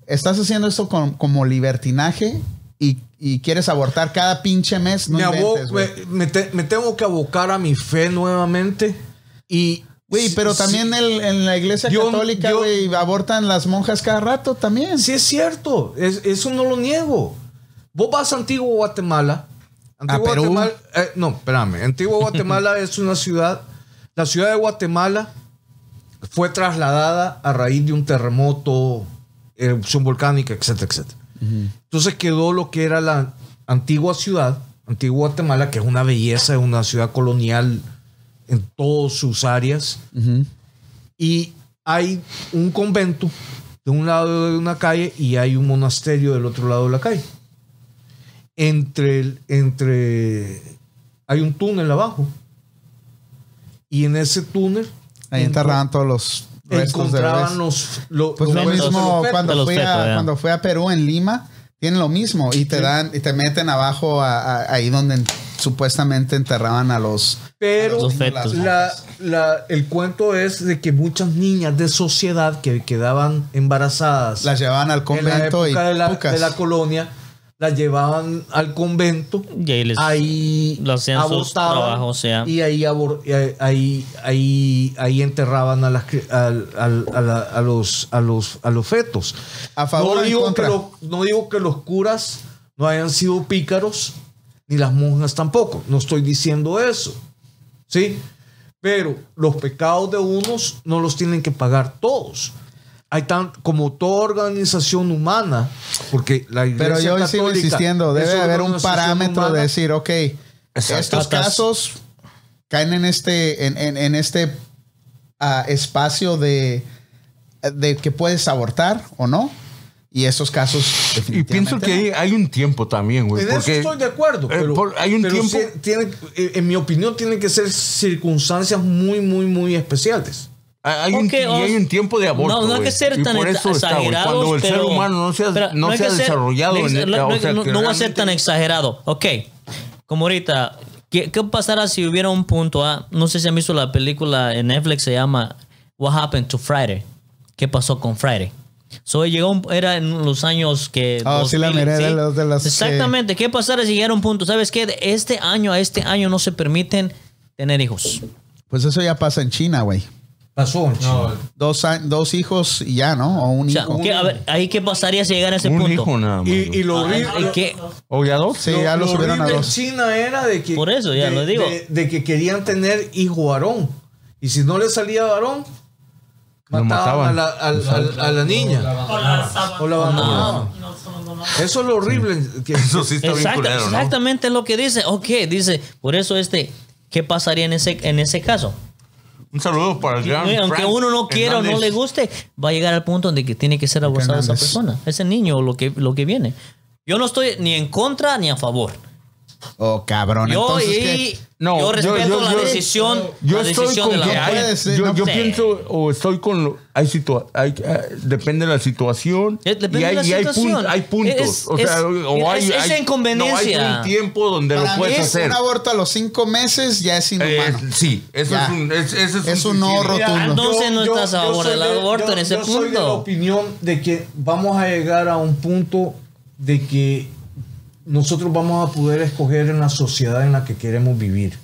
estás haciendo esto con- como libertinaje y, y quieres abortar cada pinche mes. No me, abo- inventes, güey. me- me te- me tengo que abocar a mi fe nuevamente y Güey, pero sí- también el- en la iglesia Yo- católica, yo- güey, abortan las monjas cada rato también. sí es cierto es- eso no lo niego vos vas a Antigua Guatemala Antigua A Perú. Guatemala eh, no espérame Antigua Guatemala es una ciudad la ciudad de Guatemala fue trasladada a raíz de un terremoto erupción volcánica etcétera etcétera entonces quedó lo que era la antigua ciudad Antigua Guatemala, que es una belleza, es una ciudad colonial en todas sus áreas. Y hay un convento de un lado de una calle y hay un monasterio del otro lado de la calle. Entre, el- entre hay un túnel abajo. Y en ese túnel Ahí enterraban todos los restos de encontraban res. los, lo- Pues los lo restos de mismo los fetos. de cuando los fui, fetos, a, ya. cuando fui a Perú en Lima, tienen lo mismo y te dan y te meten abajo a- a- ahí donde en- supuestamente enterraban a los Pero Los fetos. la- la- el cuento es de que muchas niñas de sociedad que quedaban embarazadas las llevaban al en la convento y época de la, pucas. de la colonia las llevaban al convento. Y ahí les- ahí lo hacían sus abortaban trabajos, ya. y ahí, abor- y ahí- ahí, ahí, ahí enterraban a, las, cri- al- al- a, la- a los, a, los, a los fetos. A favor o no en digo, que contra. los, no digo que los curas no hayan sido pícaros, ni las monjas tampoco. No estoy diciendo eso. ¿Sí? Pero los pecados de unos no los tienen que pagar todos. Hay tan, como toda organización humana, porque la iglesia Pero yo hoy sigo Católica insistiendo, es debe una haber un organización parámetro humana. de decir, ok, Exacto. estos Tratas- casos caen en este, en, en- en este ah, espacio de, de que puedes abortar o no. Y estos casos Y definitivamente pienso que no. hay, hay un tiempo también, güey. En eso Pues porque- estoy de acuerdo. eh, Pero, por- hay un pero tiempo. sí tiene- eh, en mi opinión, tienen que ser circunstancias muy, muy, muy especiales. Hay un, Ok, y hay os- un tiempo de aborto. No, no hay güey. que ser Y tan por eso está, güey. exagerados, Cuando el ser pero- humano no se ha, pero no hay se que ha ser- desarrollado en no- esta- no- o sea, no- que no va a ser tan realmente- exagerado. Ok, como ahorita, ¿qué, qué pasará si hubiera un punto A? No sé si han visto la película en Netflix, se llama What Happened to Friday. ¿Qué pasó con Friday? So, llegó un- era en los años que... Ah, sí, la miré, de los- de las que- Exactamente. ¿Qué pasará si llegara un punto? ¿Sabes qué? De este año a este año no se permiten tener hijos. Pues eso ya pasa en China, güey. Pasó en China. No, Dos, a- dos hijos y ya, ¿no? O un O sea, hijo. ¿qué- a ver, ¿ahí qué pasaría si llegara a ese Un punto? hijo nada más. y, güey. y lo horrible. Ah, ¿y qué? ¿O ya dos? Sí, ya lo subieron a horrible en dos. China era de que. Por eso, ya de- lo digo. De, de que querían tener hijo varón. Y si no le salía varón, Lo mataban, A, mataban. la, al- al- a la niña. O las abandonaban. O la abandonaban. No, son abandonadas. Eso es lo horrible. que- Eso sí está Exacta- bien culero, ¿no? Exactamente es lo que dice. Ok, dice, por eso este, ¿qué pasaría en ese, en ese caso? Un saludo para el gran Aunque Frank uno no quiera o no le Hernández. guste, va a llegar al punto donde que tiene que ser abusada esa Hernández. persona, ese niño o lo que, lo que viene. Yo no estoy ni en contra ni a favor. Oh, cabrón. Yo, Entonces, y- ¿qué? No, yo yo- respeto yo- la yo- decisión, Yo la estoy decisión con de la que mujer. hay- Puede ser, yo, no yo sé. pienso o estoy con lo, hay situa- hay, eh, depende de la situación Eh, depende y hay, de la y hay situación. pun- hay puntos, Es- o sea, es- o es- hay, es hay- inconveniencia. no, hay un tiempo donde Para lo mí, puedes hacer. un aborto a los cinco meses ya es Eh, inhumano. sí, eso Ya. es un, es, ese es Es un un no suicidio. rotundo. Ah, Entonces no estás a favor soy del de- aborto yo- en ese yo Soy de la punto. opinión de que vamos a llegar a un punto de que nosotros vamos a poder escoger en la sociedad en la que queremos vivir.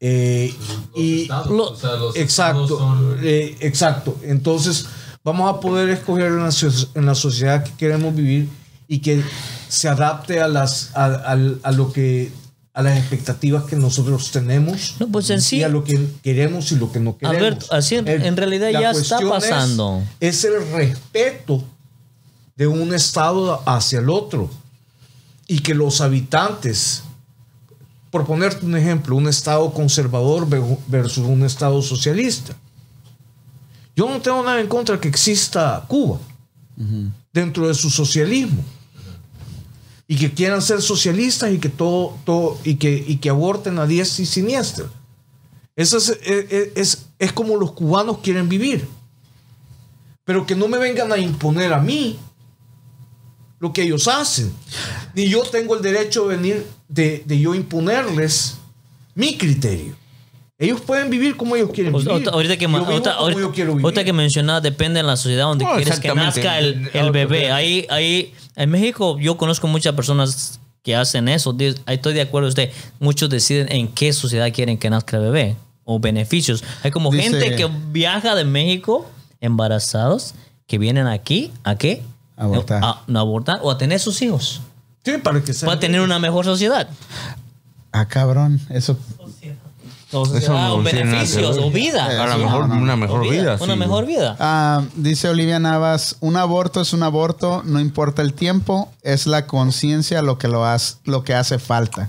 Eh, los y estados, lo- o sea, los exacto, estados son- eh, exacto. Entonces vamos a poder escoger en la, so- en la sociedad que queremos vivir y que se adapte a las a, al- a lo que a las expectativas que nosotros tenemos No, pues en sí- y a lo que queremos y lo que no queremos. Alberto, así en- en realidad la ya está cuestión es- pasando. Es, el respeto de un estado hacia el otro y que los habitantes, por ponerte un ejemplo, un estado conservador ve- versus un estado socialista. Yo no tengo nada en contra que exista Cuba dentro de su socialismo y que quieran ser socialistas y que todo, todo y que, y que aborten a diestra y siniestra. Eso es, es- es- es como los cubanos quieren vivir. Pero que no me vengan a imponer a mí lo que ellos hacen. Ni yo tengo el derecho de venir de, de yo imponerles mi criterio. Ellos pueden vivir como ellos quieren O- vivir. ahorita- ahorita que, Yo ma- vivo ahorita- como yo quiero ahorita- ahorita vivir. que mencionaba, depende de la sociedad donde No, quieres que exactamente. nazca el, el Ahora, bebé. ok. Ahí, ahí, en México yo conozco muchas personas que hacen eso. Di- Ahí estoy de acuerdo usted. Muchos deciden en qué sociedad quieren que nazca el bebé o beneficios. Hay como Dice- gente que viaja de México embarazados que vienen aquí a qué? Abortar. A, a abortar o a tener sus hijos. Sí, para que sean Para tener una mejor sociedad. Ah, cabrón. Eso. o, Eso sociedad, no o tiene nada que beneficios ver. o vida. A lo Sí, mejor no, no. una mejor O vida. Una sí. mejor vida. Ah, dice Olivia Navas, un aborto es un aborto, no importa el tiempo, es la conciencia lo que lo hace, lo que hace falta.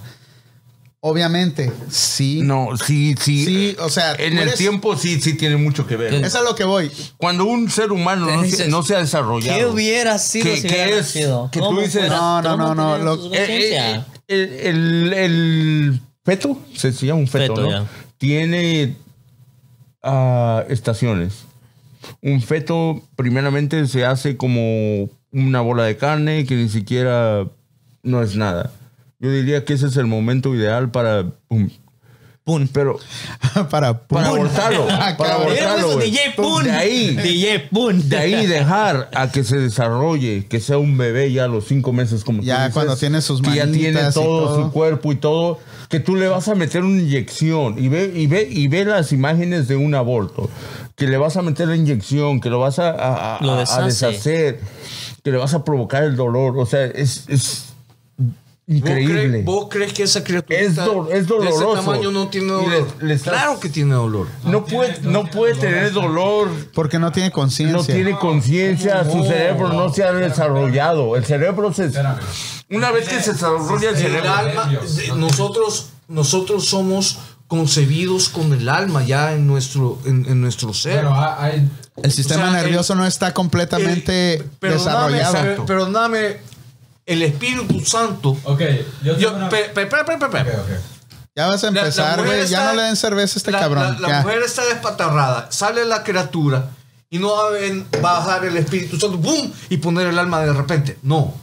Obviamente, sí. No, sí, sí. Sí, o sea, en tú el eres- tiempo sí, sí tiene mucho que ver. Es a lo que voy. Cuando un ser humano no se, no se ha ¿Qué desarrollado. hubiera sido ¿Qué- si qué hubiera es? nacido? Que tú ¿Cómo dices- fuera- No, no, no, cómo no, tenían lo- sus Eh, Pues, conciencia? eh, eh, el, el- el feto, se se llama un feto, Feto, ¿no? ya. Tiene ah, estaciones. Un feto primeramente se hace como una bola de carne que ni siquiera no es nada. Yo diría que ese es el momento ideal para... pum, Pum. Pero para para pum. abortarlo. Ah, para cabrón. Hubiera abortarlo. puesto güey. DJ Pun. De ahí. DJ Pun. De ahí dejar a que se desarrolle, que sea un bebé ya a los cinco meses, como tú Ya dices, cuando tiene sus que ya tiene manitas y todo, todo. su cuerpo y todo, que tú le vas a meter una inyección y ve y ve y ve las imágenes de un aborto, que le vas a meter la inyección, que lo vas a, a- a- Lo a deshace. deshacer, que le vas a provocar el dolor, o sea, es, es ¿Vos crees- increíble. ¿Vos crees que esa criatura Es dol- es De doloroso. ese tamaño no tiene Y le- dolor? le estás- Claro que tiene dolor. No puede, no puede tener dolor Porque no tiene conciencia. No tiene conciencia, su cerebro no se ha desarrollado. El cerebro se. Espérame. Una vez que se desarrolla el El cerebro. alma, de- nosotros, nosotros somos concebidos con el alma ya en nuestro, en, en nuestro ser. Pero ha- hay. El sistema O sea, nervioso no está completamente El- perdóname, desarrollado. per- Perdóname, el Espíritu Santo. Ok, yo tengo Yo, una. pe- pe- pe- pe- pe- pe. Ok, ok. ya vas a La- la empezar, mujer güey. Ya está- no le den cerveza a este la- cabrón. La, la ya. mujer está despatarrada, sale la criatura y no va a, ven- va a bajar el Espíritu Santo, ¡boom! y poner el alma de repente. No.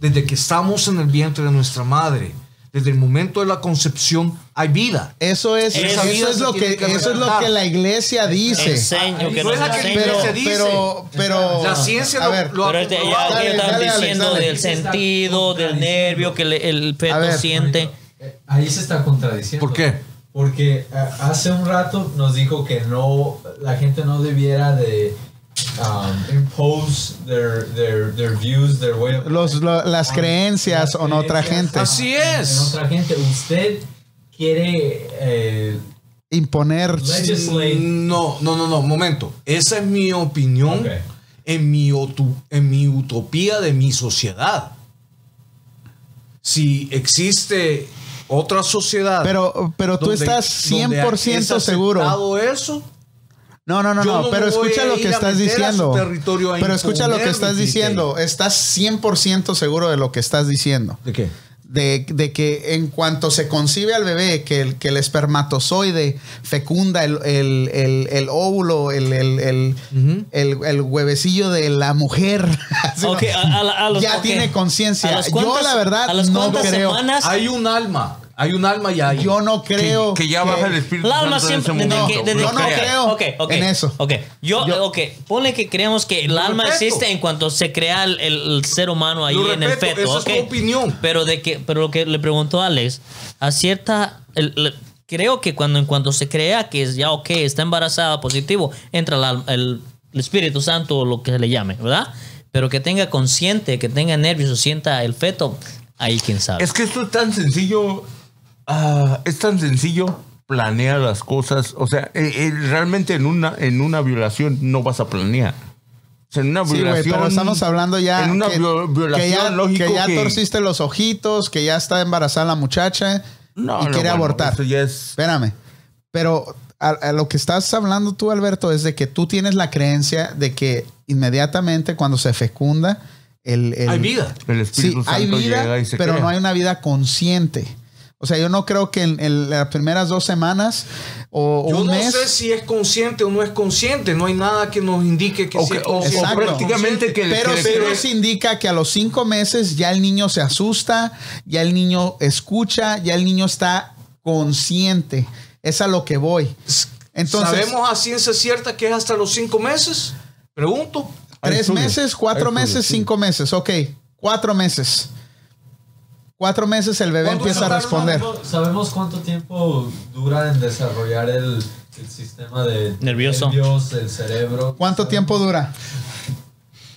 Desde que estamos en el vientre de nuestra madre, desde el momento de la concepción, hay vida. Eso es, Esa vida eso es se lo que, tiene que eso es lo respetar. que la iglesia dice. Enseño que No es nos la que enseña. Pero, iglesia dice. pero, pero. La ciencia a lo- ver, lo- Pero este, ya, Dale, aquí están dale, Alex, diciendo dale. del sentido, del nervio que le- el A feto ver. siente. Eh, Ahí se está contradiciendo. ¿Por qué? Porque ah, hace un rato nos dijo que no, la gente no debiera de um, impose their, their, their views, their way of los- lo- las Ah, creencias las en otra creencias gente. en- Así es. En otra gente. Usted quiere eh, Imponer. legislate. No, no, no, no, momento. Esa es mi opinión Ok. en, mi otu- en mi utopía de mi sociedad. Si existe otra sociedad. Pero, pero tú donde- estás donde 100% es seguro. aceptado eso, No, no, no, Yo no, no pero me voy escucha a lo ir que a estás meter a su diciendo. territorio a Pero escucha lo que imponer estás mi criterio. diciendo. Estás 100% seguro de lo que estás diciendo. ¿De qué? de, de que en cuanto se concibe al bebé, que el, que el espermatozoide fecunda el, el- el- el óvulo, el, el, el- el- el huevecillo de la mujer. Así, Ok, ¿no? a- a la- a los- ya ok. tiene ¿A conciencia. las Yo cuántas- la verdad a las no cuántas creo. semanas Hay un alma. Hay un alma ya ahí. Yo no creo. Que ya baja el espíritu. La alma Santo en siempre. ese desde momento, que- desde yo lo no crea. creo Ok, ok, en eso. Ok, yo, Yo- ok, ponle que creemos que el Lo alma respeto. existe en cuanto se crea el, el- el ser humano ahí Lo en el respeto, esa feto. es ok. tu opinión. Pero, de que, pero lo que le preguntó Alex, a cierta. el- el- creo que cuando en cuanto se crea que es ya ok, está embarazada, positivo, entra la- el, el Espíritu Santo o lo que se le llame, ¿verdad? Pero que tenga consciente, que tenga nervios o sienta el feto, ahí quién sabe. Es que esto es tan sencillo. ah, es tan sencillo planear las cosas. O sea, eh, eh, realmente en una, en una violación no vas a planear. O sea, en una Sí, güey, violación. pero estamos hablando ya En una que, vio- violación, que ya, lógico. que ya que- torciste los ojitos, que ya está embarazada la muchacha No, y no, quiere bueno, abortar. eso ya es- Espérame. Pero a, a lo que estás hablando tú, Alberto, es de que tú tienes la creencia de que inmediatamente cuando se fecunda el... el- Hay vida. El Sí, Espíritu Santo hay vida, llega y se pero crea. no hay una vida consciente. O sea, yo no creo que en, en las primeras dos semanas o, o Yo un no mes... sé si es consciente o no es consciente. No hay nada que nos indique que O sea que- o- o consciente Exacto. prácticamente que le- Pero que le sí crea- nos indica que a los cinco meses ya el niño se asusta, ya el niño escucha, ya el niño está consciente. Es a lo que voy. Entonces, ¿Sabemos a ciencia cierta que es hasta los cinco meses? Pregunto. Hay tres estudios, meses, cuatro hay estudios, meses, sí. cinco meses. Ok, cuatro meses. Cuatro meses el bebé ¿Cuánto empieza a tarda, responder. ¿Sabemos cuánto tiempo dura en desarrollar el, el sistema de Nervioso. nervios, el cerebro? ¿Cuánto tiempo dura?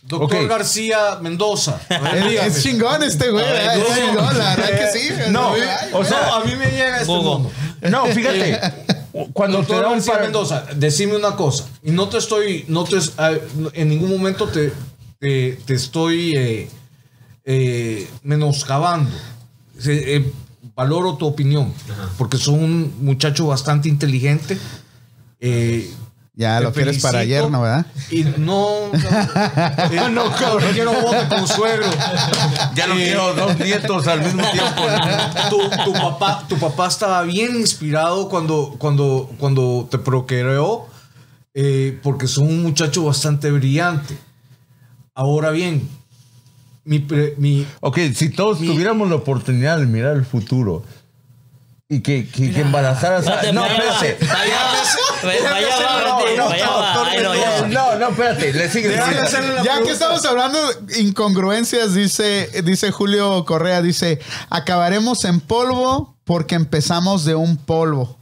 Doctor Ok. García Mendoza. Es, es chingón este güey, ¿verdad? Es chingón, la verdad que sí. No, Ay, o sea, No, a mí me llega este Google. mundo. No, fíjate. Cuando te Doctor da un García par- Mendoza, decime una cosa. Y no te estoy, no te, es- ah, no- en ningún momento te, te, te estoy eh, eh, menoscabando. Se- eh, valoro tu opinión, porque sos un muchacho bastante inteligente. Eh, Ya te lo quieres para felicito. ayer, ¿no, verdad? Y no, no, no, cabrón, quiero voz de consuelo. Ya no Eh, quiero dos nietos al mismo tiempo. ¿no? tu, tu papá, tu papá estaba bien inspirado cuando, cuando, cuando te procreó, eh, porque es un muchacho bastante brillante. Ahora bien, mi, pre- mi- Ok, si todos tuviéramos la oportunidad de mirar el futuro y que, que, que embarazaras a... No, espérate. Vaya, vaya, No, vaya, no, vaya, doctor, ay, no, ya. No, no, espérate. Le sigue. Déjame hacerle Ya la que pregunta. estamos hablando de incongruencias, dice, dice Julio Correa, dice, acabaremos en polvo porque empezamos de un polvo.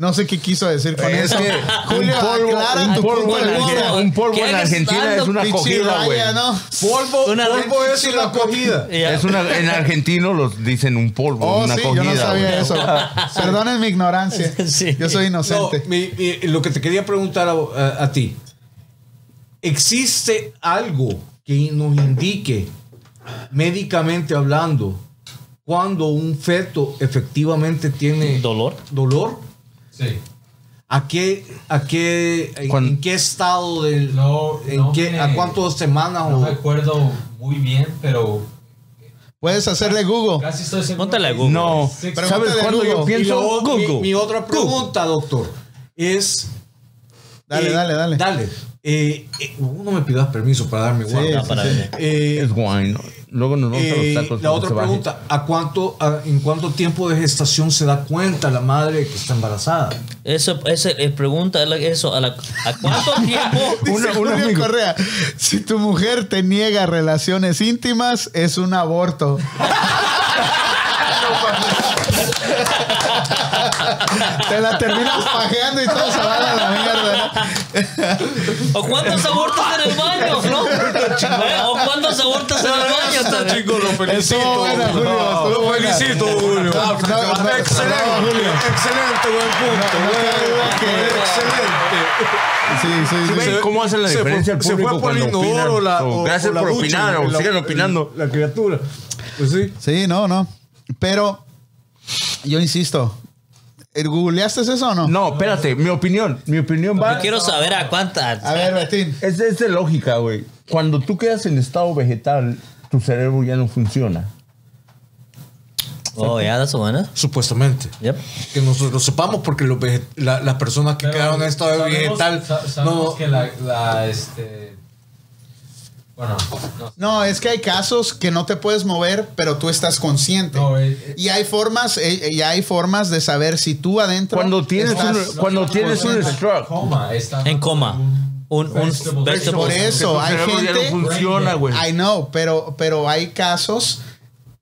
No sé qué quiso decir con Es eso. que Julio, un polvo, aclara un tu polvo punto en de Argentina- vista. un polvo ¿Qué en hagas Argentina es tanto, una Pinche acogida, güey. raya, ¿no? polvo, Una- polvo es una cogida. Ya. Es una, en argentino los dicen un polvo, Oh, una sí, acogida. yo no sabía güey. eso. Perdonen mi ignorancia. Sí. Yo soy inocente. No, mi- mi- lo que te quería preguntar a, a- a ti, ¿existe algo que nos indique, médicamente hablando, cuando un feto efectivamente tiene Dolor. dolor? Sí. ¿A qué, a qué, en, Cuan- en qué estado del, No, en no qué- me- a cuántas semanas No o- me acuerdo muy bien, pero Puedes hacerle Google. casi estoy seguro. Póntale a que- Google. No, Sí, ¿sabes pregúntale, cuándo yo Google. Y pienso? lo- mi- Google. mi otra pregunta, doctor, es Dale, Eh, dale, dale. Dale. Eh, eh, no me pidas permiso para darme guarda. Ah, para ver. Eh, Es guay, ¿no? Luego nos vamos eh, a los tacos. la cuando otra se baje. pregunta, ¿a cuánto, a- ¿en cuánto tiempo de gestación se da cuenta la madre que está embarazada? Eso, ese, eh, pregunta la- eso, ¿a, la- a cuánto tiempo? Dice Una- un Julio amigo. Correa, si tu mujer te niega relaciones íntimas, es un aborto. te la terminas pajeando y todo se va a la mierda. ¿O cuántos abortos en el baño? ¿No? Eh, ¿O cuántos abortos en el baño? también? lo Estuvo buena, Julio, estuvo buena. No, Julio. no, no, bravo, Julio. excelente, buen punto. No, no cabe duda que- excelente. Sí, sí, sí. ¿Ven ¿Cómo hacen la Se fue- diferencia al se fue público por el cuando opinan? inodoro la- Oh, o- gracias o la por bucha, opinar, o la- sigan opinando. La criatura. Pues sí. Sí, no, no. Pero yo insisto, ¿googleaste eso o no? No, espérate, mi opinión, mi opinión va... Yo quiero saber a cuántas. Ah, A ver, Betín. Es, es de lógica, güey. Cuando tú quedas en estado vegetal, tu cerebro ya no funciona. Oh, yeah, that's one. Supuestamente. Yep. que nosotros sepamos porque los vege- la- las personas que Pero quedaron en estado sabemos- vegetal sa- Sabemos no que la, la, este. Bueno, no. No, es que hay casos que no te puedes mover, pero tú estás consciente. No, eh, eh. y hay formas, eh, y hay formas de saber si tú adentro. Cuando tienes estás- un- Cuando tienes un stroke. Coma, está- En coma. Un, un Vegetable. vegetable. Por eso, Tu hay cerebro gente- ya no funciona, güey. I know, pero, pero hay casos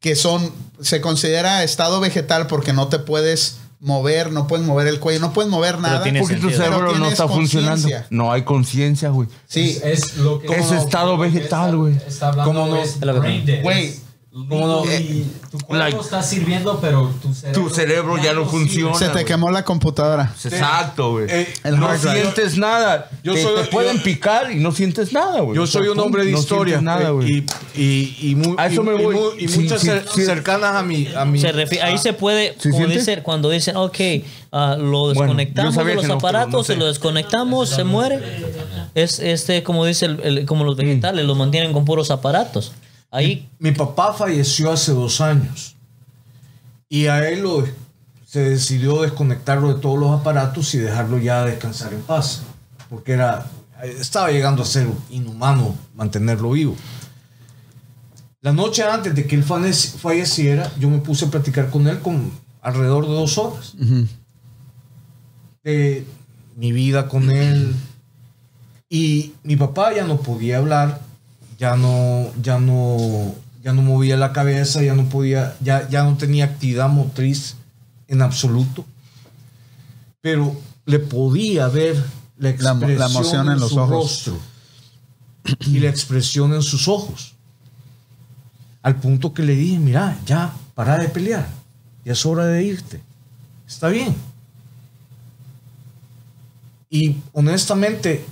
que son se considera estado vegetal porque no te puedes mover, no puedes mover el cuello, no puedes mover nada. tiene Porque tu sentido. Pero cerebro no tienes está funcionando. conciencia. No hay conciencia, güey. Eh, Sí, Es lo que. Es estado vegetal, güey. Está, está hablando. ¿Cómo no? Es lo que brain dead. Güey, Es- ¿cómo no? y tu cuerpo Eh, Like- está sirviendo, pero tu cerebro. Tu cerebro ya no funciona. se te güey. quemó la computadora. Exacto, güey. Eh, el no hard drive. sientes nada. Yo te, soy- te pueden yo- picar y no sientes nada, güey. yo soy un hombre de No historia sientes nada, eh, güey. y, y, y muy- A eso y- me y voy. muy- y Sí, muchas sí, cer- sí. cercanas a mi a mi Se refi- ahí se puede, ah, ¿Sí como siente? dicen, cuando dicen, ok, ah, lo yo desconectamos sabía de los que no, pero aparatos, no sé. se lo desconectamos, se muere. Es este, como dice, el- el- como los vegetales, lo mantienen con puros aparatos. Ahí, mi papá falleció hace dos años y a él lo- se decidió desconectarlo de todos los aparatos y dejarlo ya descansar en paz porque era estaba llegando a ser inhumano mantenerlo vivo la noche antes de que él fane- falleciera yo me puse a platicar con él con alrededor de dos horas de mi vida con él y mi papá ya no podía hablar, ya no, ya no, ya no movía la cabeza, ya no podía, ya, ya no tenía actividad motriz en absoluto. Pero le podía ver la La mo- la expresión emoción en, en los su ojos. rostro y la expresión en sus ojos. Al punto que le dije, mira, ya, para de pelear, ya es hora de irte. está bien. Y honestamente,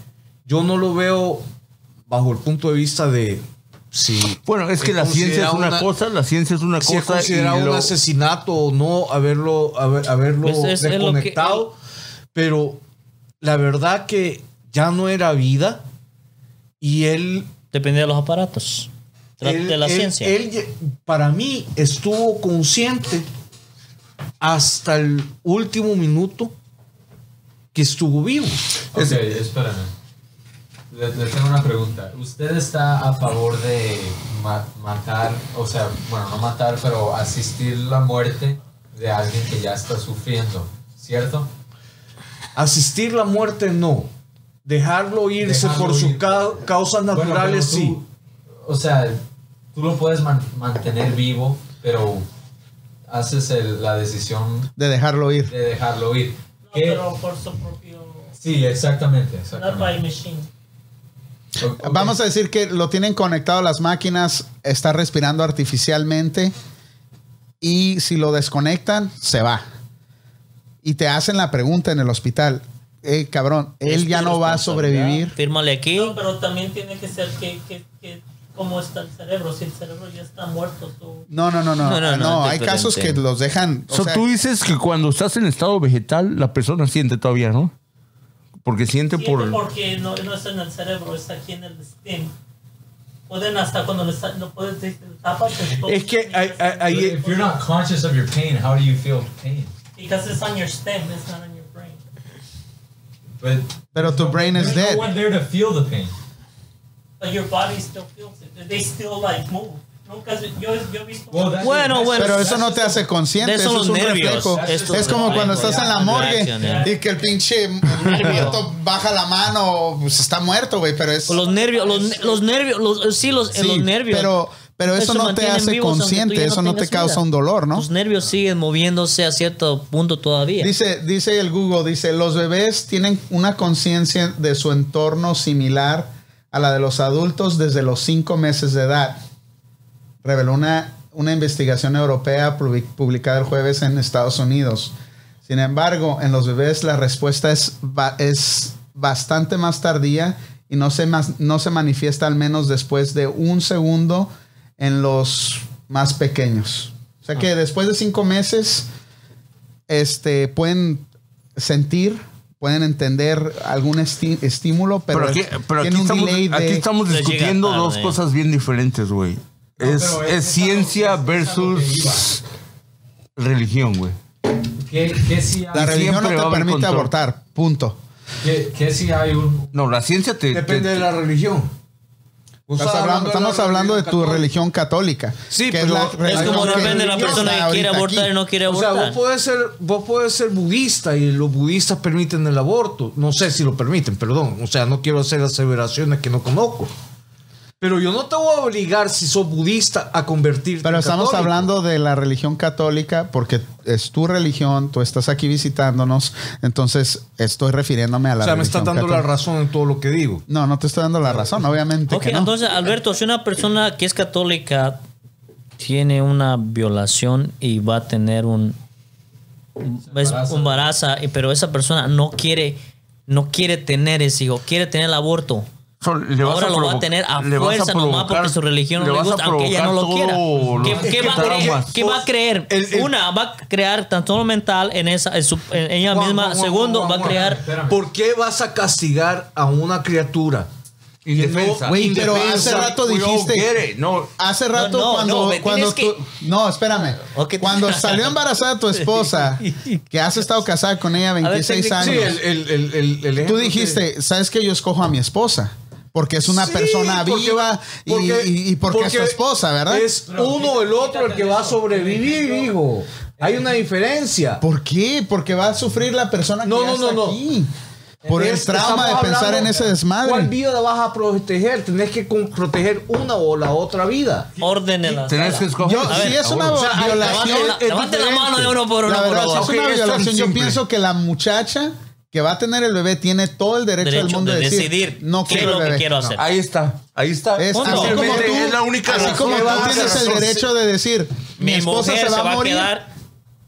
yo no lo veo bajo el punto de vista de si Bueno, es que la ciencia es una, cosa, la ciencia es una si es cosa. y considerado lo- un asesinato o no haberlo, haber- haberlo Pues es- es lo que- reconectado. pero la verdad que ya no era vida y él... Depende de los aparatos. De la, él- de la él- ciencia. él ye- para mí estuvo consciente hasta el último minuto que estuvo vivo. Ok, espérame. Le, le tengo una pregunta. ¿Usted está a favor de ma- matar, o sea, bueno, no matar, pero asistir la muerte de alguien que ya está sufriendo, ¿cierto? Asistir la muerte no. Dejarlo irse Dejarlo por sus ir. ca- causas Bueno, naturales pero tú- sí. O sea, tú lo puedes man- mantener vivo, pero haces el- la decisión de dejarlo ir. de dejarlo ir. No, ¿Qué- pero por su propio. Sí, exactamente. Not by exactamente. machine. O- ok. Vamos a decir que lo tienen conectado a las máquinas, está respirando artificialmente y si lo desconectan, se va. Y te hacen la pregunta en el hospital, eh, cabrón, él Es ya tu no va a responsabilidad. sobrevivir. Fírmale aquí. No, pero también tiene que ser que, que, que cómo está el cerebro. Si el cerebro ya está muerto, tú. No, no, no, no. No, No, no, no, es hay diferente. casos que los dejan. o So, sea, tú dices que cuando estás en estado vegetal, la persona siente todavía, ¿no? Porque siente Siento por. porque no, no es en el cerebro, es aquí en el stem. Pueden hasta cuando les no puedes decir, tapas el top. Es que ahí- ahí- ahí- If you're not conscious of your pain, how do you feel pain? Because it's on your stem, it's not on your brain. But pero tu brain is there's dead. no one there to feel the pain. But your body still feels it. They still like move. Nunca se- yo, yo he visto. Well, that's- Bueno, that's- bueno. Pero eso no te hace consciente, De eso esos es un nervios, reflejo. estos es como reflejos, cuando estás en la ya, morgue reacción, ya. y que el pinche muerto baja la mano, pues está muerto, güey, pero es... Los nervios, los, los nervios, los, sí, los, eh, sí, los nervios. Pero, pero eso, no te mantienen hace vivos aunque tú consciente, ya eso no te tengas causa vida. Pues un dolor, ¿no? Tus nervios siguen moviéndose a cierto punto todavía. Dice, dice el Google, dice, los bebés tienen una conciencia de su entorno similar a la de los adultos desde los 5 meses de edad. Reveló una, una investigación europea public- publicada el jueves en Estados Unidos. Sin embargo, en los bebés la respuesta es, ba- es bastante más tardía y no se, mas- no se manifiesta al menos después de un segundo en los más pequeños. O sea que Ah. después de cinco meses este, pueden sentir, pueden entender algún esti- estímulo, pero, Pero, aquí, pero aquí tiene un estamos, delay aquí de- estamos Les llega discutiendo tarde. dos cosas bien diferentes, güey. No, es pero es es- ciencia es a lo que versus religión, güey. ¿Qué, qué si La hay, religión no siempre va a te haber permite control. abortar, punto. qué- qué si hay un... No, la ciencia te... Depende te- de la religión. Vos Estás estás hablando- Pues de estamos la hablando de tu católica. religión católica. Sí, que pero es religión como que depende de la está persona que quiere ahorita abortar aquí. y no quiere O sea, abortar. vos puedes, ser, vos puedes ser budista y los budistas permiten el aborto. No sé si lo permiten, perdón. O sea, no quiero hacer aseveraciones que no conozco. Pero yo no te voy a obligar si sos budista a convertirte Pero en estamos católico. hablando de la religión católica porque es tu religión, tú estás aquí visitándonos, entonces estoy refiriéndome a O la sea, me religión estás dando la católica. razón en todo lo que digo. No, no te estoy dando la razón, obviamente Ok, que no. entonces, Alberto, si una persona que es católica tiene una violación y va a tener un es embaraza. embaraza, y- pero esa persona no quiere no quiere tener ese hijo, quiere tener el aborto. So, le vas Ahora lo va a provo- tener a le vas fuerza nomás provocar- porque su religión no le, vas a gusta, aunque ella no lo provocar quiera. todo lo- ¿Qué, Es qué que va, a creer, traumas. qué va a creer? El- el- Una, va a crear trastorno mental en, esa, en, su- en ella Juan, misma. Juan, Juan, Segundo, Juan, va a Juan, crear... Espérame. ¿Por qué vas a castigar a una criatura? Indefensa. Güey, pero hace rato We all dijiste- get it. No, Hace rato No, no, no, cuando, me cuando tú... tienes No, espérame. Ok. Cuando salió embarazada tu esposa, que has estado casada con ella ver, 26 técnico, años, Sí, el, el, el, el- el tú ejemplo que- dijiste, ¿sabes que Yo escojo a mi esposa. Porque es una Sí, persona porque- viva y- y, y porque, es tu esposa, ¿verdad? Es uno o el otro el que va a sobrevivir, hijo. Hay una diferencia. ¿Por qué? Porque va a sufrir la persona que No, ya no, está no, no. aquí. Por el Es- trauma de estamos pensar en hablando, ese ¿Cuál desmadre. vida vas a proteger? Tenés que con- proteger una o la otra vida. Orden en la tenés sala. que escoger. Yo, A ver, si es una ahora. O sea, hay- violación. hay- la- levante la mano de uno por uno, La verdad, por si es favor. Ok, una esto es violación. Yo simple. pienso que la muchacha que va a tener el bebé tiene todo el derecho, del Derecho mundo de de decir, decidir no qué es quiero lo el que bebé. quiero No. hacer. Ahí está, ahí está. Es Punto. así como tú, Simplemente es la única así razón como que tú vas a tienes hacer. el derecho de decir, mi, Mi esposa mujer se va a a morir. quedar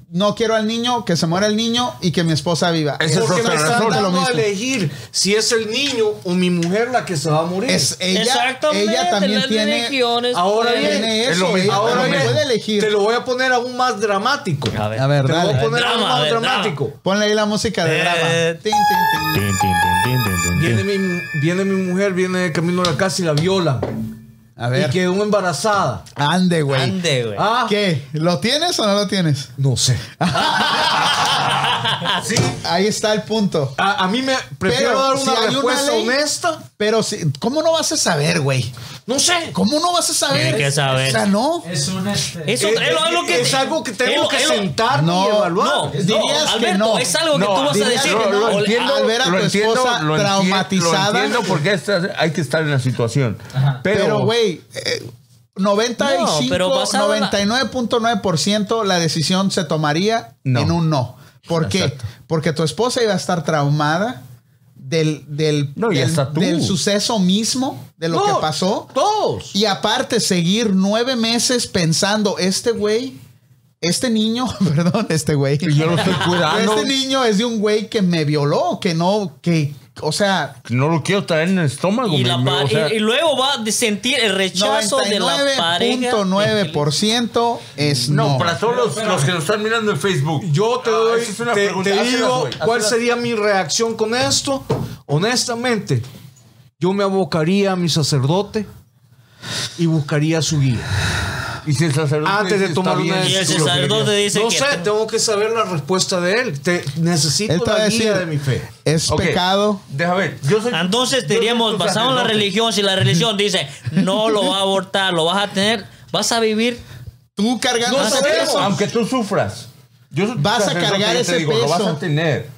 no quiero al niño, que se muera el niño y que mi esposa viva. Esa es Porque otra me están razón. Lo dando a mismo. elegir si es el niño o mi mujer la que se va a morir. Es ella, Exactamente, ella también las tiene, religiones, Ahora pues. bien, tiene eso. es lo mismo, ella es lo Ahora también mismo. puede elegir. te lo voy a poner aún más dramático. A ver. A ver, te lo voy a dale. poner aún Drama, más de drama. dramático. Ponle ahí la música de Eh. drama. Tin, tin, tin. Viene mi, viene mi mujer, viene de camino a la casa y la violan. A ver. Y quedó embarazada. Ande, güey. Ande, güey. Ah, ¿Qué? ¿Lo tienes o no lo tienes? no sé. sí, Ahí está el punto. a, a mí me prefiero Pero, dar una si hay una respuesta ley- honesta. Pero, si, ¿cómo no vas a saber, güey? No sé. ¿Cómo no vas a saber? Tienes que saber. O sea, no. Es un este. Eso es, es lo que Eh, es algo que tengo es lo- que es lo- sentar No, y evaluar. No, Dirías no, que Alberto, no. es algo que No, tú vas a dirías decir. que no. Lo Ol- entiendo, al- Albert. ver a tu esposa entiendo, traumatizada. Lo entiendo porque esta- hay que estar en la situación. Pero, Pero, güey, eh, 95, No, pero basado en la- 99.9% la decisión se tomaría No. en un no. ¿Por qué? Exacto. Porque tu esposa iba a estar traumada del, del, No, y del, hasta tú. del suceso mismo, de lo No, que pasó. Todos. Y aparte, seguir nueve meses pensando, este güey, este niño, perdón, este güey. yo lo estoy cuidando. Este niño es de un güey que me violó, que no, que, o sea, No lo quiero traer en el estómago. y, me- la me- pa- o sea, y- y luego va a sentir el rechazo de la pareja. 99.9% es no. no, para todos los, los que nos están mirando en Facebook. Yo te Ah, doy, esa es una te, pregunta. te Hazlas, digo güey, cuál hazlas. sería mi reacción con esto. Honestamente, yo me abocaría a mi sacerdote y buscaría su guía. Y si el sacerdote Antes de dice, tomar "Está una bien, Y el tú lo sacerdote querías". dice no que sé, tengo que saber la respuesta de él. Te, necesito Él te va la a decir, guía de mi fe. Es Ok, pecado. Deja ver. Yo soy, Entonces yo diríamos, soy tu basado en la sacerdote. religión, si la religión dice no lo va a abortar, lo vas a tener, vas a vivir. Tú cargando No ese sabemos. peso. Aunque tú sufras. Yo soy tu Vas a sacerdote cargar y te ese digo, Lo vas peso. a tener.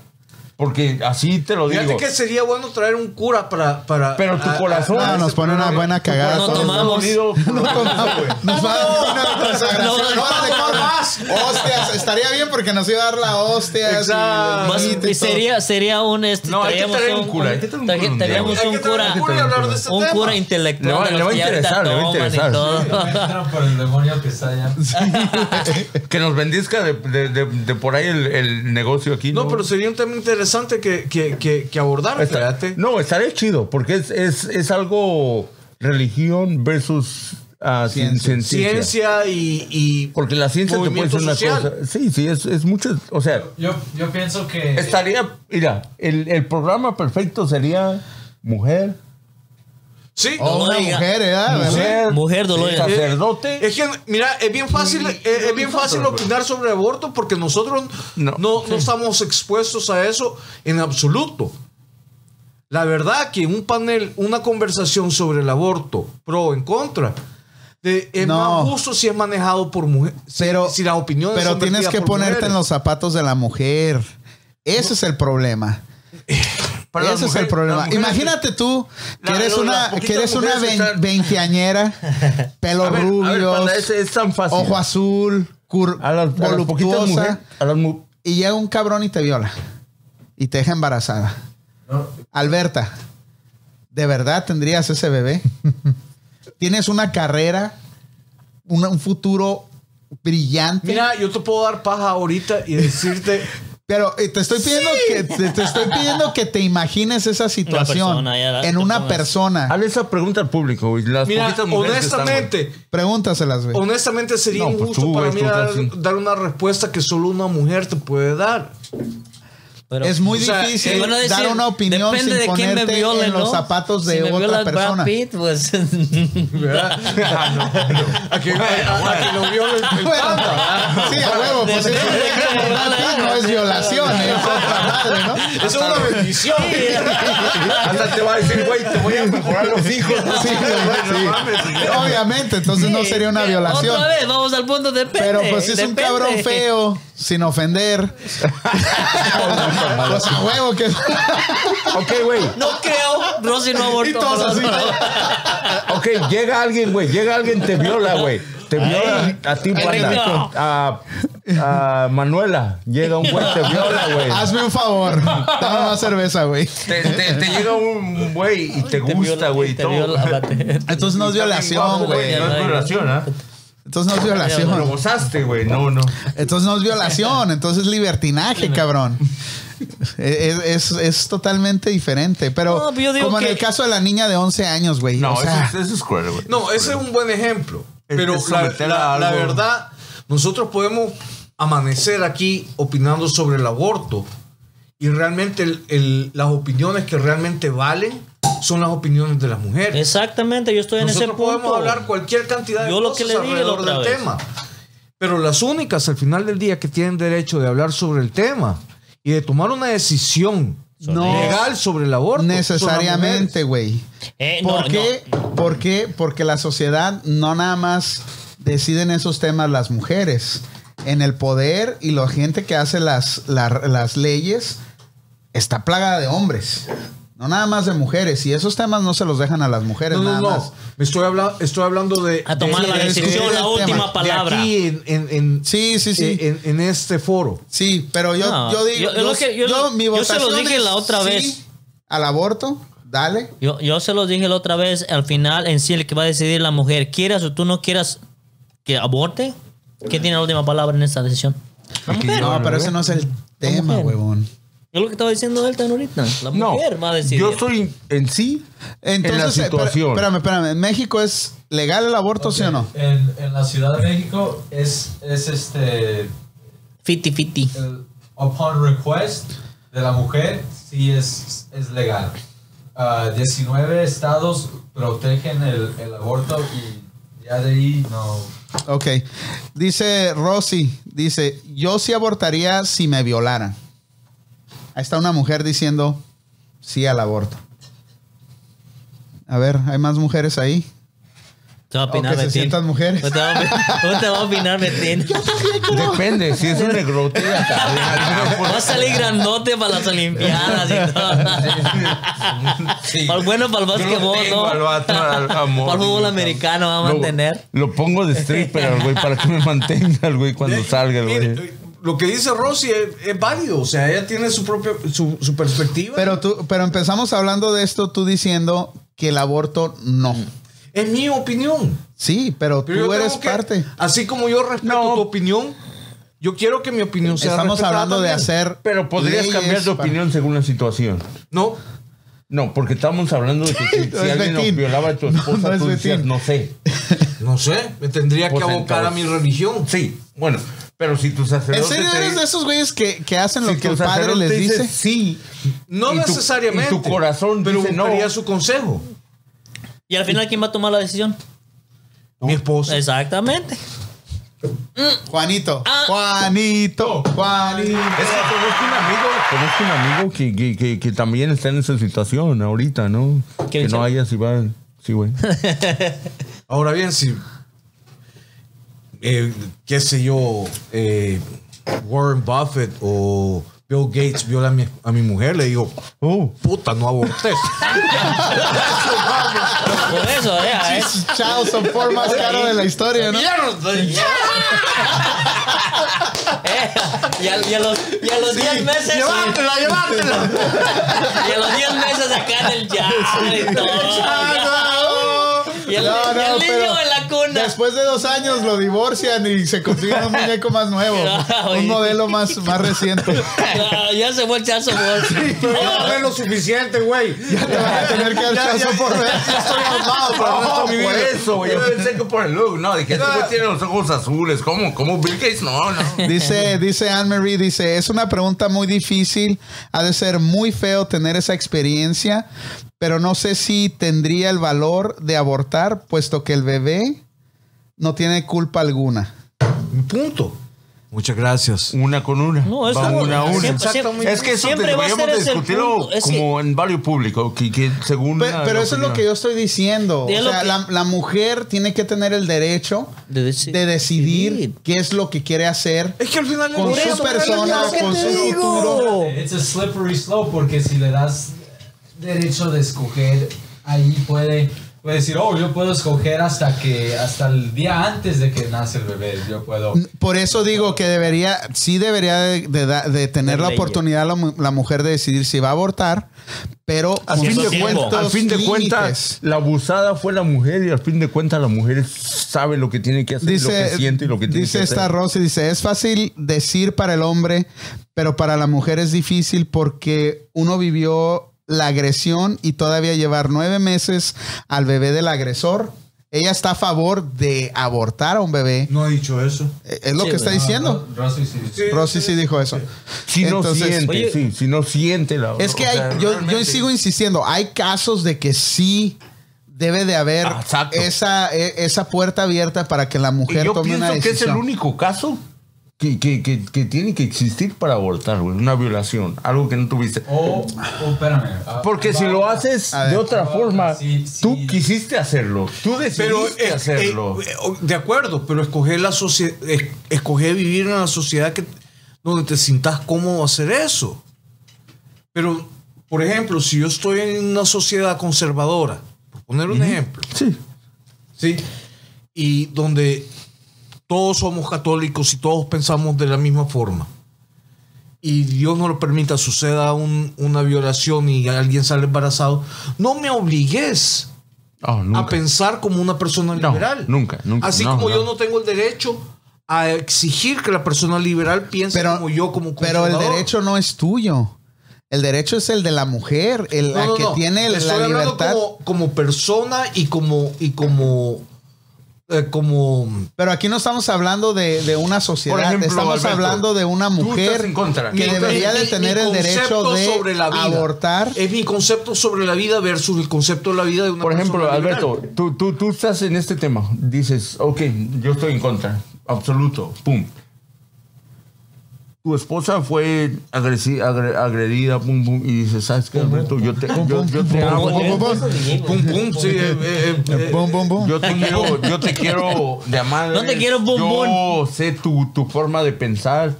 Porque así te lo Fíjate digo. que sería bueno traer un cura para. para Pero tu corazón- No, Ah, este nos pone una buena cagada. No a todos. tomamos. Dolido por lo que hizo, güey. Nos va a dar una consagración. No, no, No, no, de no, corno. Hostias, estaría bien porque nos iba a dar la hostia. Exacto. vas- y sería, sería un este, No, hay que traíamos traer un cura, hay que traer un cura un día, traíamos Hay un que traer cura. un cura y hablar de este un tema. cura intelectual. Le va- de los le va a que ahorita interesar, le va a toman y interesar. todo. Entra por el demonio que está allá. Que nos bendizca de, de- de- de por ahí el, el negocio aquí. No, pero sería un tema interesante que, que, que, que abordar. Está- Fíjate. no, estaría chido, porque es, es, es algo religión versus ah, cien- Ciencia. cien- ciencia. Ciencia y. y Porque la ciencia te puede movimiento decir una social. cosa. Sí, sí, es, es mucho. O sea, Yo, yo pienso que. estaría. Mira, el, el programa perfecto sería mujer, Sí, O una Oiga. mujer, ¿eh? Ah, ¿verdad? mujer, Mujer dolor. sacerdote. Eh, Es que, mira, es bien fácil, eh, es bien fácil opinar sobre aborto porque nosotros no, No. no, estamos expuestos a eso en absoluto. La verdad que un panel, una conversación sobre el aborto, pro o en contra, de, es No. más justo si es manejado por mujeres. Pero, si, si las opiniones pero son tienes vertidas que por ponerte mujeres. en los zapatos de la mujer. Ese es el problema. Para las Ese es el mujeres- problema. las mujeres- Imagínate tú que La- eres lo- una, las poquitas que eres una mujeres vein- están- veinteañera, pelo A ver, a ver, rubio, panda, es, es tan fácil. ojo azul, cur- a las, a las poquitas mujeres. voluptuosa, A las mu- y llega un cabrón y te viola y te deja embarazada. No, Alberta, ¿de verdad tendrías ese bebé? Tienes una carrera, una- un futuro brillante. Mira, yo te puedo dar paja ahorita y decirte, Pero eh, te estoy pidiendo que te, te estoy pidiendo que te imagines esa situación persona, ya la- en una personas. persona. Hazle esa pregunta al público, güey. Las mira, poquitas mujeres que están, güey. honestamente, Pregúntaselas, güey. honestamente sería No, pues injusto tú, para güey, mí tú dar, estás sin- dar una respuesta que solo una mujer te puede dar. Pero- es muy o sea, difícil te van a decir, dar una opinión sin depende de quién me ponerte viole, en los ¿no? zapatos de Si me viola otra persona. Brad Pitt, pues. ¿verdad? Ah, a que, a- a que lo vio el, el Bueno, panda, ¿verdad? sí, a huevo, pues Depende eso de es- quién me viola, Brad Pitt no es violación, ¿eh? es otra madre, ¿no? Es una bendición. Hasta te va a decir, güey, te voy a mejorar los hijos. Sí, güey, sí. Obviamente, entonces no sería una violación. Otra vez, vamos al punto de Pero pues si es un cabrón feo, sin ofender. pues a huevo que. Ok, güey. No creo, Rosy no abortó. Y todos así. Ok, llega alguien, güey. Llega alguien, te viola, güey. Te viola a ti, rico. panda. A, a Manuela. Llega un güey, te viola, güey. Hazme un favor. Dame más cerveza, güey. Te, te- te llega un güey y Te te viola- gusta, güey. y te todo. viola, espérate. Entonces no es Está bien violación, guapo, güey. No es violación, ¿ah? Entonces no es Lo violación. gozaste, güey. No, no. Entonces no es violación, entonces es libertinaje, cabrón. Es, es- es totalmente diferente. Pero No, pero yo digo como en que- el caso de la niña de 11 años, güey. No, o sea, eso, es- eso es cruel, güey. No, ese es un buen ejemplo. Es Pero que la, someter la- a la algo- verdad, nosotros podemos amanecer aquí opinando sobre el aborto. Y realmente el- el- las opiniones que realmente valen son las opiniones de las mujeres. Exactamente, yo estoy en Nosotros ese punto. podemos hablar cualquier cantidad de Yo lo cosas que le dije la alrededor otra del vez. tema. Pero las únicas al final del día que tienen derecho de hablar sobre el tema y de tomar una decisión No. legal sobre el aborto. son las necesariamente, mujeres. güey. Eh, no, ¿Por no. qué? ¿Por qué? Porque la sociedad no nada más deciden esos temas las mujeres. En el poder y la gente que hace las, la- las leyes está plagada de hombres. No nada más de mujeres. Y esos temas no se los dejan a las mujeres No, no, nada más. no. Me estoy, habla- estoy hablando de. A tomar de- la de- decisión, de- el la última tema. palabra. De aquí en, en- en- Sí, sí, sí. En, en este foro. Sí, pero yo, No, yo digo... yo- yo lo que- yo lo- mi yo se lo votación dije es la otra sí vez. al aborto, dale. Yo, yo se los dije la otra vez, al final en sí el que va a decidir la mujer, quieras o tú no quieras que aborte, ¿qué tiene la última palabra en esta decisión? No, pero ese no es el tema, mujer. huevón. Es lo que estaba diciendo él tan ahorita. La No, mujer va a decidir. yo estoy en sí en la Entonces, eh, espera- situación. espérame, espérame. ¿En México es legal el aborto, sí o no? En, en la Ciudad de México es, es este. Fiti, fiti. el upon request de la mujer sí es, es legal. Ah, 19 estados protegen el, el aborto y ya de ahí no. Ok. Dice Rosy, dice, yo sí abortaría si me violaran. Ahí está una mujer diciendo sí al aborto. A ver, ¿hay más mujeres ahí? Te va a opinar O que se Betín. sientan mujeres. O te va a opi- o te va a opinar Betín. Depende, si es un negrote. Va a salir grandote para las Olimpiadas y todo. Para el bueno, para el básquetbol, ¿no? Para el fútbol americano va a mantener. Lo pongo de stripper al güey para que me mantenga el güey cuando salga el Mire, güey. eh, Lo que dice Rosy es, es válido. O sea, ella tiene su propia su, su perspectiva. Pero tú, pero empezamos hablando de esto tú diciendo que el aborto no. Mm. es mi opinión. Sí, pero, Pero tú yo eres tengo que- parte. Así como yo respeto No. tu opinión, yo quiero que mi opinión sea Estamos respetada hablando de también. hacer. Pero podrías leyes cambiar de para- opinión según la situación. No, No, porque estamos hablando de que si, si No es alguien Betín. nos violaba a tu No, esposa, no es tú decías, Betín. no sé. no sé. Me tendría Pues que abocar a mi entonces- religión. Sí, bueno, pero si tu ¿En sacerdote. serio te- eres de esos güeyes que, que hacen lo si que tu el padre sacerdote les dice? sí. No y tu- necesariamente. y tu corazón pero dice no. buscaría su consejo. Y al final, ¿quién va a tomar la decisión? Mi esposa. Exactamente. Juanito, Juanito, Juanito. Es que conozco un amigo, conozco un amigo que, que, que, que también está en esa situación ahorita, ¿no? ¿Qué Que dice? no haya si va. Sí, güey. Ahora bien, si. eh, qué sé yo. eh, Warren Buffett o Bill Gates viola a mi, a mi mujer, le digo, Oh. puta, no abortes. Por eso, ya, ¿eh? Chao, son por más caro de la historia, ¿no? Eh, y, a, y a los, y a los 10 meses. llévatela, llévatela. Y a los 10 meses acá en el ya. Y todo. Y el, No, no, y el pero niño en la cuna. Después de dos años lo divorcian y se consiguen un muñeco más nuevo. No, Un oye. modelo más, más reciente. Ah, ya se fue el chazo, pues. Pero vos. ya fue lo suficiente, güey. Ya te vas a tener que dar chazo por ver. Estoy armado para el resto de No, pues. mi por vida. eso, güey. Ah, Yo pensé que por el look, no. Dije, este güey tiene los ojos azules. ¿Cómo? ¿Cómo Bill Gates? No, no. Dice, dice Anne-Marie, dice, es una pregunta muy difícil, ha de ser muy feo tener esa experiencia, pero no sé si tendría el valor de abortar, puesto que el bebé no tiene culpa alguna. Punto. Muchas gracias. Una con una. No, es Va como- una a una. siempre- siempre- es que eso siempre va a ser deberíamos ese el discutirlo punto, es que- como en valor público, que, que según... Pe- la- Pero, la eso es lo que yo opinión. estoy diciendo. O Es lo sea, que- la, la mujer tiene que tener el derecho De deci- de decidir decidir. qué es lo que quiere hacer Es que al final con Por su eso, persona, ¿qué con te su digo? futuro. It's a slippery slope porque si le das derecho de escoger, ahí puede puede decir, oh, yo puedo escoger hasta que, hasta el día antes de que nace el bebé, yo puedo. Por eso digo que debería, sí debería de, de da- de eh. tener De la leyes. oportunidad la, mu- la mujer de decidir si va a abortar, pero A con fin, Siendo ciertos de ciego. cuentas, al fin de límites. cuentas, la abusada fue la mujer y al fin de cuentas la mujer sabe lo que tiene que hacer, y lo que Dice, siente y lo que tiene dice que esta hacer. Rosy, dice, es fácil decir para el hombre, pero para la mujer es difícil porque uno vivió la agresión y todavía llevar nueve meses al bebé del agresor. Ella está a favor de abortar a un bebé. No he dicho eso. Eh, Es lo Sí, que está no, diciendo. Ro- Rosy, sí. Rosy Ah, sí dijo eso. Si no Entonces- siente, Oye. sí, si no siente la Es que o hay, sea, yo, yo realmente- sigo insistiendo, hay casos de que sí debe de haber Ah, exacto. esa, e- esa puerta abierta para que la Y mujer yo tome una pienso que es el decisión. único caso que, que, que, que tiene que existir para abortar, güey. Una violación, algo que no tuviste. O, o, espérame. ah, Porque si va- lo haces A ver. de otra forma, Sí, sí. tú quisiste hacerlo, tú Pero decidiste eh, hacerlo. eh, eh, de acuerdo, pero escoger la socie- eh, escoger vivir en una sociedad que donde te sientas cómodo hacer eso. Pero por ejemplo, si yo estoy en una sociedad conservadora, por poner un ejemplo, sí. ¿sí? Y donde todos somos católicos y todos pensamos de la misma forma. Y Dios no lo permita, suceda un- una violación y alguien sale embarazado. No me obligues No, Ah, nunca. a pensar como una persona No, liberal. nunca, nunca, Así no, como no. yo no tengo el derecho a exigir que la persona liberal piense Pero, como yo, como pero el conservador. derecho no es tuyo. El derecho es el de la mujer, el, No, la no, que no. tiene Estoy la hablando libertad. Como, como persona y como. Y como eh, como Pero aquí no estamos hablando de, de una sociedad, Por ejemplo, estamos Alberto, hablando de una tú estás mujer en contra. que Mi- debería mi- de mi- tener mi el derecho concepto de sobre la vida. abortar. Es mi concepto sobre la vida versus el concepto de la vida de una Por ejemplo, persona liberal. Alberto, tú, tú, tú estás en este tema. Dices, ok, yo estoy en contra. Absoluto. Pum. Tu esposa fue agresi- agre- agredida, pum, pum, y dices, ¿sabes qué, Alberto? Yo te, yo, yo te amo. pum, pum, Pum, pum, sí, eh, eh, eh, Bum, bum, bum. Yo te quiero, yo te quiero de amar. No te quiero, bum, Yo bum. sé tu, tu forma de pensar.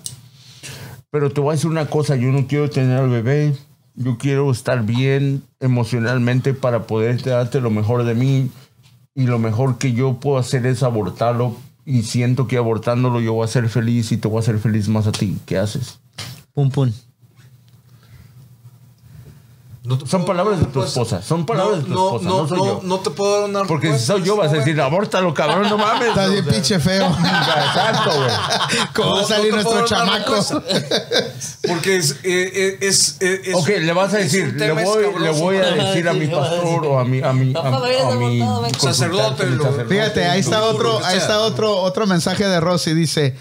Pero te voy a decir una cosa, yo no quiero tener al bebé. Yo quiero estar bien emocionalmente para poder darte lo mejor de mí. Y lo mejor que yo puedo hacer es abortarlo. Y siento que abortándolo yo voy a ser feliz y te voy a hacer feliz más a ti. ¿Qué haces? Pum, pum. no te Son puedo palabras de dar tu una esposa, son palabras de tu esposa, no soy yo. no te puedo dar una Porque si respuesta soy yo en vas a este decir, abórtalo, cabrón, no mames. Estás bien O sea, pinche feo. Exacto, güey. ¿Cómo va a No, salir no te nuestro puedo dar una chamaco? cosa. Porque es. eh, eh, es, eh, es- Ok, le vas a es un decir, le tema voy, le escabroso. voy a decir a mi pastor o a mi, a mi, a, Papá, vayas a mi abortado, ven. consultar Sacerdote, con mi lo- Fíjate, ahí está otro, O sea- ahí está otro, otro mensaje de Rosy. Dice: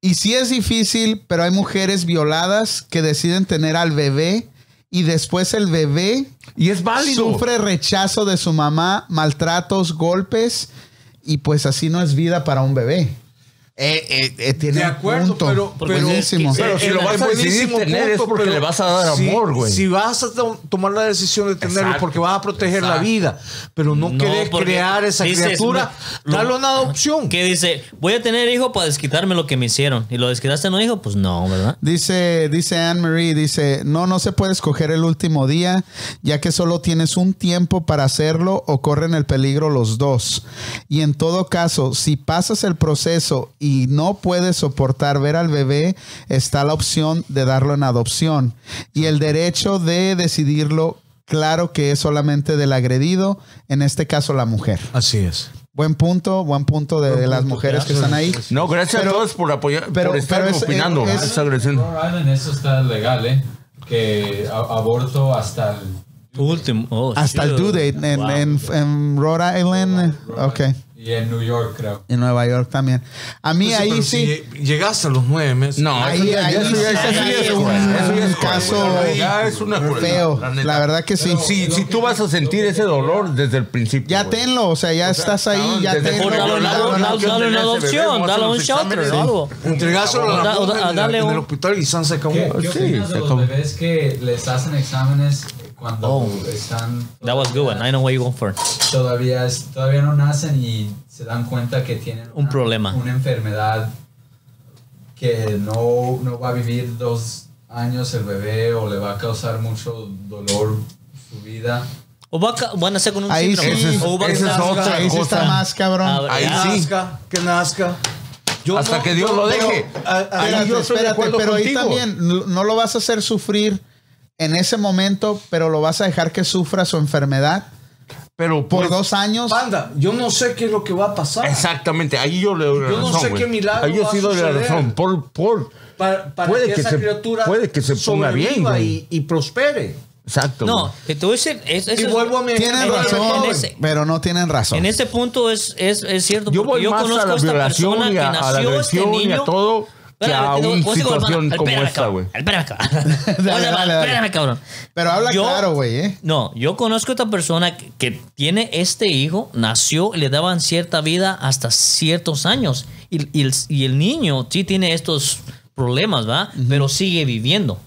Y sí es difícil, pero hay mujeres violadas que deciden tener al bebé y después el bebé Y es válido. sufre rechazo de su mamá, maltratos, golpes, y pues así no es vida para un bebé. Eh, eh, eh, tiene De un acuerdo, punto. pero- pero- Buenísimo. que- Pero si lo Es eh, vas a decidir buenísimo tener es punto, porque pero le vas a dar si- amor, güey. Si vas a to- tomar la decisión de tenerlo Exacto, porque vas a proteger la vida, pero no, No, querés porque crear esa dices, criatura, lo- dale una adopción. Que dice, voy a tener hijo para desquitarme lo que me hicieron. ¿Y lo desquitaste a un hijo? Pues no, ¿verdad? Dice, dice Anne Marie, dice, no, no se puede escoger el último día, ya que solo tienes un tiempo para hacerlo o corren el peligro los dos. Y en todo caso, si pasas el proceso y no puedes soportar ver al bebé, está la opción de darlo en adopción. Y el derecho de decidirlo, claro que es solamente del agredido, en este caso la mujer. Así es. Buen punto, buen punto de, de las mujeres que están ahí. No, gracias Pero- a todos por apoyar, pero- por estar pero es- opinando. es- Es, agresión. Rhode Island, eso está legal, ¿eh? Que a- aborto hasta el. Último. Oh, Hasta el shoot. due date en, Wow. en, en Rhode Island. Ok. Y en New York, creo. En Nueva York también. A mí Pues Entonces, ahí pero sí. si llegaste a los nueve meses. No, Ahí- eso ya- ahí eso ya- sí eso ya hay es un- cruel, eso ya un es cruel, caso la verdad, es una crueldad, Feo. neta. La verdad que sí. Si, si tú vas a sentir ese dolor desde el principio. Ya güey. tenlo, o sea, ya estás ahí, cabrón, ya desde tenlo. O Pero dale una- no, no, no, dale- dale una no, no, adopción, no, dale no, un no, shelter no, o algo. Entregáselo a la Da- mujer da- en la- dale en el un- hospital y San se acabó. ¿Qué, Oh, sí, ¿qué opinas se de los acabó. bebés que les hacen exámenes cuando Oh. están. That was good one. I know what you're going for. Todavía, es- todavía no nacen y se dan cuenta que tienen Un problema. Una enfermedad que no, no va a vivir dos años el bebé o le va a causar mucho dolor su vida. O va a ca- van a hacer con un Ahí síndrome. sí. O va a Esa es quitar- otra Ahí sí está cosa. más cabrón. A ver, Ahí Ah, ya. sí. Nazca, que nazca. Yo Hasta que Dios lo pero- deje. a- a- Ahí espérate, yo estoy de espérate, acuerdo pero ahí contigo. también no no lo vas a hacer sufrir en ese momento, pero lo vas a dejar que sufra su enfermedad Pero por pues, dos años. Banda, yo no sé qué es lo que va a pasar. Exactamente, ahí yo le doy la Yo no razón. sé güey. qué milagro Ahí yo va sí a doy la suceder. razón. Por, por. Para, para Puede que, que esa se- criatura puede que se ponga sobreviva bien, güey. y, y prospere. Exacto. No, güey. te voy a decir, es- y eso es- vuelvo a mi Tienen en- ejemplo de razón, en Beethoven. ese- pero no tienen razón. En ese punto es, es, es cierto. Yo porque voy más a conozco la esta violación persona y que a, a la nació este agresión y a niño- todo que Espérame, a te digo- una vos digo, situación hermano, como espérame, esta, cabrón, güey. Espérame, cabrón. Dale, Oye, dale, hermano, dale. espérame, cabrón. pero habla Yo- claro, güey, ¿eh? No, yo conozco a esta persona que, que tiene este hijo, nació, le daban cierta vida hasta ciertos años. Y, y el, y el niño sí tiene estos problemas, ¿va? Pero sigue viviendo.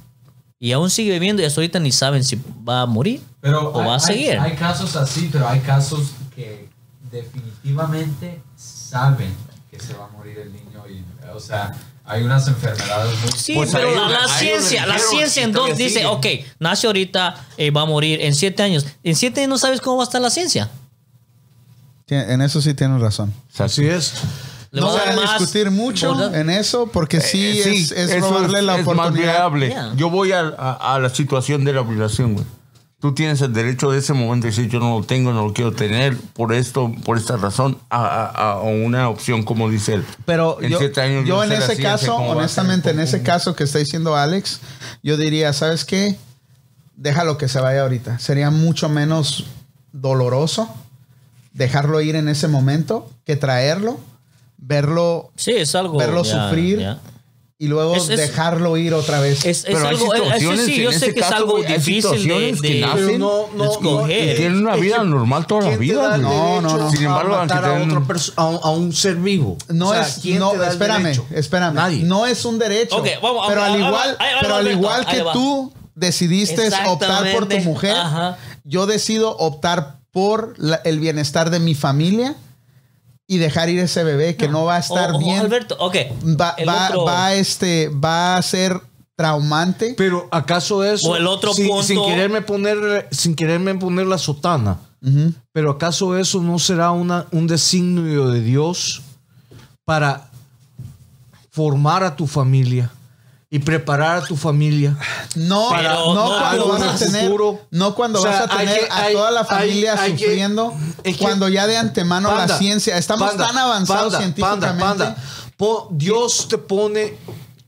Y aún sigue viviendo y hasta ahorita ni saben si va a morir Pero o hay, va a hay- seguir. Hay, casos así, pero hay casos que definitivamente saben que se va a morir el niño y, o sea, hay unas enfermedades muy Sí, Pues pero ahí- la, la ahí donde ciencia, la dijeron, ciencia en y dos todavía dice, sigue. ok, nace ahorita, eh, va a morir en siete años. En siete años no sabes cómo va a estar la ciencia. Tien- En eso sí tienen razón. Exacto. Así es. Le no va a voy dar a más- discutir mucho eh, ¿verdad? en eso porque sí, Eh, es, es eso robarle la es más oportunidad. viable. Yeah. Yo voy a, a- a la situación de la violación, güey. Tú tienes el derecho de ese momento de decir yo no lo tengo, no lo quiero tener por esto, por esta razón, a, a- a una opción como dice él. Pero En yo, siete años yo yo en sé la ese ciencia caso, cómo va a ser, honestamente, en cómo- ese caso que está diciendo Alex, yo diría, ¿sabes qué? Déjalo que se vaya ahorita. Sería mucho menos doloroso dejarlo ir en ese momento que traerlo, verlo Sí, es algo. Verlo sufrir. y luego Es- es- dejo ir otra vez. Es, es Pero hay algo, eh, eso situaciones, sí, yo en sé ese que es caso, algo güey, hay difícil de, situaciones que de- nacen, Pero no, no, eh, escoger. Y tienen una Es vida que- normal toda la ¿quién te da vida, el güey. No, derecho no, no. Sin embargo, a, matar aunque a, tengan- otra perso- a, un, a un ser vivo. No O sea, es, ¿quién no, te da el espérame, derecho? espérame. Nadie. No es un derecho. Ok, vamos, pero ahí al va, igual, ahí va, pero al Alberto, igual que ahí va. tú decidiste optar por tu Exactamente, mujer, ajá. yo decido optar por la- el bienestar de mi familia y dejar ir ese bebé que no, va a estar O- o- bien. Alberto, ok. va, El va- otro- va, este, va a ser traumante. Pero acaso eso. O el otro sin, punto- Sin quererme poner, sin quererme poner la sotana. Ujú. Pero acaso eso no será una, un designio de Dios para formar a tu familia y preparar a tu familia. No, Pero no, no, cuando algo vas a más tener, oscuro. no cuando O sea, vas a hay tener que- a hay- toda la hay- familia hay que- sufriendo, es que- cuando ya de antemano la Panda, ciencia, estamos panda, tan avanzados panda, científicamente. panda, panda. Po- Dios te pone,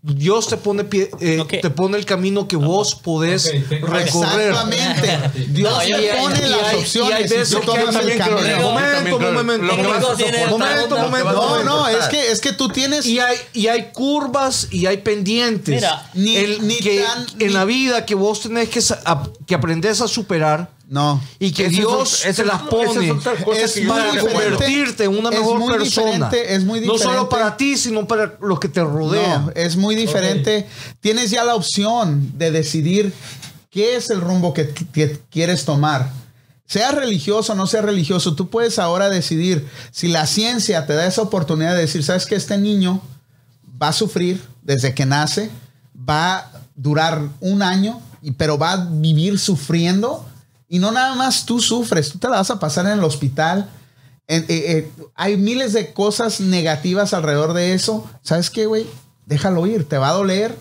Dios te pone, pie- eh, Ok. te pone el camino que vos podés Ok, tengo- recorrer. Exactamente. Dios No, yo- te pone y las hay- y hay opciones y veces tú que tomas el también creo- camino. Momento, creo- momento, lo que vas a momento, soportar, momento, lo que vas a No, no, soportar. es que, es que tú tienes. Y hay, y hay curvas y hay pendientes Mira, Ni- el- ni que, tan- en ni- la vida que vos tenés que, sa- a- que aprendes a superar No. y que Esa es Dios otra- esa te es- las pone esa es otra cosa Es que yo muy para no diferente. recuerdo. convertirte en una Es mejor muy persona. diferente, es muy No diferente. solo para ti, sino para los que te rodean. No, es muy diferente. Tienes ya la opción de decidir qué es el rumbo que, que quieres tomar. Seas religioso o no seas religioso, tú puedes ahora decidir si la ciencia te da esa oportunidad de decir, sabes que este niño va a sufrir desde que nace, va a durar un año, y- pero va a vivir sufriendo. Y no nada más tú sufres, tú te la vas a pasar en el hospital. En- eh, eh, hay miles de cosas negativas alrededor de eso. ¿Sabes qué, güey? Déjalo ir, te va a doler.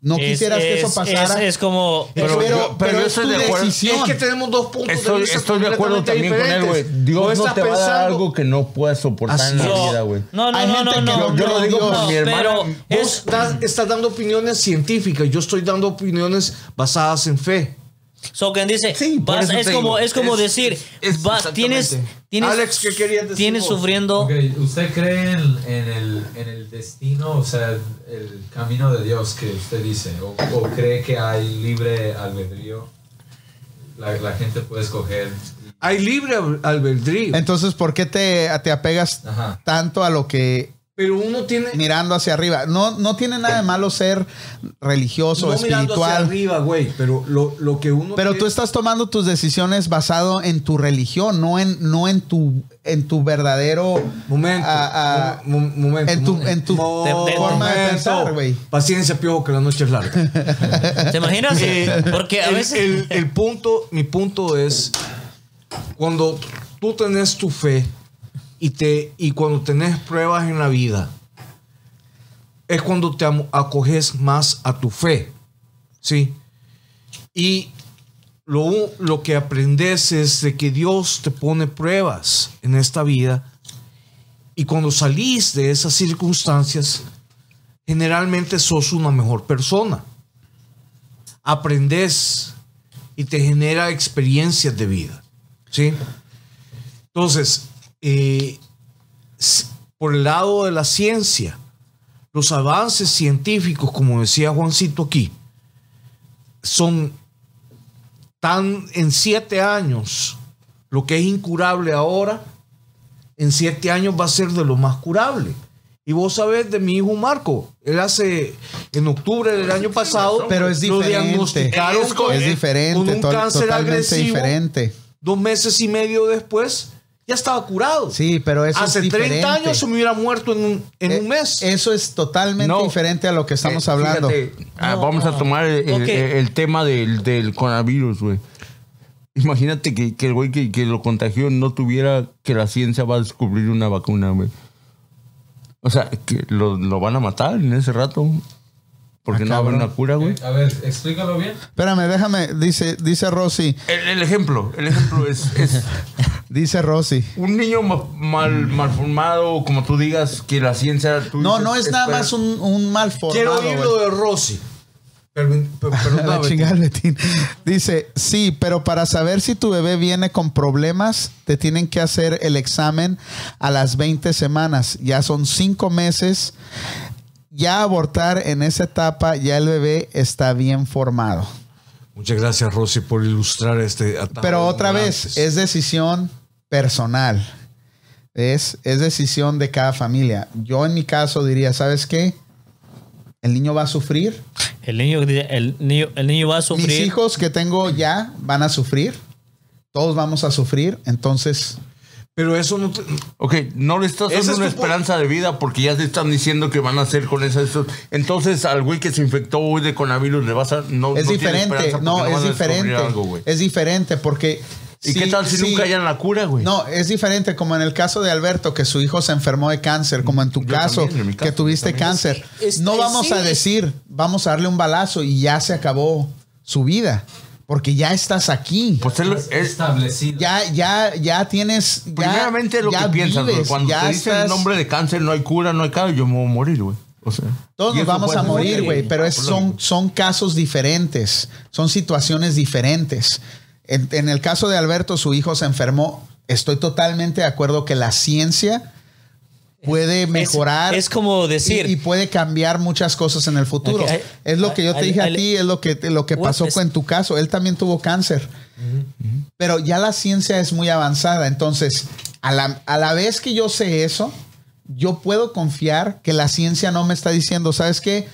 No es- quisieras que eso es- pasara. Es, es como. pero, Pero pero, yo- pero yo es estoy tu de acuerdo. decisión. Es que tenemos dos puntos Estoy, de vista estoy de acuerdo también completamente con él, güey. diferentes. Dios Vos no estás te va a dar pensando- algo que no puedas soportar Así en la es. vida, güey. No, no, Hay no, gente no, que no. lo- yo lo digo por no, mi hermana, Pero vos es- Vos estás, estás dando opiniones científicas. Yo estoy dando opiniones basadas en fe. So, quien dice, Sí, por vas- eso es te como, digo, es como es- decir, es- es vas- exactamente. tienes, tienes, Alex, ¿qué querías decir tienes vos? sufriendo. Ok, ¿usted cree en, en el, en el destino, o sea, el camino de Dios que usted dice? ¿O, o cree que hay libre albedrío? La, la gente puede escoger. Hay libre al- albedrío. Entonces, ¿por qué te, te apegas Ajá. tanto a lo que Pero uno tiene. mirando hacia arriba? No, no tiene nada de malo ser religioso, no mirando hacia espiritual. arriba, güey. Pero lo, lo que uno. Pero tiene- tú estás tomando tus decisiones basado en tu religión, no en, no en tu en tu verdadero ah, Momento. a- a- mo- mo- momento. en tu- momento. en tu Te- te- forma de Momento. pensar, güey. Paciencia, piojo, que la noche es larga. ¿Te imaginas? Eh, Porque a el- veces. el, el punto, mi punto es cuando tú tenés tu fe y, te, y cuando tenés pruebas en la vida, es cuando te am- acoges más a tu fe. ¿Sí? Y lo, u- lo que aprendes es de que Dios te pone pruebas en esta vida. Y cuando salís de esas circunstancias, generalmente sos una mejor persona. Aprendes y te genera experiencias de vida. ¿Sí? Entonces, eh, s- por el lado de la ciencia, los avances científicos, como decía Juancito aquí, son tan en siete años, lo que es incurable ahora, en siete años va a ser de lo más curable. Y vos sabés de mi hijo Marco, él hace, en octubre del año pasado, Pero es lo diferente. diagnosticaron Es con, Es con diferente, un to- cáncer totalmente agresivo. diferente. Dos meses y medio después, ya estaba curado. Sí, pero eso Hace es diferente. 30 años se me hubiera muerto en un, en Eh, un mes. Eso es totalmente No. diferente a lo que estamos Eh, hablando. fíjate, ah, No, vamos a no. tomar el, el- Ok. el tema del, del coronavirus, güey. Imagínate que, que el güey que, que lo contagió no tuviera que la ciencia va a descubrir una vacuna, güey. O sea, que lo, lo van a matar en ese rato. Porque Ah, no habrá cabrón. una cura, güey. A ver, explícalo bien. Espérame, déjame, dice, dice Rosy, El, el ejemplo, el ejemplo es, es dice Rosy. un niño ma- mal, mal formado, como tú digas, que la ciencia... tú No, dices, no es nada espera. más un, un mal Quiero formado. oír güey. lo de Rossi. Per- per- A perdóname. la chingada, Betín. Dice, sí, pero para saber si tu bebé viene con problemas, te tienen que hacer el examen a las 20 semanas. Ya son 5 meses. Ya abortar en esa etapa, ya el bebé está bien formado. Muchas gracias, Rossi, por ilustrar este ataque. Pero otra vez, es decisión personal. Es, es decisión de cada familia. Yo en mi caso diría, ¿sabes qué? El niño va a sufrir. El niño, el niño, el niño va a sufrir. Mis hijos que tengo ya van a sufrir. Todos vamos a sufrir. Entonces, Pero eso no. te- Ok, no le estás Ese dando es una tu pu- esperanza de vida porque ya te están diciendo que van a hacer con esas. esos- Entonces, al güey que se infectó hoy de coronavirus le vas a. No, es no tiene diferente. esperanza porque No, van es a descubrir diferente. algo, güey. es diferente porque... ¿Y qué tal si sí- nunca hayan la cura, güey? No, es diferente como en el caso de Alberto, que su hijo se enfermó de cáncer, como en tu Yo caso, también, en mi caso, que tuviste también. cáncer. Es- no es- vamos sí. a decir, vamos a darle un balazo y ya se acabó su vida, porque ya estás aquí. Pues él- Es él- establecido. ya, ya, ya tienes. ya- primeramente es lo ya que piensas, güey. vives, Cuando ya te dicen el estás- nombre de cáncer, no hay cura, no hay cura, yo me voy a morir, güey. O sea. Todos y nos eso vamos puede a ser morir, horrible. güey, pero es- son, son casos diferentes, son situaciones diferentes. En, en el caso de Alberto, su hijo se enfermó. Estoy totalmente de acuerdo que la ciencia puede mejorar es como decir- y, y puede cambiar muchas cosas en el futuro. Ok, hay- es lo que yo te hay- dije hay- a ti, es lo que, lo que Bueno, pasó es- con tu caso. Él también tuvo cáncer. Mm-hmm. Pero ya la ciencia es muy avanzada. Entonces, a la, a la vez que yo sé eso, yo puedo confiar que la ciencia no me está diciendo, ¿sabes qué?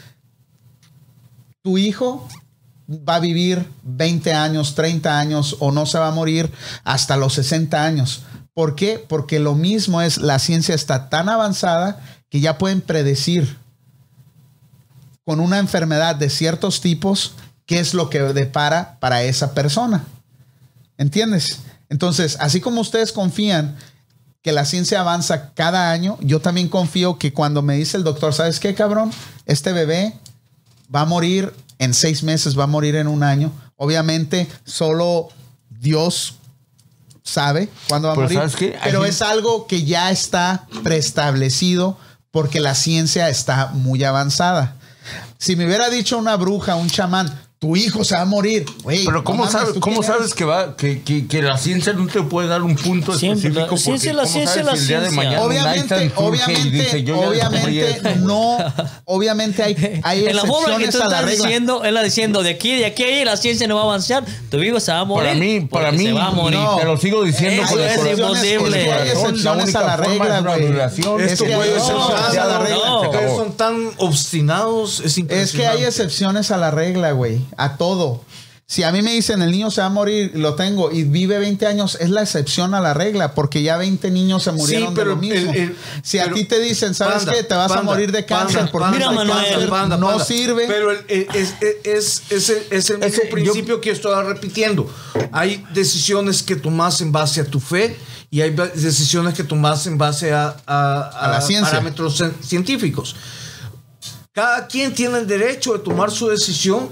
Tu hijo va a vivir 20 años, 30 años o no se va a morir hasta los 60 años. ¿Por qué? Porque lo mismo es, la ciencia está tan avanzada que ya pueden predecir con una enfermedad de ciertos tipos qué es lo que depara para esa persona. ¿Entiendes? Entonces, así como ustedes confían que la ciencia avanza cada año, yo también confío que cuando me dice el doctor, ¿sabes qué, cabrón? Este bebé va a morir en seis meses, va a morir en un año. Obviamente, solo Dios sabe cuándo va a Pero morir. ¿sabes qué? Hay Pero gente- es algo que ya está preestablecido porque la ciencia está muy avanzada. Si me hubiera dicho una bruja, un chamán, tu hijo se va a morir. Güey, Pero no ¿cómo, mames, sabes, ¿tú cómo quién eres? sabes que va que, que, que la ciencia no te puede dar un punto Siempre, específico? la ciencia es la ¿cómo ciencia, sabes la si el día de ciencia. mañana un Einstein Obviamente, surge obviamente, y dice, yo ya descubrí esto, obviamente güey? no, obviamente hay, hay en la forma que excepciones tú a la estás regla. diciendo, él está diciendo de aquí, de aquí, ahí, la ciencia no va a avanzar. Tu hijo se va a morir. Para mí, para porque mí, se va a morir. no. te lo sigo diciendo Eso con el es corazón, con el imposible. corazón. Hay excepciones a la única forma regla, es una güey. violación. Es Esto que puede no, ser no, se no, acabó. no. Ustedes son tan obstinados. Es, Es que hay impresionante. excepciones a la regla, güey, a todo. Si a mí me dicen el niño se va a morir, lo tengo y vive 20 años, es la excepción a la regla, porque ya 20 niños se murieron pero de lo mismo. el- el- si a pero- ti te dicen, ¿sabes Panda, qué? Te vas a panda, morir de panda, cáncer porque panda, el Mira, Manuel, cáncer panda, no panda. sirve. Pero el- el- es, es, es, es el- es el mismo Ese, yo- principio que estoy repitiendo. Hay decisiones que tomas en base a tu fe y hay ba- decisiones que tomas en base a, a- A la ciencia. parámetros cien- científicos. Cada quien tiene el derecho de tomar su decisión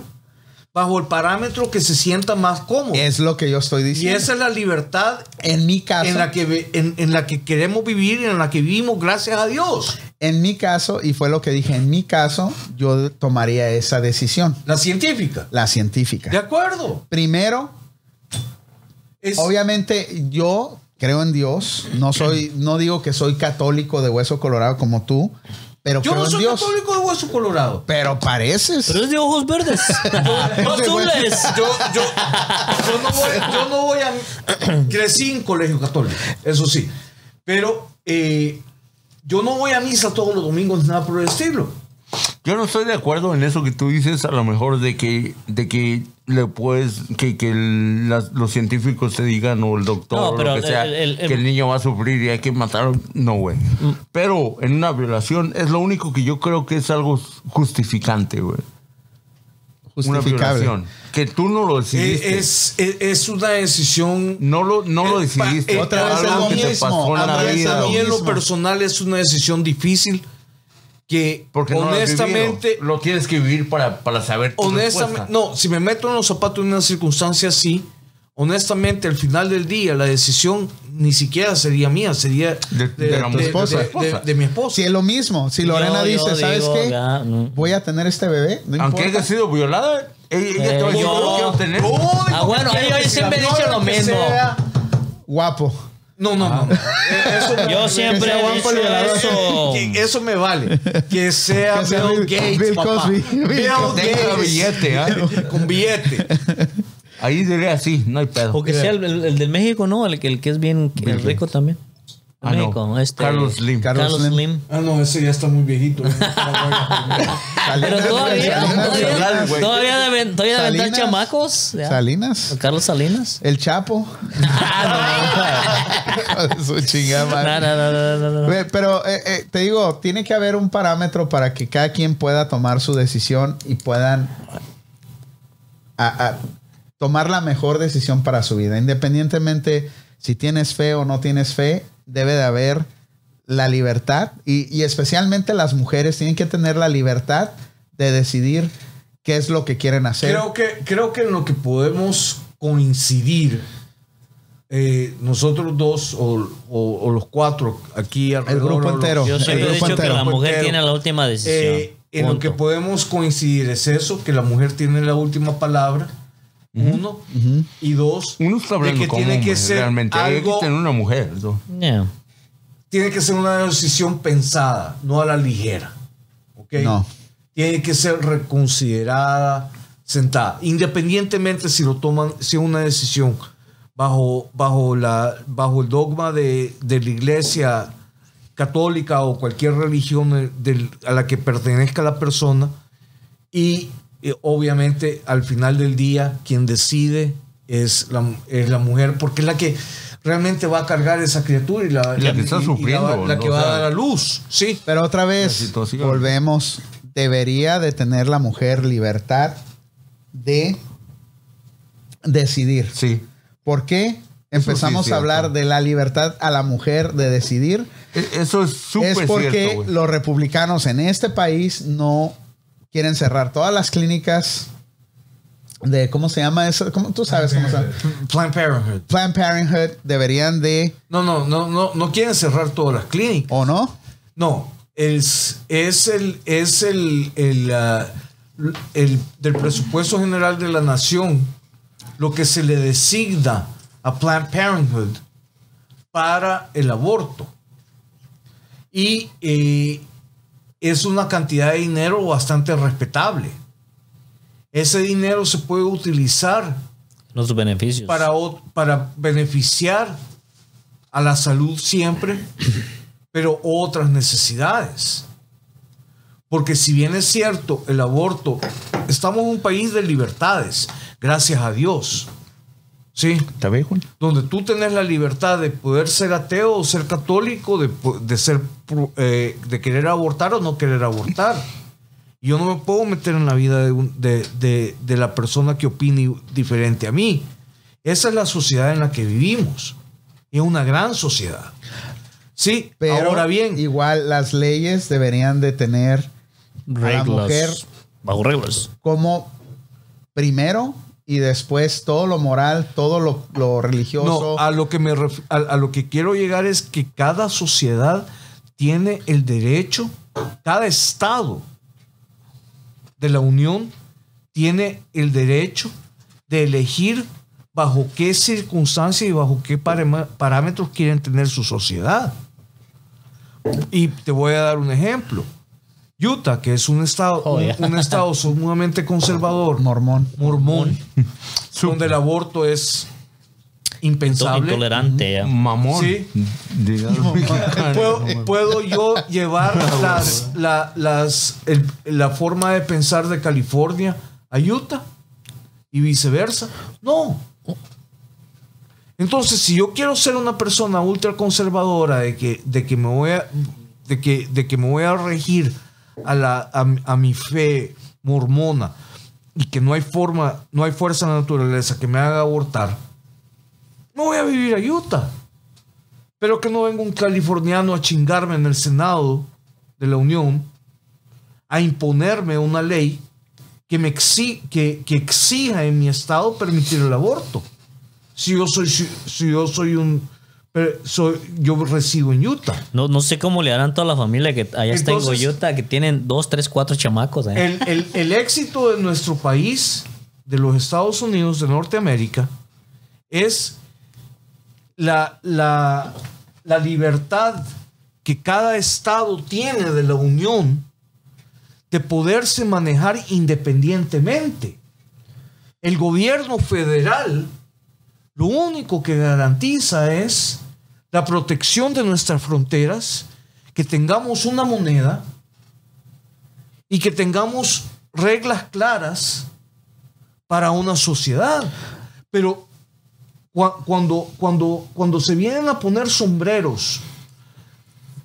bajo el parámetro que se sienta más cómodo. es lo que yo estoy y diciendo. esa es la libertad en mi caso, en la, que, ve- en, en la que queremos vivir y en la que vivimos gracias a Dios. en mi caso, y fue lo que dije, en mi caso, yo tomaría esa decisión, La científica. la científica. De acuerdo. Primero, Es, Obviamente yo creo en Dios, no soy no digo que soy católico de hueso colorado como tú, pero yo creo no en soy Dios. católico de hueso colorado. Pero pareces. Pero es de ojos verdes. no Ese güey. azules. Yo, yo, yo no voy, yo no voy a... Crecí en colegio católico, eso sí. Pero eh, yo no voy a misa todos los domingos, nada por el estilo. Yo no estoy de acuerdo en eso que tú dices, a lo mejor de que, de que le puedes, que, que el- las- los científicos te digan o el doctor No, o pero lo que sea, el- el- Mm. el- que el niño va a sufrir y hay que matarlo. No, güey. Pero en una violación es lo único que yo creo que es algo justificante, güey. Una justificable. violación. Que tú no lo decidiste. Eh, Es, es, es una decisión no lo, no lo Eh, pa- decidiste. eh, Otra vez Algo es lo que te mismo, pasó en la otra vez es vida, lo A mí en lo mismo. personal es una decisión difícil que Porque no lo has honestamente, vivido. lo tienes que vivir para, para saber tu honestamente, respuesta. no, si me meto en los zapatos en una circunstancia así, honestamente al final del día la decisión ni siquiera sería mía, sería De- de la mujer, de tu de- esposa. de mi esposa. Si es lo mismo, si Lorena Yo- dice, yo ¿sabes digo, qué? ya, no. Voy a tener este bebé, no Aunque importa. haya sido violada, ella, ella te va a decir, Eh, yo- "Yo lo quiero tener". No, digo Ah, bueno, que ahí- quiero ahí que siempre he sea dicho lo que mismo. sea- Guapo. No, no, Ah. no. no. Eh, Eso me- Yo siempre sea he guapo el dicho violador. eso. que eso me vale. Que sea Que sea Bill Bill- Gates, Bill papá. Cosby. ¿ah? Bill Que tenga Gates. billete, ¿eh? Con billete. Ahí diré así, no hay pedo. O que sea el, el- el del México, ¿no? El, que- el que es bien el Bill rico también. Ah, no. México, este- Carlos Slim. Carlos Carlos Slim. Slim. Ah, no, ese ya está muy viejito. ¿eh? Pero Salinas, todavía, Salinas, todavía, güey. todavía deben, todavía deben estar Salinas. chamacos. ya. Salinas. Carlos Salinas. El Chapo. Su chingada No, madre. no, no, no, no, no. Ve, Pero eh, eh, te digo, tiene que haber un parámetro para que cada quien pueda tomar su decisión y puedan a- a tomar la mejor decisión para su vida. Independientemente si tienes fe o no tienes fe, debe de haber la libertad y, y especialmente las mujeres tienen que tener la libertad de decidir qué es lo que quieren hacer. creo, que, creo que en lo que podemos coincidir eh, nosotros dos o, o- o los cuatro aquí alrededor. grupo o los- entero. Yo El siempre he grupo dicho que entero. la mujer Entero. tiene la última decisión. Eh, en lo que Punto. podemos coincidir es eso, que la mujer tiene la última palabra. Uno. Y dos. Uno está de hablando que como tiene hombre, que ser realmente. Hay que algo tener una mujer. ¿no? Yeah. tiene que ser una decisión pensada, no a la ligera. ¿ok? No. Tiene que ser reconsiderada, sentada, independientemente si lo toman, si es una decisión bajo, bajo, la, bajo el dogma de, de la iglesia católica o cualquier religión eh, del- a la que pertenezca la persona. Y eh, obviamente al final del día quien decide es la, es la mujer porque es la que realmente va a cargar esa criatura y la, La que está y- y sufriendo, la, va- la ¿no? que O va sea- a dar a luz. Sí. Pero otra La vez, situación. volvemos, debería de tener la mujer libertad de decidir. Sí. ¿Por qué? Empezamos sí es a hablar cierto. de la libertad a la mujer de decidir. E- Eso es súper es porque cierto, güey. los republicanos en este país no quieren cerrar todas las clínicas de, ¿cómo se llama eso? ¿Cómo, tú sabes cómo se llama. Planned Parenthood. Planned Parenthood deberían de, No, no, no, no, no quieren cerrar todas las clínicas. ¿o no? No, es, es el, es el, el, ah, el- del presupuesto general de la nación, lo que se le designa a Planned Parenthood para el aborto. Y eh, es una cantidad de dinero bastante respetable. Ese dinero se puede utilizar Los beneficios. para, ot- para beneficiar a la salud siempre, pero otras necesidades. Porque si bien es cierto, el aborto, estamos en un país de libertades, gracias a Dios. ¿Sí? ¿Está bien, Juan? donde tú tenés la libertad de poder ser ateo o ser católico, de, po- de ser, pro- eh, de querer abortar o no querer abortar. Yo no me puedo meter en la vida de, un- de- de- de la persona que opine diferente a mí. Esa es la sociedad en la que vivimos. Es una gran sociedad. Sí, Pero ahora bien, igual las leyes deberían de tener Reglas. mujer- Bajo reglas. como primero y después todo lo moral, todo lo, lo religioso. no, a lo, que me ref- a- a lo que quiero llegar es que cada sociedad tiene el derecho, cada estado de la Unión tiene el derecho de elegir bajo qué circunstancias y bajo qué parema- parámetros quieren tener su sociedad. Y te voy a dar un ejemplo. Utah, que es un estado, Oh, un- yeah. un estado sumamente conservador, Mormón. mormón, donde el aborto es impensable. Intolerante. ya. Mamón. Sí. Diga- ¿Puedo, puedo yo llevar las, la, las- el- la forma de pensar de California a Utah y viceversa? No. Entonces, si yo quiero ser una persona ultraconservadora de que, de que me voy a de que, de que me voy a regir a, la, a, mi- a mi fe mormona y que no hay forma, no hay fuerza en la naturaleza que me haga abortar, me voy a vivir a Utah. Pero que no venga un californiano a chingarme en el Senado de la Unión a imponerme una ley que me exi- que, que exija en mi estado permitir el aborto. Si yo soy ci- si yo soy un pero soy, yo resido en Utah. No, no sé cómo le harán toda la familia que allá está en Entonces- Goyota, que tienen dos, tres, cuatro chamacos. eh. allá. El, el- el éxito de nuestro país, de los Estados Unidos, de Norteamérica, es la, la, la libertad que cada estado tiene de la Unión de poderse manejar independientemente. El gobierno federal lo único que garantiza es la protección de nuestras fronteras, que tengamos una moneda, y que tengamos reglas claras para una sociedad. Pero cua- cuando, cuando, cuando se vienen a poner sombreros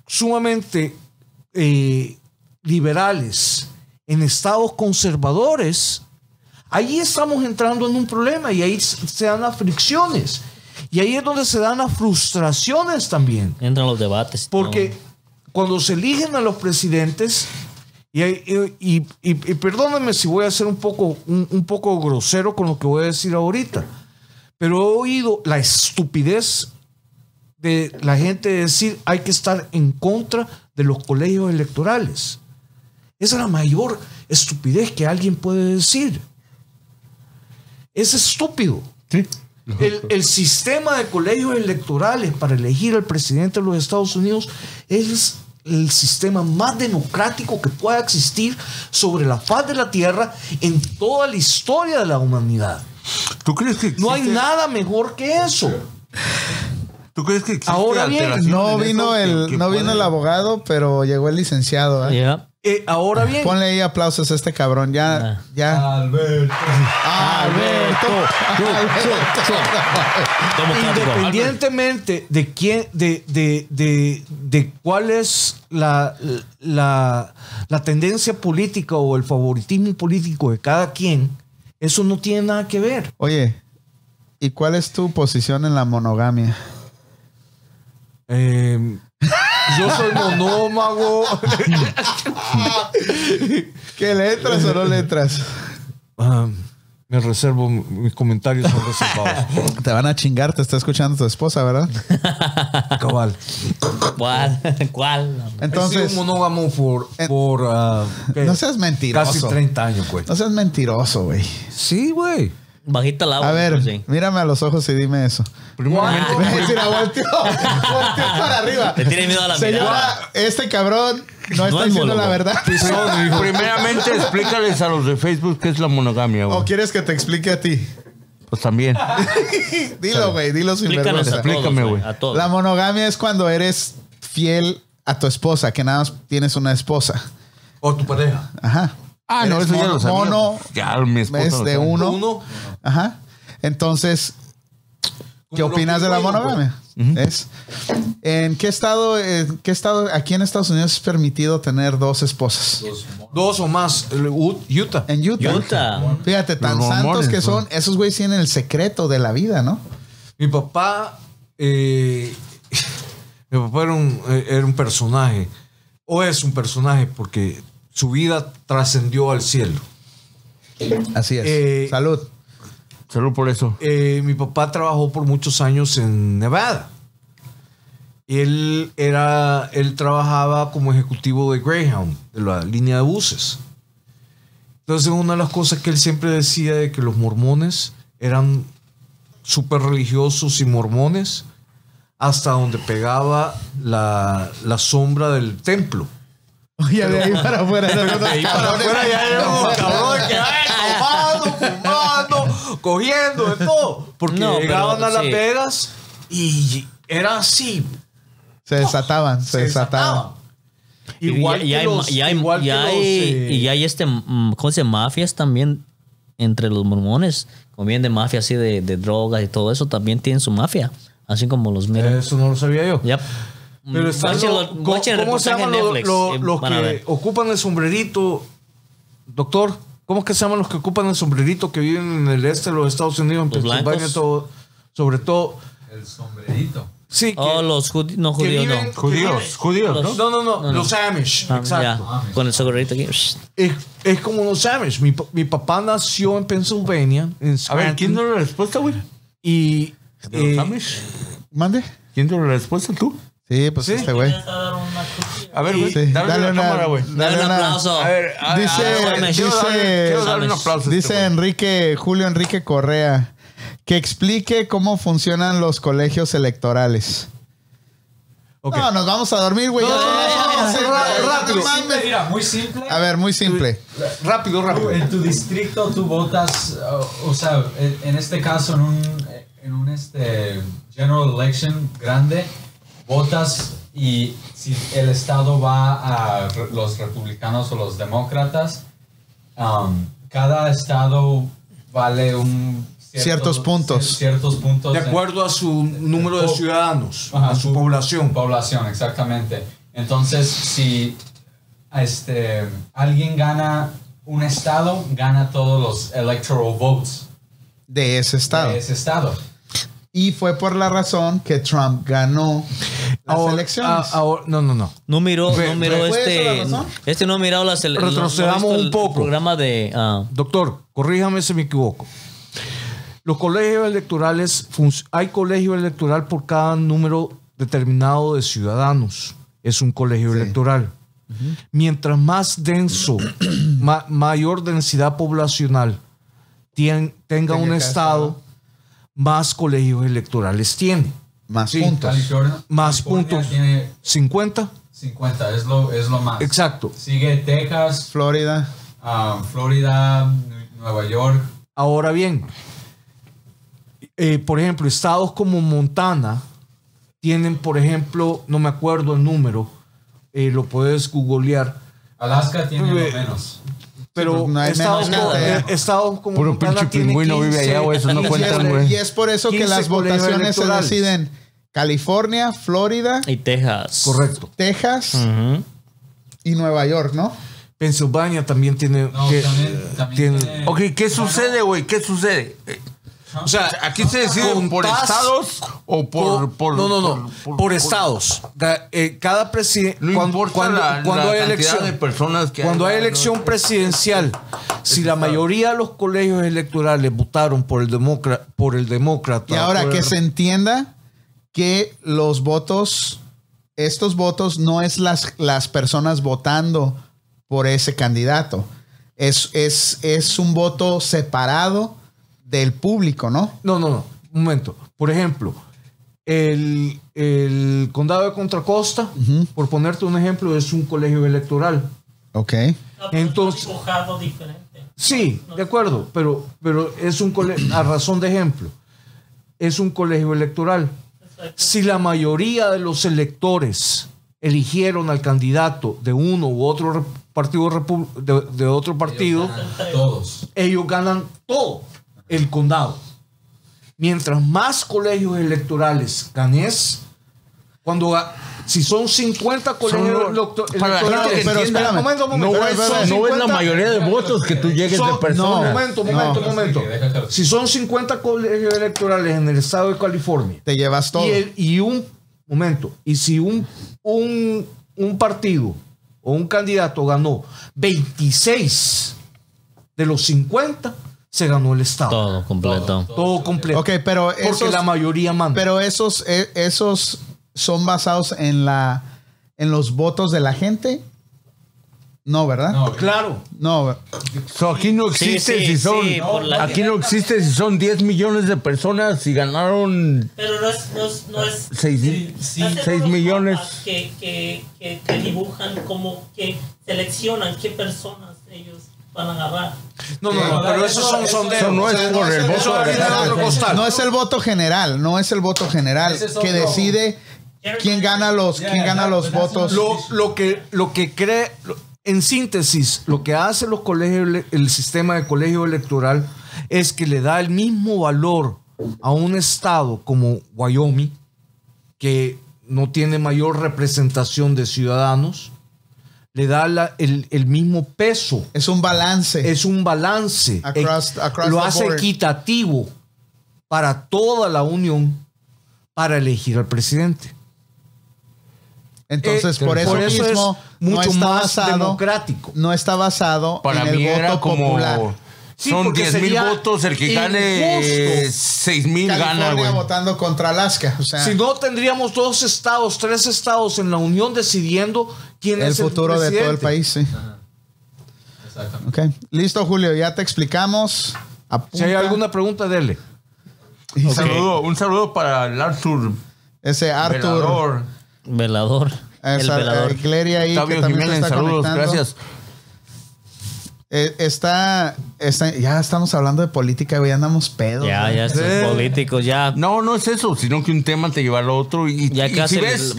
sumamente eh, liberales en estados conservadores, ahí estamos entrando en un problema y ahí s- se dan las fricciones. Y ahí es donde se dan las frustraciones también. Entran los debates. Porque Pues, no. cuando se eligen a los presidentes, y, hay- y, y- y- y perdónenme si voy a ser un poco, un, un poco grosero con lo que voy a decir ahorita, pero he oído la estupidez de la gente decir hay que estar en contra de los colegios electorales. Esa es la mayor estupidez que alguien puede decir. Es estúpido. Sí. El, el sistema de colegios electorales para elegir al presidente de los Estados Unidos es el sistema más democrático que pueda existir sobre la faz de la tierra en toda la historia de la humanidad. ¿Tú crees que No hay existe- nada mejor que eso. ¿Tú crees que existe Ahora bien, alteración No en vino eso que- el, que no vino puede- el abogado, pero llegó el licenciado. ¿eh? Ya. Eh, ahora bien, Ponle ahí aplausos a este cabrón. Ya, ya. Alberto. Alberto. Democrático. independientemente de quién, de, de, de- de cuál es la, la, la tendencia política o el favoritismo político de cada quien, eso no tiene nada que ver. Oye, ¿y cuál es tu posición en la monogamia? Eh, yo soy monómago. ¿Qué letras o no letras? Ah, me reservo, mis comentarios son reservados. Te van a chingar, te está escuchando tu esposa, ¿verdad? Cabal. ¿Cuál? ¿Cuál? He Entonces, sido monógamo por, por ah, ¿qué? no seas mentiroso. casi 30 años, güey. no seas mentiroso, güey. Sí, güey. Bajita la voz. A ver, sí. Ah, mírame a los ojos y dime eso. Primeramente, Mira, volteó, volteó para arriba. Le tiene miedo a la mirada. Señora, este cabrón no está es diciendo la monólogo. verdad. primeramente, explícales a los de Facebook qué es la monogamia, güey. ¿O quieres que te explique a ti? Pues también. Dilo, güey, dilo sin Explícanos vergüenza. a todos, Explícame, güey. A todos. La monogamia es cuando eres fiel a tu esposa, que nada más tienes una esposa. O tu pareja. Ajá. Ah, no, Eres eso ya mono- lo sabía. mono, ya, mi esposa es lo de sabe. uno. Uno, Ajá. Entonces, ¿qué Como lo opinas de la primero, monogamia? ¿Es? ¿En qué estado, en qué estado, aquí en Estados Unidos es permitido tener dos esposas? Los monos. dos o más. el U- Utah. En Utah. Utah. Fíjate, tan Los santos mormones, que son, ¿no? esos güeyes tienen el secreto de la vida, ¿no? Mi papá, eh, mi papá era un, eh, era un personaje, o es un personaje, porque su vida trascendió al cielo. Así es. Eh, Salud. Salud por eso. Eh, mi papá trabajó por muchos años en Nevada. Él, era, él trabajaba como ejecutivo de Greyhound, de la línea de buses. Entonces, una de las cosas que él siempre decía de que los mormones eran súper religiosos y mormones hasta donde pegaba la, la sombra del templo. Ya de ahí para afuera. eran unos cabrones. Afuera ya era como cabrón que ay, tomando, fumando, cogiendo, de todo. Porque No, pero llegaban a Las sí. Vegas y era así. Se desataban, se, Se desataban. desataban. Igual y, y que hay, los- y hay- igual y que los, hay- eh, y hay este, mm, ¿cómo se dice? Mafias también entre los mormones. Como vienen de mafia así de, de drogas y todo eso, también tienen su mafia. Así como los miran. Eso no lo sabía yo. Yep. Pero están Watchen los- Mm. lo- ¿cómo- watchen el ¿Cómo se reportaje llaman en los, Netflix, los- y los van a que ver. ocupan el sombrerito? Doctor, ¿cómo es que se llaman los que ocupan el sombrerito que viven en el este de los Estados Unidos, en ¿Los blancos? Pensilvania, todo, sobre todo? El sombrerito. Sí, que, Oh, los judíos, no que judíos, no. viven- que Judíos, viven- judíos, ¿no? No, no, no, los Amish, Ah, exacto. ya, Con el sombrerito aquí. Shh. Es, es como los Amish. Mi, pa- mi papá nació en Pensilvania, en A ver, ¿quién Scranton, dio la respuesta, güey? y ¿De los eh, Amish? ¿Mande? ¿Quién dio la respuesta, tú? Sí, pues este güey. Vas a dar una cosilla. A ver, güey, Sí, dale, la cámara, güey. Dale un una- aplauso. A ver, a- Dice- a- a- dice- quiero darle- quiero darle un aplauso. a este Dice güey. Enrique, Julio Enrique Correa, que explique cómo funcionan los colegios electorales. ok. No, nos vamos a dormir, güey. Ya No, son no, las no, no, 11, no, güey. no, No rápido. Muy simple, mames. mira, muy simple. A ver, muy simple. rápido, Tú, rápido. en tu distrito tú votas, uh, o sea, en, en este caso, en un, en un este general election grande, votas y si el estado va a re- los republicanos o los demócratas, um, cada estado vale un Ciertos puntos. cier- Ciertos puntos. De en- acuerdo a su número de Po- ciudadanos, Ajá, a su población. Población, exactamente. Entonces, si este, alguien gana un estado, gana todos los electoral votes De ese estado. de ese estado. Y fue por la razón que Trump ganó las Ahora- ah, elecciones. a- ahora- no, no, no. No miró, Ve- no miró ve- ¿fue este. esa la razón? Este no ha mirado las el- Retrocedamos no ha visto un el poco. programa de. ah, Doctor, corríjame si me equivoco. Los colegios electorales, func- hay colegio electoral por cada número determinado de ciudadanos. Es un colegio electoral. Mientras más denso, ma- mayor densidad poblacional tien- Tenga tenga un cada estado, más colegios electorales tiene. Más sí, puntos. California, Más California puntos. Tiene 50, 50, es lo, es lo más. exacto. Sigue Texas, Florida. ah, Florida, Nu- Nueva York. Ahora bien, eh, por ejemplo, estados como Montana tienen, por ejemplo, no me acuerdo el número, eh, lo puedes googlear, Alaska tiene Eh, lo menos. pero pues no hay estados, menos como, gente. eh, estados como Puro Montana pinche tienen pingüino vive allá, güey, eso no Y cuentan, es- güey. y es por eso que 15 las colegios votaciones se electorales. deciden California, Florida, y Texas. Correcto. Texas Ujú. y Nueva York, ¿no? Pensilvania también tiene... No, que- también- tiene- también tiene- Ok, ¿qué sucede, güey? ¿Qué sucede? Eh, O sea, ¿aquí se decide por Contás- estados o por, por- no, no, no. Por, por- estados. Ga- eh, cada presidente. No importa la- la hay cantidad elección de personas que Cuando haya, hay no, elección es- presidencial, si la mayoría de los colegios electorales votaron por el demócrata, por el demócrata. Y ahora por que el- se entienda que los votos, estos votos no es las, las personas votando por ese candidato. Es, es, es un voto separado del público, ¿no? No, no, no. Un momento. Por ejemplo, el, el condado de Contra Costa, por ponerte un ejemplo, es un colegio electoral. Ok. No, pero Entonces- es dibujado diferente. Sí, de acuerdo, pero, pero es un colegio, a razón de ejemplo, es un colegio electoral. Si la mayoría de los electores eligieron al candidato de uno u otro rep- partido repu- de, de otro partido, Todos. ellos ganan todo el condado. Mientras más colegios electorales ganes, cuando ga- si son 50 colegios Son- electo- para la gente electorales, que Pero entienda, espérame. momento, momento, No pero es, son no es la 50 mayoría de votos que tú llegues son- de personas. No, momento, momento, No. momento. Déjalo. Si son 50 colegios electorales en el estado de California, Te llevas todo. y, el- y un momento, y si un, un, un partido o un candidato ganó 26 de los 50, se ganó el Estado. Todo, Todo completo. completo. ok, pero Porque esos, la mayoría manda. pero esos, e- esos son basados en la en los votos de la gente. No, ¿verdad? No. No, claro. So, aquí no existe sí, si son. sí, por la- aquí no existe si son 10 millones de personas y ganaron. Pero no es. No es, no es Seis mil- eh, sí, hacen seis unos millones. mapas Que, que, que, que dibujan como que seleccionan qué personas ellos van a agarrar. No, no, no, pero esos son sondeos. Eh, Eso no es por el eso voto de viene de la otro costal. No es el voto general, no es el voto general Ese es que otro. decide quién gana los, Yeah, quién gana that- los that's not- votos. lo, lo que, lo que cree, lo- en síntesis, lo que hace los colegios, ele- el sistema de colegio electoral es que le da el mismo valor a un estado como Wyoming, que no tiene mayor representación de ciudadanos, le da la- el, el mismo peso, Es un balance. es un balance, Across- eh, across lo the hace board. equitativo para toda la Unión para elegir al presidente. Entonces, Eh, por eso mismo es mucho no está más basado, democrático. no está basado Para en el mí voto era como. popular. Sí, son porque 10 mil sería votos, el que gane injusto. 6 mil California gana, güey. votando contra Alaska. O sea, Si no, tendríamos dos estados, tres estados en la Unión decidiendo quién el es el futuro de todo el presidente. país, sí. exactamente. Ok. Listo, Julio, ya te explicamos. Apunta. Si hay alguna pregunta, dele. Y Un sa- saludo, un saludo para el Arthur. Ese Arthur. Velador. Velador. el esa- velador. eh, Gleria ahí, que Octavio también se Jiménez, está saludos, conectando. gracias. Eh, está, está- ya estamos hablando de política, güey, andamos pedos. Ya, güey. ya, estos Sí. políticos ya. No, no es eso, sino que un tema te lleva al otro y, Ya y casi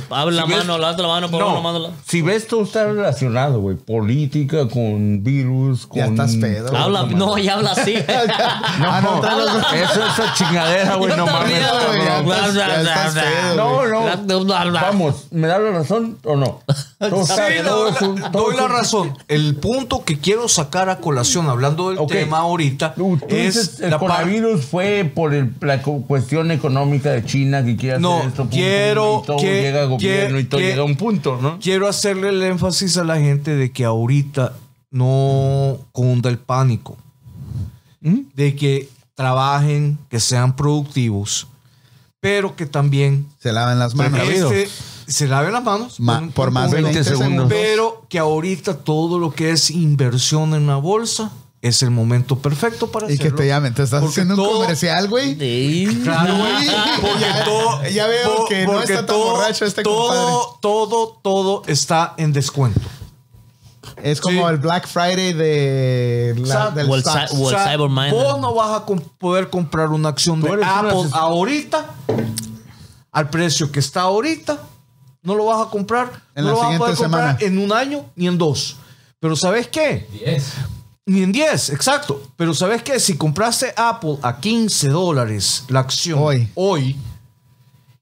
habla ves- mano, la otra mano, por uno, mano, la- Si ves todo está relacionado, güey, política con virus, con Ya estás pedo. todo Habla, esa madre. no, ya habla así. No, Ah, no, trae los- eso es chingadera, Ah, güey, no Yo mames. también, güey, cabrón. ya estás- ya estás pedo, güey. No, La- no. la- la- la- Vamos, ¿me da la razón o no? Todo está- Sí, todo doy es la- un- todo doy es la un- razón. El punto que quiero sacar a colación, hablando del Ok. tema ahorita, Tú- tú es dices, el eh, la par- coronavirus fue por el- la cu- cuestión económica de China que quiere hacer No, esto. pum, quiero- pum, y todo que- llega a gobierno que- y todo que- llega a un punto, ¿no? Quiero hacerle el énfasis a la gente de que ahorita no cunda el pánico. ¿Mm? De que trabajen, que sean productivos, pero que también Se lavan las manos. Precavido. este, se laven las manos. Ma- Con- por con- más de 20 20 segundos. segundos. Pero que ahorita todo lo que es inversión en la bolsa es el momento perfecto para Y que hacerlo. te llamen, te estás Porque haciendo un todo- comercial, güey. Sí. Claro, Uy, ya- ya veo po- que no porque está tan borracho este todo, todo, todo está en descuento. Es como Sí. el Black Friday de la, Sa- del o el Saks. sa- o el- Cyber Monday. vos no vas a com- poder comprar una acción Tú de eres un Apple ases- ahorita al precio que está ahorita. No lo vas a comprar. En no la lo vas a siguiente poder semana. comprar en un año ni en dos. Pero ¿sabes qué? 10. Ni en 10, exacto. Pero ¿sabes qué? Si compraste Apple a 15 dólares la acción Hoy. hoy,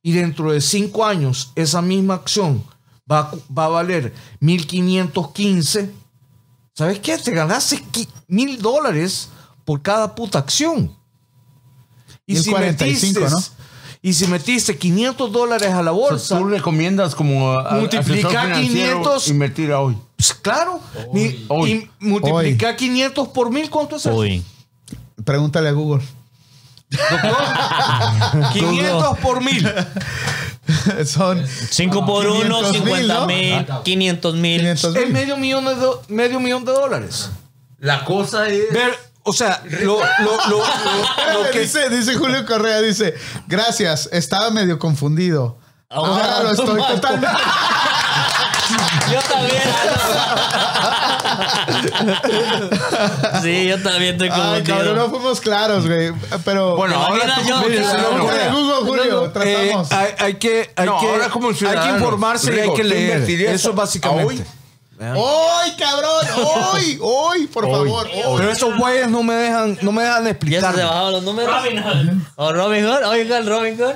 y dentro de 5 años esa misma acción va, a cu- va a valer 1515, ¿sabes qué? Te ganaste mil dólares por cada puta acción. Y si 1045, metiste, ¿no? y si metiste 500 dólares a la O bolsa, sea, tú recomiendas como a- a- Multiplicar asesor financiero 500. invertir a hoy. pues, claro, mi- Hoy. y multiplica 500 por mil, ¿cuánto es eso? Uy. Pregúntale a Google. Doctor, 500 por mil. Son 5 por 1, 500,000, 50 ¿no? mil, 500 mil. 500 Es mil. medio millón de, do- medio millón de dólares. La cosa es Ver, o sea, lo, lo- lo- lo- lo que dice, dice Julio Correa, dice, gracias, estaba medio confundido. Ah, Ahora lo estoy totalmente. Yo también. ah, sí, yo también estoy Ay, cabrón, no confundido. fuimos claros, güey. Pero. Bueno, ahora imaginas tú yo? como Mira, ciudadano, Google, güey. Google, Julio, eh, tratamos. hay, hay que, hay No, que, ahora como hay que ciudadano, informarse y Rigo, hay que ¿tú leer. invertirías Eso a- básicamente. hoy? ¡Ay, cabrón! ¡Ay! ¡Ay! Por favor. Pero ¡Ay! esos güeyes no me dejan, no me dejan ¿Ya se te explicar. bajaron los números? Robin Hood. ¿O Robin Hood? Oigan, Robin Hood.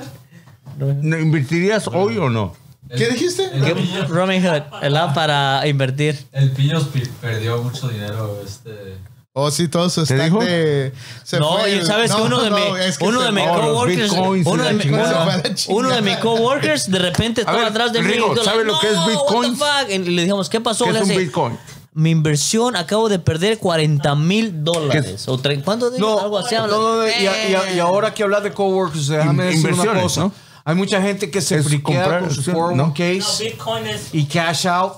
¿No ¿Invertirías hoy o no? ¿Qué dijiste? El, ¿Qué- Robin Hood, el app para invertir. el Pillos pi- perdió mucho dinero. Este, Oh, sí, todo su stack dijo? de. se no, fue y el- sabes que no, uno de no, mi- es que uno se- de mis no, los coworkers, bitcoins y uno de la mis chingada. Se fue a la uno uno de mis chingada. coworkers de repente estaba ver, atrás de mí Rigo, y yo ¿sabe like, lo que es "No, what the bitcoins? fuck?" Y le dijimos, ¿qué pasó? ¿Qué Le es un hace, Bitcoin? Mi inversión acabo de perder 40 mil dólares. O tre- ¿Cuánto digo? No, Algo así. no, hablan. no, y, a- y a- y ahora que hablas de coworkers, déjame In- decir una inversiones, cosa. ¿no? Hay mucha gente que se Es friquea comprar con sus acción, ¿no? 401ks No, Bitcoin es. y cash out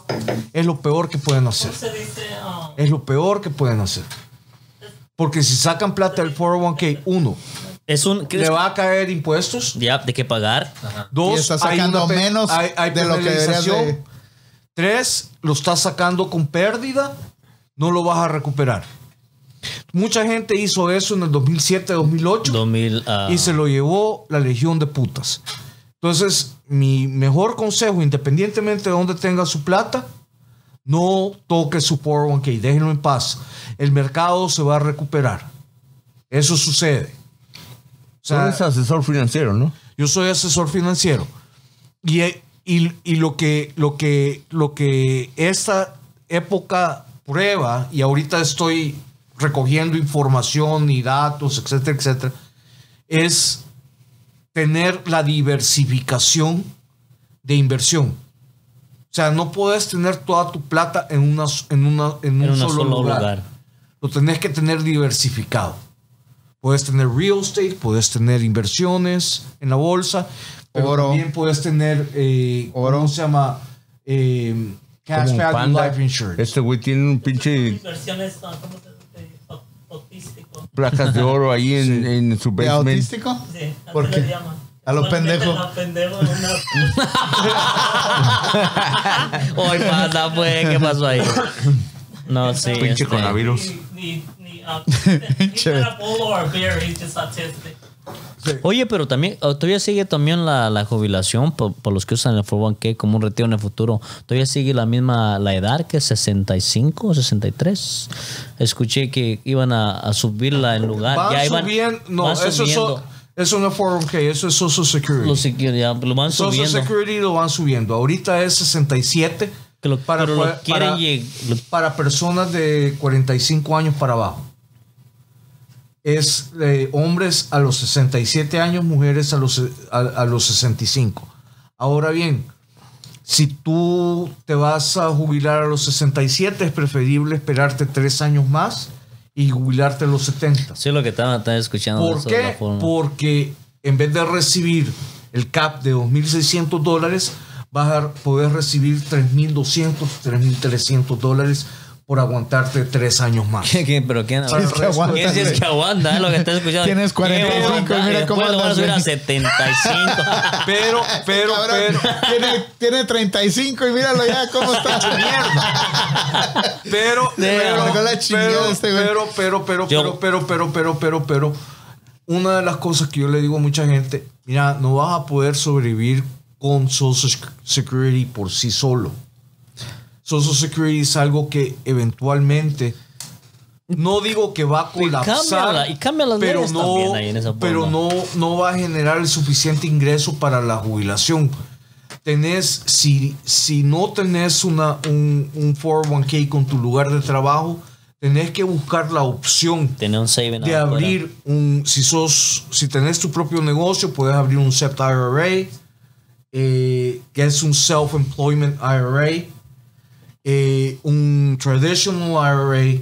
es lo peor que pueden hacer. ¿Cómo se dice? Ah, Es lo peor que pueden hacer. Porque si sacan plata del 401k, uno, Es un. le ¿crees- va a caer impuestos. Ya, de qué pagar. Dos, Y estás hay sacando una pe- menos hay- hay de lo que deberías de- penalización. Tres, lo estás sacando con pérdida, no lo vas a recuperar. Mucha gente hizo eso en el 2007, 2008 2000. ah, y se lo llevó la legión de putas. Entonces, mi mejor consejo, independientemente de dónde tenga su plata, no toque su 401k, déjenlo en paz. El mercado se va a recuperar. Eso sucede. O Tú eres asesor financiero, ¿no? yo soy asesor financiero. Y, eh, y- y lo, que, lo, que, lo que esta época prueba, y ahorita estoy recogiendo información y datos, etcétera, etcétera, es tener la diversificación de inversión. O sea, no puedes tener toda tu plata en, una, en, una, en un en un solo, lugar lo tenés que tener diversificado. Puedes tener real estate, puedes tener inversiones en la bolsa, pero Oro. también puedes tener, eh, Oro. ¿cómo se llama? Eh, cash Como value Panda. life insurance. Este güey tiene un pinche Inversiones, ah, ¿cómo se dice? Au- Autístico. placas de oro ahí en, en su ¿De basement. autístico? Sí, así ¿Por le qué? llaman. A lo Solamente pendejo. la pendejo en una- Hoy pasa, pues, ¿qué pasó ahí? No, sí. Pinche este, coronavirus. Ni, ni, ni, ah, he's Che. not a bull or a bear, he's just "Este, autistic. Oye, pero también, oh, todavía sigue también la, la jubilación por, por los que usan el 401k como un retiro en el futuro. Todavía sigue la misma la edad que 65 o 63. Escuché que iban a, a subirla en lugar. Van ya iban, subiendo- no, van eso, es so- subiendo. eso no es 401k, eso es Social Security. Lo, siguió, ya, lo van Social subiendo. Security lo van subiendo. Ahorita es 67 Que lo- pero lo para- quieren lleg- lo- para personas de 45 años para abajo. Es eh, hombres a los 67 años, mujeres a los, a, a los 65. Ahora bien, si tú te vas a jubilar a los 67, es preferible esperarte tres años más y jubilarte a los 70. Sí, lo que estaban, estaban escuchando. ¿Por eso de la qué? forma. Porque en vez de recibir el cap de 2.600 dólares, vas a poder recibir 3.200, 3.300 dólares por aguantarte tres años más. ¿Qué- qué? ¿Pero quién? ¿Quién es que aguanta? ¿Quién es que aguanta? Es lo que estás escuchando. Tienes 45, ¿Quién aguanta? mira Y después cómo lo van a andas, subir a güey. 75. Pero, pero, Este Cabrón, pero, tiene, tiene 35 y míralo ya cómo está. pero, De- pero, Arrancó la pero, chingada este güey. pero, pero, pero, pero, Yo- pero, pero, pero, pero, pero, una de las cosas que yo le digo a mucha gente, mira, no vas a poder sobrevivir con Social Sec- Security por sí solo. Social Security es algo que eventualmente, no digo que va a colapsar, cámbiala, y cambia las pero, leyes no, también ahí en esa pero forma. no, no va a generar el suficiente ingreso para la jubilación. Tenés, si, si no tenés una, un, un 401k con tu lugar de trabajo, tenés que buscar la opción Tener un saving. de afuera. abrir un, si sos, si tenés tu propio negocio, puedes abrir un SEPT IRA, eh, que es un Self-Employment IRA, eh, un Traditional IRA,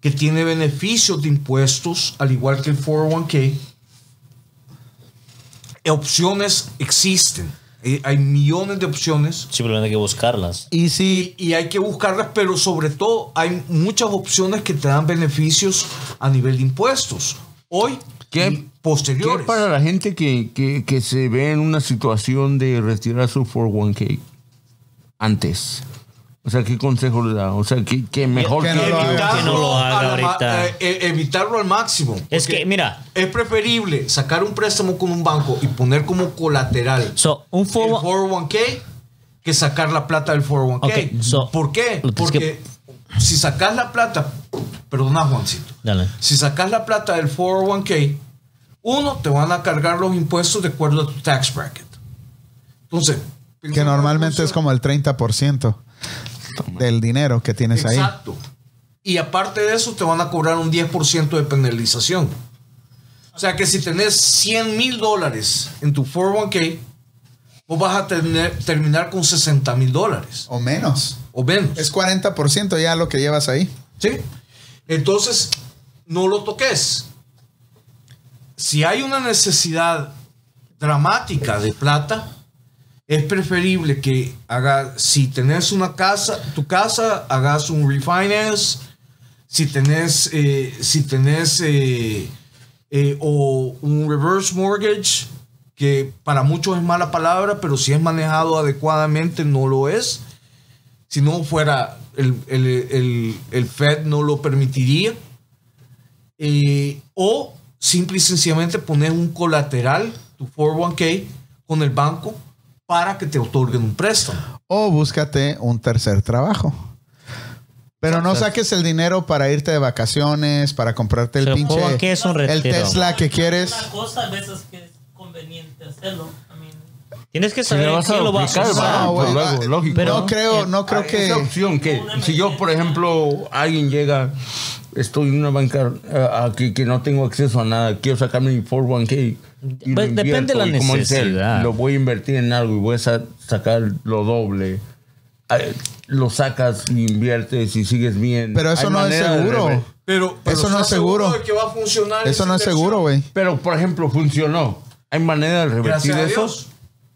que tiene beneficios de impuestos, al igual que el 401k. Eh, Opciones existen, Eh, hay millones de opciones. Simplemente hay que buscarlas. Y si. Y hay que buscarlas, pero sobre todo hay muchas opciones que te dan beneficios a nivel de impuestos. Hoy, ¿Qué- y posteriores. ¿Qué para la gente que, que- que se ve en una situación de retirar su 401k antes? O sea, ¿qué consejo le da? O sea, ¿qué, qué mejor Que no lo haga. Evitarlo Que no lo haga a la ma- ahorita. eh, eh, evitarlo al máximo. Es porque que, mira, Es preferible sacar un préstamo con un banco y poner como colateral so, un el forward. 401k que sacar la plata del 401k. Ok, so- ¿Por qué? Lo tienes Porque si sacas la plata, perdona Juancito, Dale. si sacas la plata del 401k, uno, te van a cargar los impuestos de acuerdo a tu tax bracket. Entonces, Que normalmente es como el 30% del dinero que tienes ahí. Exacto. Y aparte de eso, te van a cobrar un 10% de penalización. O sea que si tenés 100 mil dólares en tu 401k, vos vas a tener, terminar con 60 mil dólares O menos. o menos. Es 40% ya lo que llevas ahí. ¿Sí? Entonces, no lo toques. Si hay una necesidad dramática de plata, es preferible que haga, si tenés una casa, tu casa, hagas un refinance. Si tenés, eh, si tenés eh, eh, o un reverse mortgage, que para muchos es mala palabra, pero si es manejado adecuadamente no lo es si no fuera el, el- el- el Fed no lo permitiría. Eh, o simple y sencillamente poner un colateral, tu 401k, con el banco para que te otorguen un préstamo. O búscate un tercer trabajo. Pero no saques el dinero para irte de vacaciones, para comprarte el Se pinche ponga que es un el retiro. Tesla que quieres. Una cosa a veces que es conveniente hacerlo. I mean, Tienes que Si le saber vas a quién lo va a duplicar, usar. va. va, No, pues, güey, luego, va. lógico. Pero- no creo, no creo que Ah, Esa opción que si yo, por ejemplo, alguien llega, estoy en una banca eh, a que, que no tengo acceso a nada, quiero sacarme mi 401k. y lo Pues, depende invierto, de la y como dice él, necesidad. lo voy a invertir en algo y voy a sa- sacar lo doble. Ay, Lo sacas y inviertes y sigues bien. Pero eso Hay no es manera de rever- seguro. Pero, pero Eso no ¿estás es seguro. de que va a funcionar Eso esa no es inversión? seguro, güey. Pero, por ejemplo, funcionó. Hay manera de revertir Gracias a eso. Dios.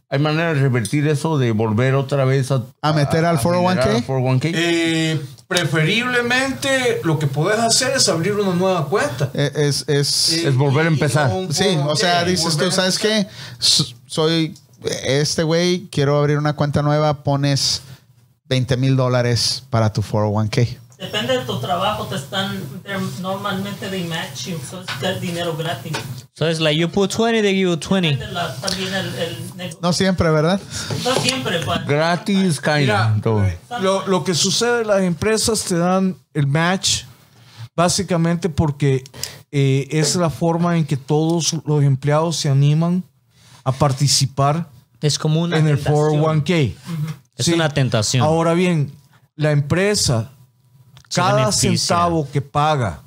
Hay manera de revertir eso, de volver otra vez a, ¿A meter al 401k? generar oh al 401k. Eh, preferiblemente lo que podés hacer es abrir una nueva cuenta. Eh, Es, es, Eh, es volver a y- y empezar. no un sí, o sea, 401k, dices tú, volver a ¿sabes empezar. qué? S- Soy este güey, quiero abrir una cuenta nueva, pones 20 mil dólares para tu 401k. Depende de tu trabajo, te están they're normalmente de matching, so es que es dinero gratis. So it's like you put 20, they give you 20. Depende la- también el, el negocio. No siempre, ¿verdad? No siempre, pues. Gratis, Mira, kinda. todo. eh, lo, lo que sucede, las empresas te dan el match básicamente porque eh, es la forma en que todos los empleados se animan a participar Es como una en el tentación. 401k. Es una tentación. Ahora bien, la empresa, Se cada beneficia. centavo que paga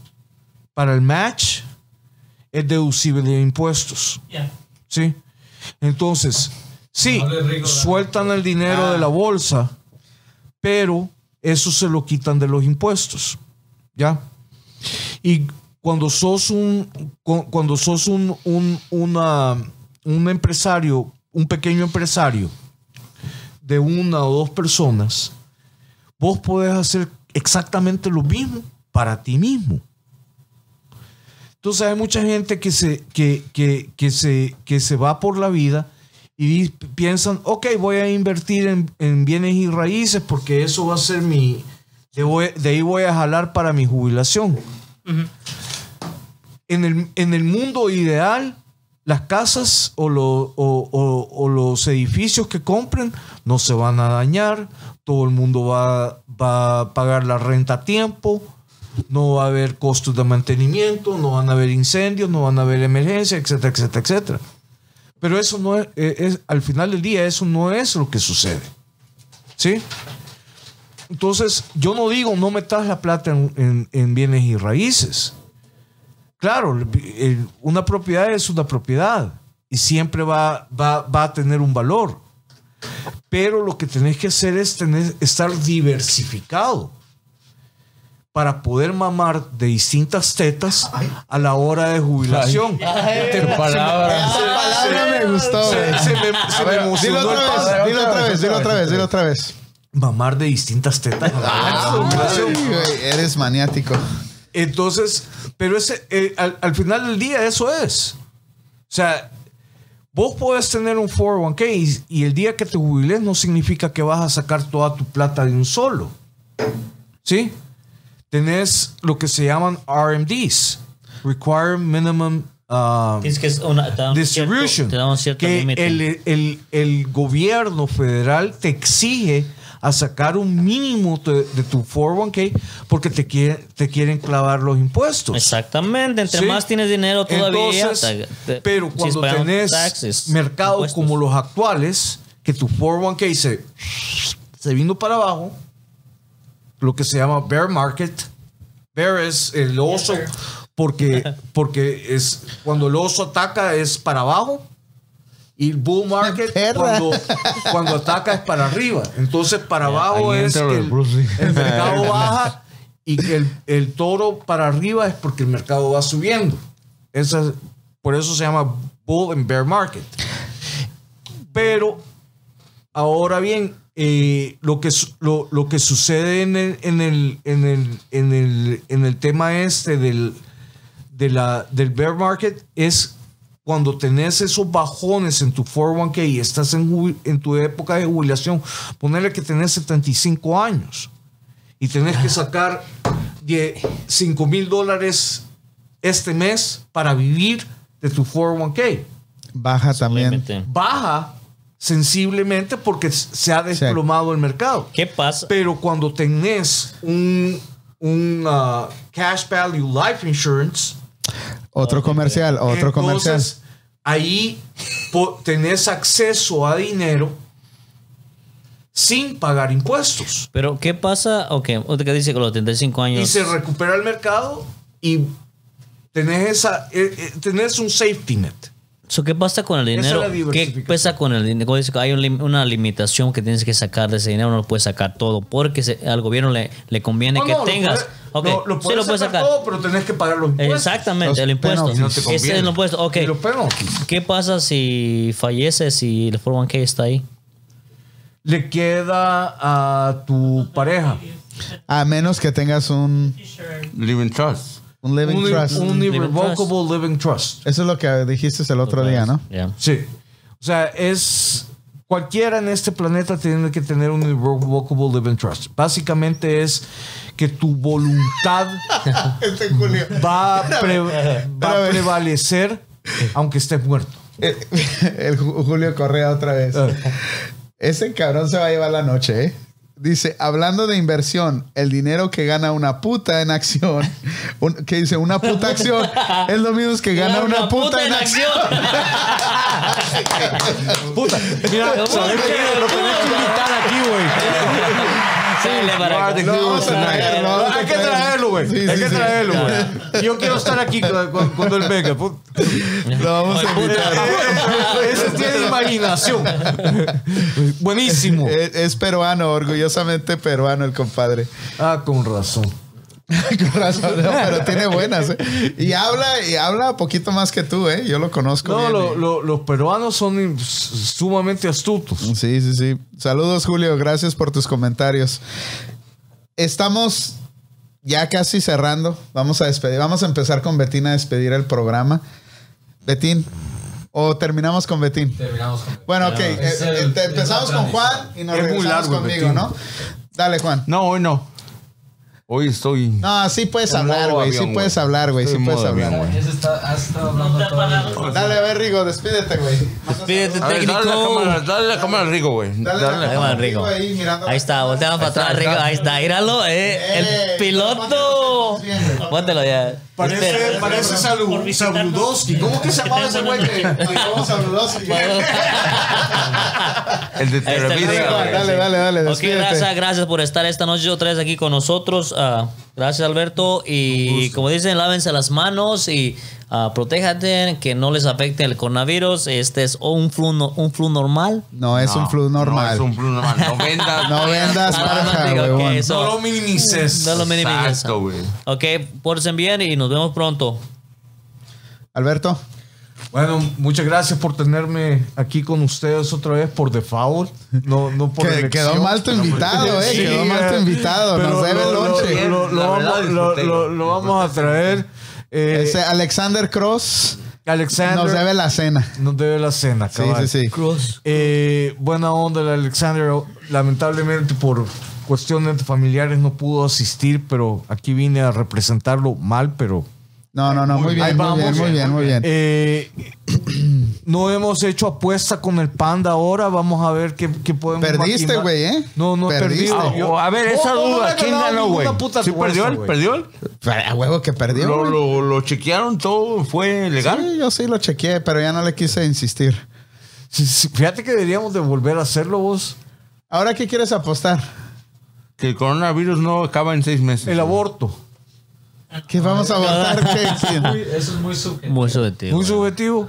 para el match es deducible de impuestos. Yeah. ¿sí? Entonces, sí, No le rigo la- Ah. sueltan el dinero de la bolsa, pero eso se lo quitan de los impuestos, ¿ya? Y cuando sos un, cu- cuando sos un, un, una- un empresario, un pequeño empresario de una o dos personas, vos podés hacer exactamente lo mismo para ti mismo. Entonces hay mucha gente que se, que, que, que se, que se va por la vida y di- piensan, ok, voy a invertir en, en bienes y raíces porque eso va a ser mi... De, voy- de ahí voy a jalar para mi jubilación. en, el, en el mundo ideal, las casas o, lo- o- o- o los edificios que compren no se van a dañar, todo el mundo va, va a pagar la renta a tiempo, no va a haber costos de mantenimiento, no van a haber incendios, no van a haber emergencias, etcétera, etcétera, etcétera. Pero eso no es, eh, es- al final del día, eso no es lo que sucede. ¿Sí? Entonces, yo no digo no metas la plata en, en- en bienes y raíces. Claro, el- el- una propiedad es una propiedad y siempre va, va- va a tener un valor. Pero lo que tenés que hacer es tener, estar diversificado para poder mamar de distintas tetas a la hora de jubilación. Qué palabra. Ah, Esa palabra me gustó, güey. Se, se me, se me emocionó Dilo el otra padre. vez, dilo otra vez, dilo otra vez, dilo otra vez. Mamar de distintas tetas. Ah, Ah, Ay, güey, eres maniático. Entonces, pero ese, eh, al, al final del día eso es. O sea, vos podés tener un 401k y, y el día que te jubiles no significa que vas a sacar toda tu plata de un solo. ¿Sí? Tenés lo que se llaman RMDs, Require Minimum ah, Dice que es una, te da un distribution cierto, te da un cierto que límite. el, el- el gobierno federal te exige a sacar un mínimo de, de tu 401k porque te, quiere- te quieren clavar los impuestos. Exactamente, entre Sí. más tienes dinero todavía. Entonces, te- te- pero sigues cuando pagando tenés taxes, mercados impuestos. como los actuales, que tu 401k se, se vino para abajo, lo que se llama bear market, bear es el oso, porque, porque es cuando el oso ataca es para abajo. Y el bull market Perra. cuando, cuando ataca es para arriba. Entonces para abajo ahí es entra lo que de el- Bruce Lee. el mercado baja y que el, el toro para arriba es porque el mercado va subiendo. Esa es- por eso se llama bull and bear market. Pero ahora bien, eh, lo, que, su- lo, lo que sucede en el, en el, en el, en el, en el tema este del, de la, del bear market es cuando tenés esos bajones en tu 401k y estás en, jubi- en tu época de jubilación, ponerle que tenés 75 años y tenés que sacar die- 5 mil dólares este mes para vivir de tu 401k. Baja también. Obviamente. Baja sensiblemente porque s- se ha desplomado el mercado. ¿Qué pasa? Pero cuando tenés un, un ah, cash value life insurance, Otro comercial, otro comercial. entonces, Ahí po- tenés acceso a dinero sin pagar impuestos. Pero ¿qué pasa? Ok, usted que dice que a los 35 años. Y se recupera el mercado y tenés, esa, eh, eh, tenés un safety net. So, ¿Qué pasa con el Esa dinero? es la ¿Qué diversificación. pesa con el dinero? Como dice, Hay un lim- una limitación que tienes que sacar de ese dinero, no lo puedes sacar todo, porque se- al gobierno le, le conviene No, que no, lo tengas. puedes- Ok, lo- lo sí puedes lo puedes sacar sacar. todo, pero tenés que pagar los impuestos. Exactamente, Los el impuesto. penalties. No te Ese es el impuesto. Ok. Y los penalties. ¿Qué pasa si falleces y el 401k está ahí? Le queda a tu pareja A menos que tengas un, t-shirt. Living Trust. un living un, trust. un Living irrevocable living trust. Eso es lo que dijiste el otro día, ¿no? Ya. Sí. O sea, es. Cualquiera en este planeta tiene que tener un irrevocable living trust. Básicamente es que tu voluntad Este va a, pre- va a espérame. prevalecer aunque estés muerto. Eh, El Ju- Julio Correa otra vez. Eh, Ese cabrón se va a llevar la noche, ¿eh? Dice, hablando de inversión, el dinero que gana una puta en acción, un- que dice una puta acción, es lo mismo que gana una, puta, en acción. Puta, mira, ¿Cómo? ¿sabes qué? Lo tenés que invitar aquí, güey. Sale para acá. Lo vamos a traer, lo vamos a Hay que traer. traerlo, güey. Sí, Hay sí, que sí. traerlo, güey. Yo quiero estar aquí cu- cu- cuando él venga. puta. Lo vamos a Ah, invitar. Ese tiene imaginación. Buenísimo. Es, Eh, es peruano, orgullosamente peruano el compadre. Ah, con razón. Con razón, no, pero tiene buenas. ¿eh? Y habla, y habla poquito más que tú, ¿eh? Yo lo conozco. No, bien, lo- ¿eh? lo- los peruanos son in- sumamente astutos. Sí, sí, sí. Saludos, Julio. Gracias por tus comentarios. Estamos ya casi cerrando. Vamos a despedir. Vamos a empezar con Betín a despedir el programa. Betín. O terminamos con Betín. Terminamos con. Bueno, ok. Claro. eh, Es el- eh, te- es empezamos la con tradición. Juan y nos Es muy regresamos largo el conmigo, Betín. ¿no? Dale, Juan. No, hoy no. Hoy estoy. No, sí puedes En hablar, modo güey. Sí avión, puedes güey. hablar, güey. Sí Estoy en puedes modo hablar. avión, güey. Eso está, has estado No hablando te todo. apagaron. Dale, a ver, Rigo, despídete, güey. Pídete A ver, técnico. dale la cámara, dale la cámara al Rigo, güey. Dale Dale, la Ahí la va, cámara. Rigo. Ahí mirando. Ahí está, volteamos para Está, atrás, Rigo. está. Ahí está, míralo. eh, Eh, el piloto. bien, güey. Póntelo ya. Parece, Este- parece Por Salu- visitarnos. Saludowski. ¿Cómo que se llamaba ese güey? que- Vamos a Bludowski. El Ahí de está Este el Televisa, Rigo, güey. Dale, dale, dale, Ok, despídete. raza, gracias por estar esta noche otra vez aquí con nosotros. Ah, gracias, Alberto. Y como dicen, lávense las manos y ah, protéjate, que no les afecte el coronavirus. Este es un flu, no- un flu normal. No, es un flu No, normal. es un flu normal. No vendas. No vendas paja, digo huevón. que eso- No lo minimices. no lo minimices. Exacto, güey. Ok, pórtense bien y nos vemos pronto. Alberto, Bueno, muchas gracias por tenerme aquí con ustedes otra vez por default. No, no por que- quedó elección. mal tu invitado, eh. Sí, quedó mal tu eh, invitado. Nos pero debe el lo- lonche. Lo, lo- lo La verdad, vamos, lo- disfruté. lo- lo vamos a traer. Eh, Ese Alexander Cross Alexander nos debe la cena. nos debe la cena, Sí, cabal. sí, sí. Eh, buena onda el Alexander. Lamentablemente por cuestiones familiares no pudo asistir, pero aquí vine a representarlo mal, pero No, no, no, muy bien, Ahí muy vamos, bien, muy bien, muy bien. Eh, no hemos hecho apuesta con el panda ahora. Vamos a ver qué, qué podemos Perdiste, maquinar. güey, ¿eh? No, no he Perdiste. perdido. Ah, Yo- oh, a ver, No, esa no, no duda, le he ¿quién ganado ganó, güey? ninguna puta ¿Sí perdió apuesta, él? güey. ¿Perdió él? A huevo que perdió. Lo, güey. lo, lo chequearon todo, fue legal. Sí, yo sí lo chequeé, pero ya no le quise insistir. Sí, sí, Fíjate que deberíamos de volver a hacerlo vos. Ahora, ¿qué quieres apostar? Que el coronavirus no acaba en seis meses. El aborto. ¿Qué vamos a votar? ¿Qué? Eso es muy subjetivo. Muy subjetivo. Muy subjetivo.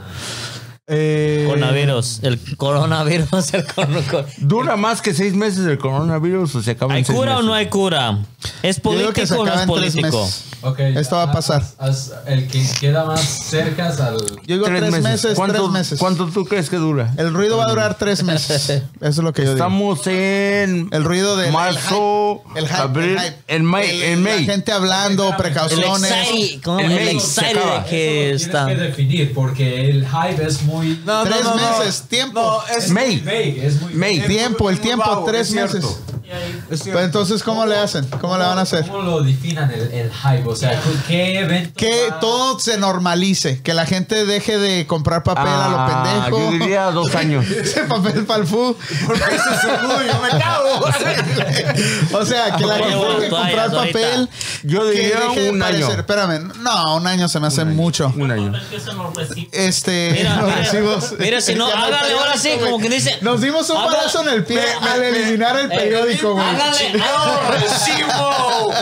Eh, Coronavirus. El coronavirus. El coronavirus. Dura más que seis meses el coronavirus o se acaba ¿Hay en seis cura o meses. no hay cura? ¿Es Yo digo que se político o no acaba es en tres político? meses. Ok, Esto va a haz- pasar. haz- el que queda más cerca es al. Yo digo tres, meses, ¿Cuánto, tres meses. ¿Cuánto tú crees que dura? El ruido va a durar tres meses. Eso es lo que yo digo. Estamos en El ruido del marzo, el hype, abril, el hype. en May, El- en May. La gente hablando, El precauciones. excited. ¿cómo? En El May se excited acaba. de que Eso lo está. Tienes que definir porque el hype es muy. no, no, Tres no, no. meses, tiempo. No, es- May. Vague, es muy. May. vague. Tiempo, el muy tiempo, vago, tres es cierto. meses. Y ahí- es cierto. Pero entonces, ¿cómo le hacen? ¿Cómo le van a hacer? ¿Cómo lo definan el, el hype? O sea, ¿qué evento? Que va- todo se normalice, que la gente deje de comprar papel Ah, a lo Yo pendejo. diría dos años. Ese papel para el fu. Porque ese es el orgullo, me cago. O sea, que la Oye, gente deje de bueno, comprar toallas ahorita. papel. Yo que diría deje de un año. parecer. Espérame, no, un año se me hace mucho. Un año. papel que se nos recibe. Este, Mira, los mira, recibos. mira, si no, Se llama el hágale ahora sí, periódico, como güey. que dice- Nos dimos un Habla- balazo en el pie Me- al eliminar el eh, periódico, güey. Hágale, hágale. recibo!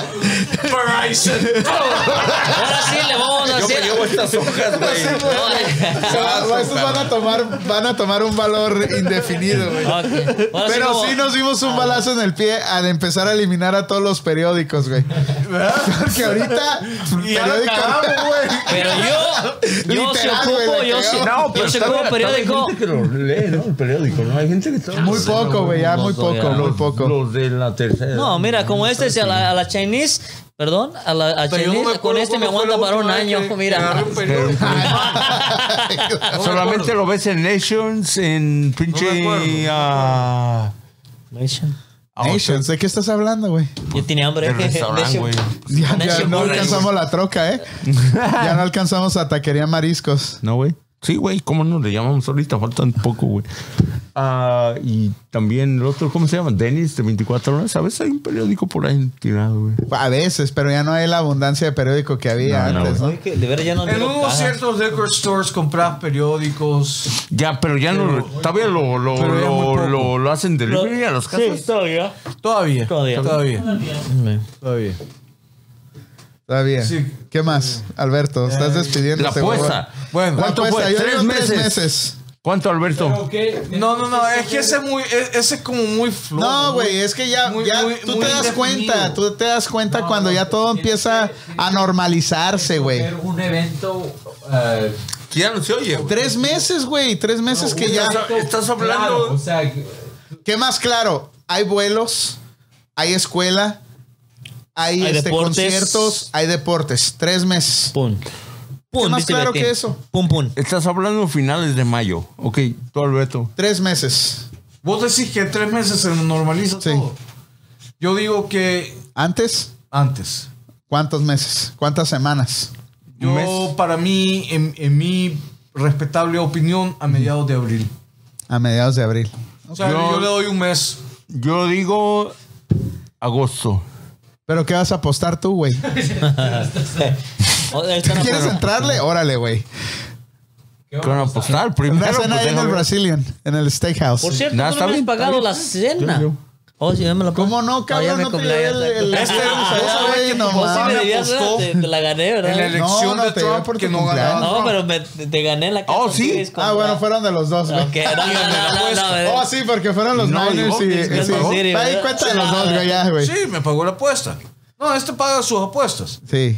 Verizon. Ahora sí le vamos a eh, hacer. estas hojas, güey. Se va- va- Estos van a tomar, van a tomar un valor indefinido, güey. Ok, ahora sí Pero como- Ah. sí nos dimos un balazo en el pie al empezar a eliminar a todos los periódicos, güey. Porque ahorita Y ya lo cagamos, güey. Pero yo, yo se Literal, güey, ah, ocupo, le yo se, pegamos. No, pero yo se está- ocupo está- periódico. Hay gente que lo lee, ¿no? El periódico, ¿no? Hay gente que está... muy Los- poco, güey, ya no, muy no, poco, ya. muy poco. Los de la tercera. No, mira, como este, si a la, a la Chinese, perdón, a la a Pero yo no Chinese, me con acuerdo este me cuándo fue la aguanta para un última vez año, que- que mira. agarré un periódico. Solamente lo ves en Nations, en pinche... acuerdo, no me ah, Nation. ah, Nations, ¿de qué estás hablando, güey? Yo tenía hambre. del restaurante, Nation. güey. Ya, ya Nation, no güey. alcanzamos la troca, ¿eh? Ya no alcanzamos a taquería mariscos. ¿No, güey? Sí, güey, ¿cómo nos le llamamos ahorita? Faltan poco, güey. Ah, y también el otro, ¿cómo se llama? Dennis, de 24 horas. A veces hay un periódico por ahí tirado, güey. A veces, pero ya no hay la abundancia de periódico que había No, no, antes, ¿no? Oye, que de verdad ya no En tengo unos caja. ciertos liquor stores compras periódicos. Ya, pero ya no. Todavía lo, lo, Pero ya muy lo, poco. lo, lo hacen delivery a las casas. Sí, todavía. Todavía. Todavía. Todavía. Todavía. Todavía. Sí. ¿Qué más, Alberto? Estás despidiendo. La apuesta. Bueno, La ¿Cuánto apuesta, fue? yo ¿Tres digo tres meses? meses. ¿Cuánto, Alberto? Pero qué- No, no, no, es que ese es muy, e- ese es como muy flojo. No, güey, muy- es que ya, muy- ya muy- tú muy te das indefinido. cuenta, tú te das cuenta No, cuando no, ya todo tienes empieza que- tienes a que- normalizarse, güey. Hacer un evento. eh, Ya no se oye, güey. Tres meses, güey, tres meses que ya... Estás- Estás hablando. claro, o sea, que- ¿Qué más claro? Hay vuelos, hay escuela, hay, Hay este, deportes. conciertos, hay deportes. Tres meses. Pum. Pum, más dice claro Betín. que eso? Pum, pum. Estás hablando finales de mayo. Ok, tú, Alberto. Tres meses. Vos decís que en tres meses se normaliza Sí. todo. Yo digo que ¿Antes? antes. ¿Cuántos meses? ¿Cuántas semanas? Yo, mes. para mí, en, en mi respetable opinión, a mediados de abril. A mediados de abril. O sea, Yo- yo, le doy un mes. Yo digo agosto. ¿Pero qué vas a apostar tú, güey? Oh, ahí está una ¿Quieres perra. entrarle? Órale, güey. ¿qué ¿Qué van a vamos a- apostar? Una Primero. cena pues, ahí en el déjame- Brazilian, en el Steakhouse. Por cierto, Nah, tú está no me has bien, pagado la Yo- cena. yo. Oh, sí, ya me la pago. ¿Cómo no, Oh, ya cabrón? me no te compré, llevé ya el, está. el- Ah, el- ah, güey, que tu no papá sí, mames. me dirías, apostó te, te la gané, En la ¿verdad? elección no de te llevé Trump por tu que no cumpleaños. ganó. No, pero me, te te gané la casa. Oh, sí. tienes Ah, bueno, comprada. fueron de los dos, güey. Ok, no, no, no, no, no, no, Oh, sí, porque fueron los No, Niners yo- y... es que sí. es serio, Va ahí ¿verdad? cuenta de los dos, güey, ya, güey. Sí, me pagó la apuesta. No, este paga sus apuestas. Sí.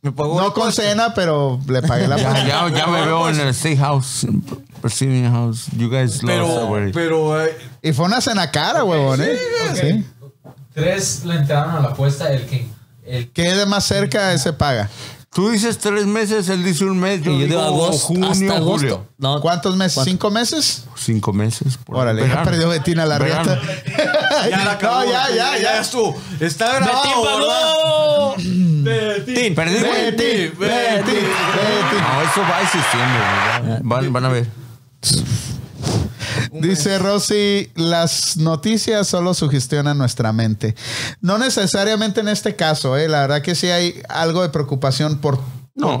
Me pagó la No con apuesta. cena, pero le pagué la Ya, paga. Ah, ya, ya me veo en el State House, en Brazilian House. You guys lost Pero, already. pero eh, Y fue una cena cara, huevón, ¿eh? Sí. Tres le entraron a la apuesta. El que. El Quede más cerca, ese paga. Tú dices tres meses, él dice un mes. Yo, Y yo digo digo agosto, junio, hasta agosto. julio. No, ¿Cuántos meses? ¿Cinco meses? Cinco meses. por Órale, ya verano. perdió Betina la Verano. riata. ya la acabó. No, ya, ya, ya. estuvo. Está grabado. Betín ¿verdad? pagó. Betín. Perdí, güey. Betty, Betty, Betty. No, eso va existiendo, güey. ya. Van, van a ver. Dice Rosy, las noticias solo sugestionan nuestra mente. No necesariamente en este caso, eh, la verdad que sí hay algo de preocupación por, No,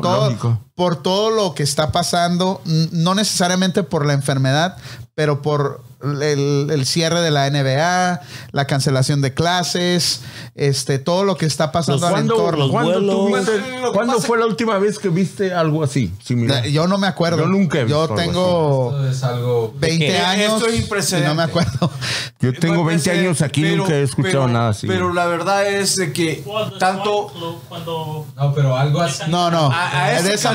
por, todo, lógico. por todo lo que está pasando, n- no necesariamente por la enfermedad, pero por el, el cierre de la NBA, la cancelación de clases, este, todo lo que está pasando al Pues, ¿Cuándo, entorno. cuándo tú vuelos. viste- Lo que cuándo pasa- fue la última vez que viste algo así? similar? Yo no me acuerdo. Yo nunca he visto Yo algo tengo Esto es algo... 20 Esto años es y imprecedente. no me acuerdo. Yo tengo 20 años aquí y Pero- nunca he escuchado pero- nada así. Pero la verdad es de que Cuando el tanto Swine Flu, cuando No, pero algo así. No, no. A- a ese de esa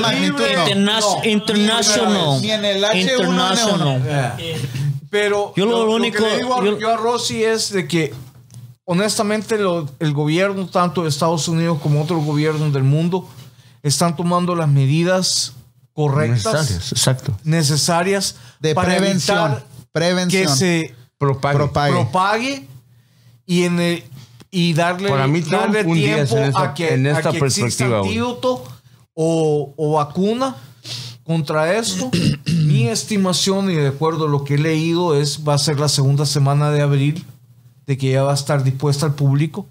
magnitud calibre, no. Interna- No, international. ni en el H1N1. International. eh, Pero Yo lo único- que le digo a, yo- yo a Rosy es de que honestamente lo- el gobierno tanto de Estados Unidos como otros gobiernos del mundo están tomando las medidas correctas Necesarias, exacto. necesarias De prevención, evitar prevención. que se Propague. Propague. propague y en el- y darle Para mí Trump darle un día es en esa- en esta que exista perspectiva, güey. antídoto o, o vacuna contra esto mi estimación y de acuerdo a lo que he leído es va a ser la segunda semana de abril de que ya va a estar dispuesta al público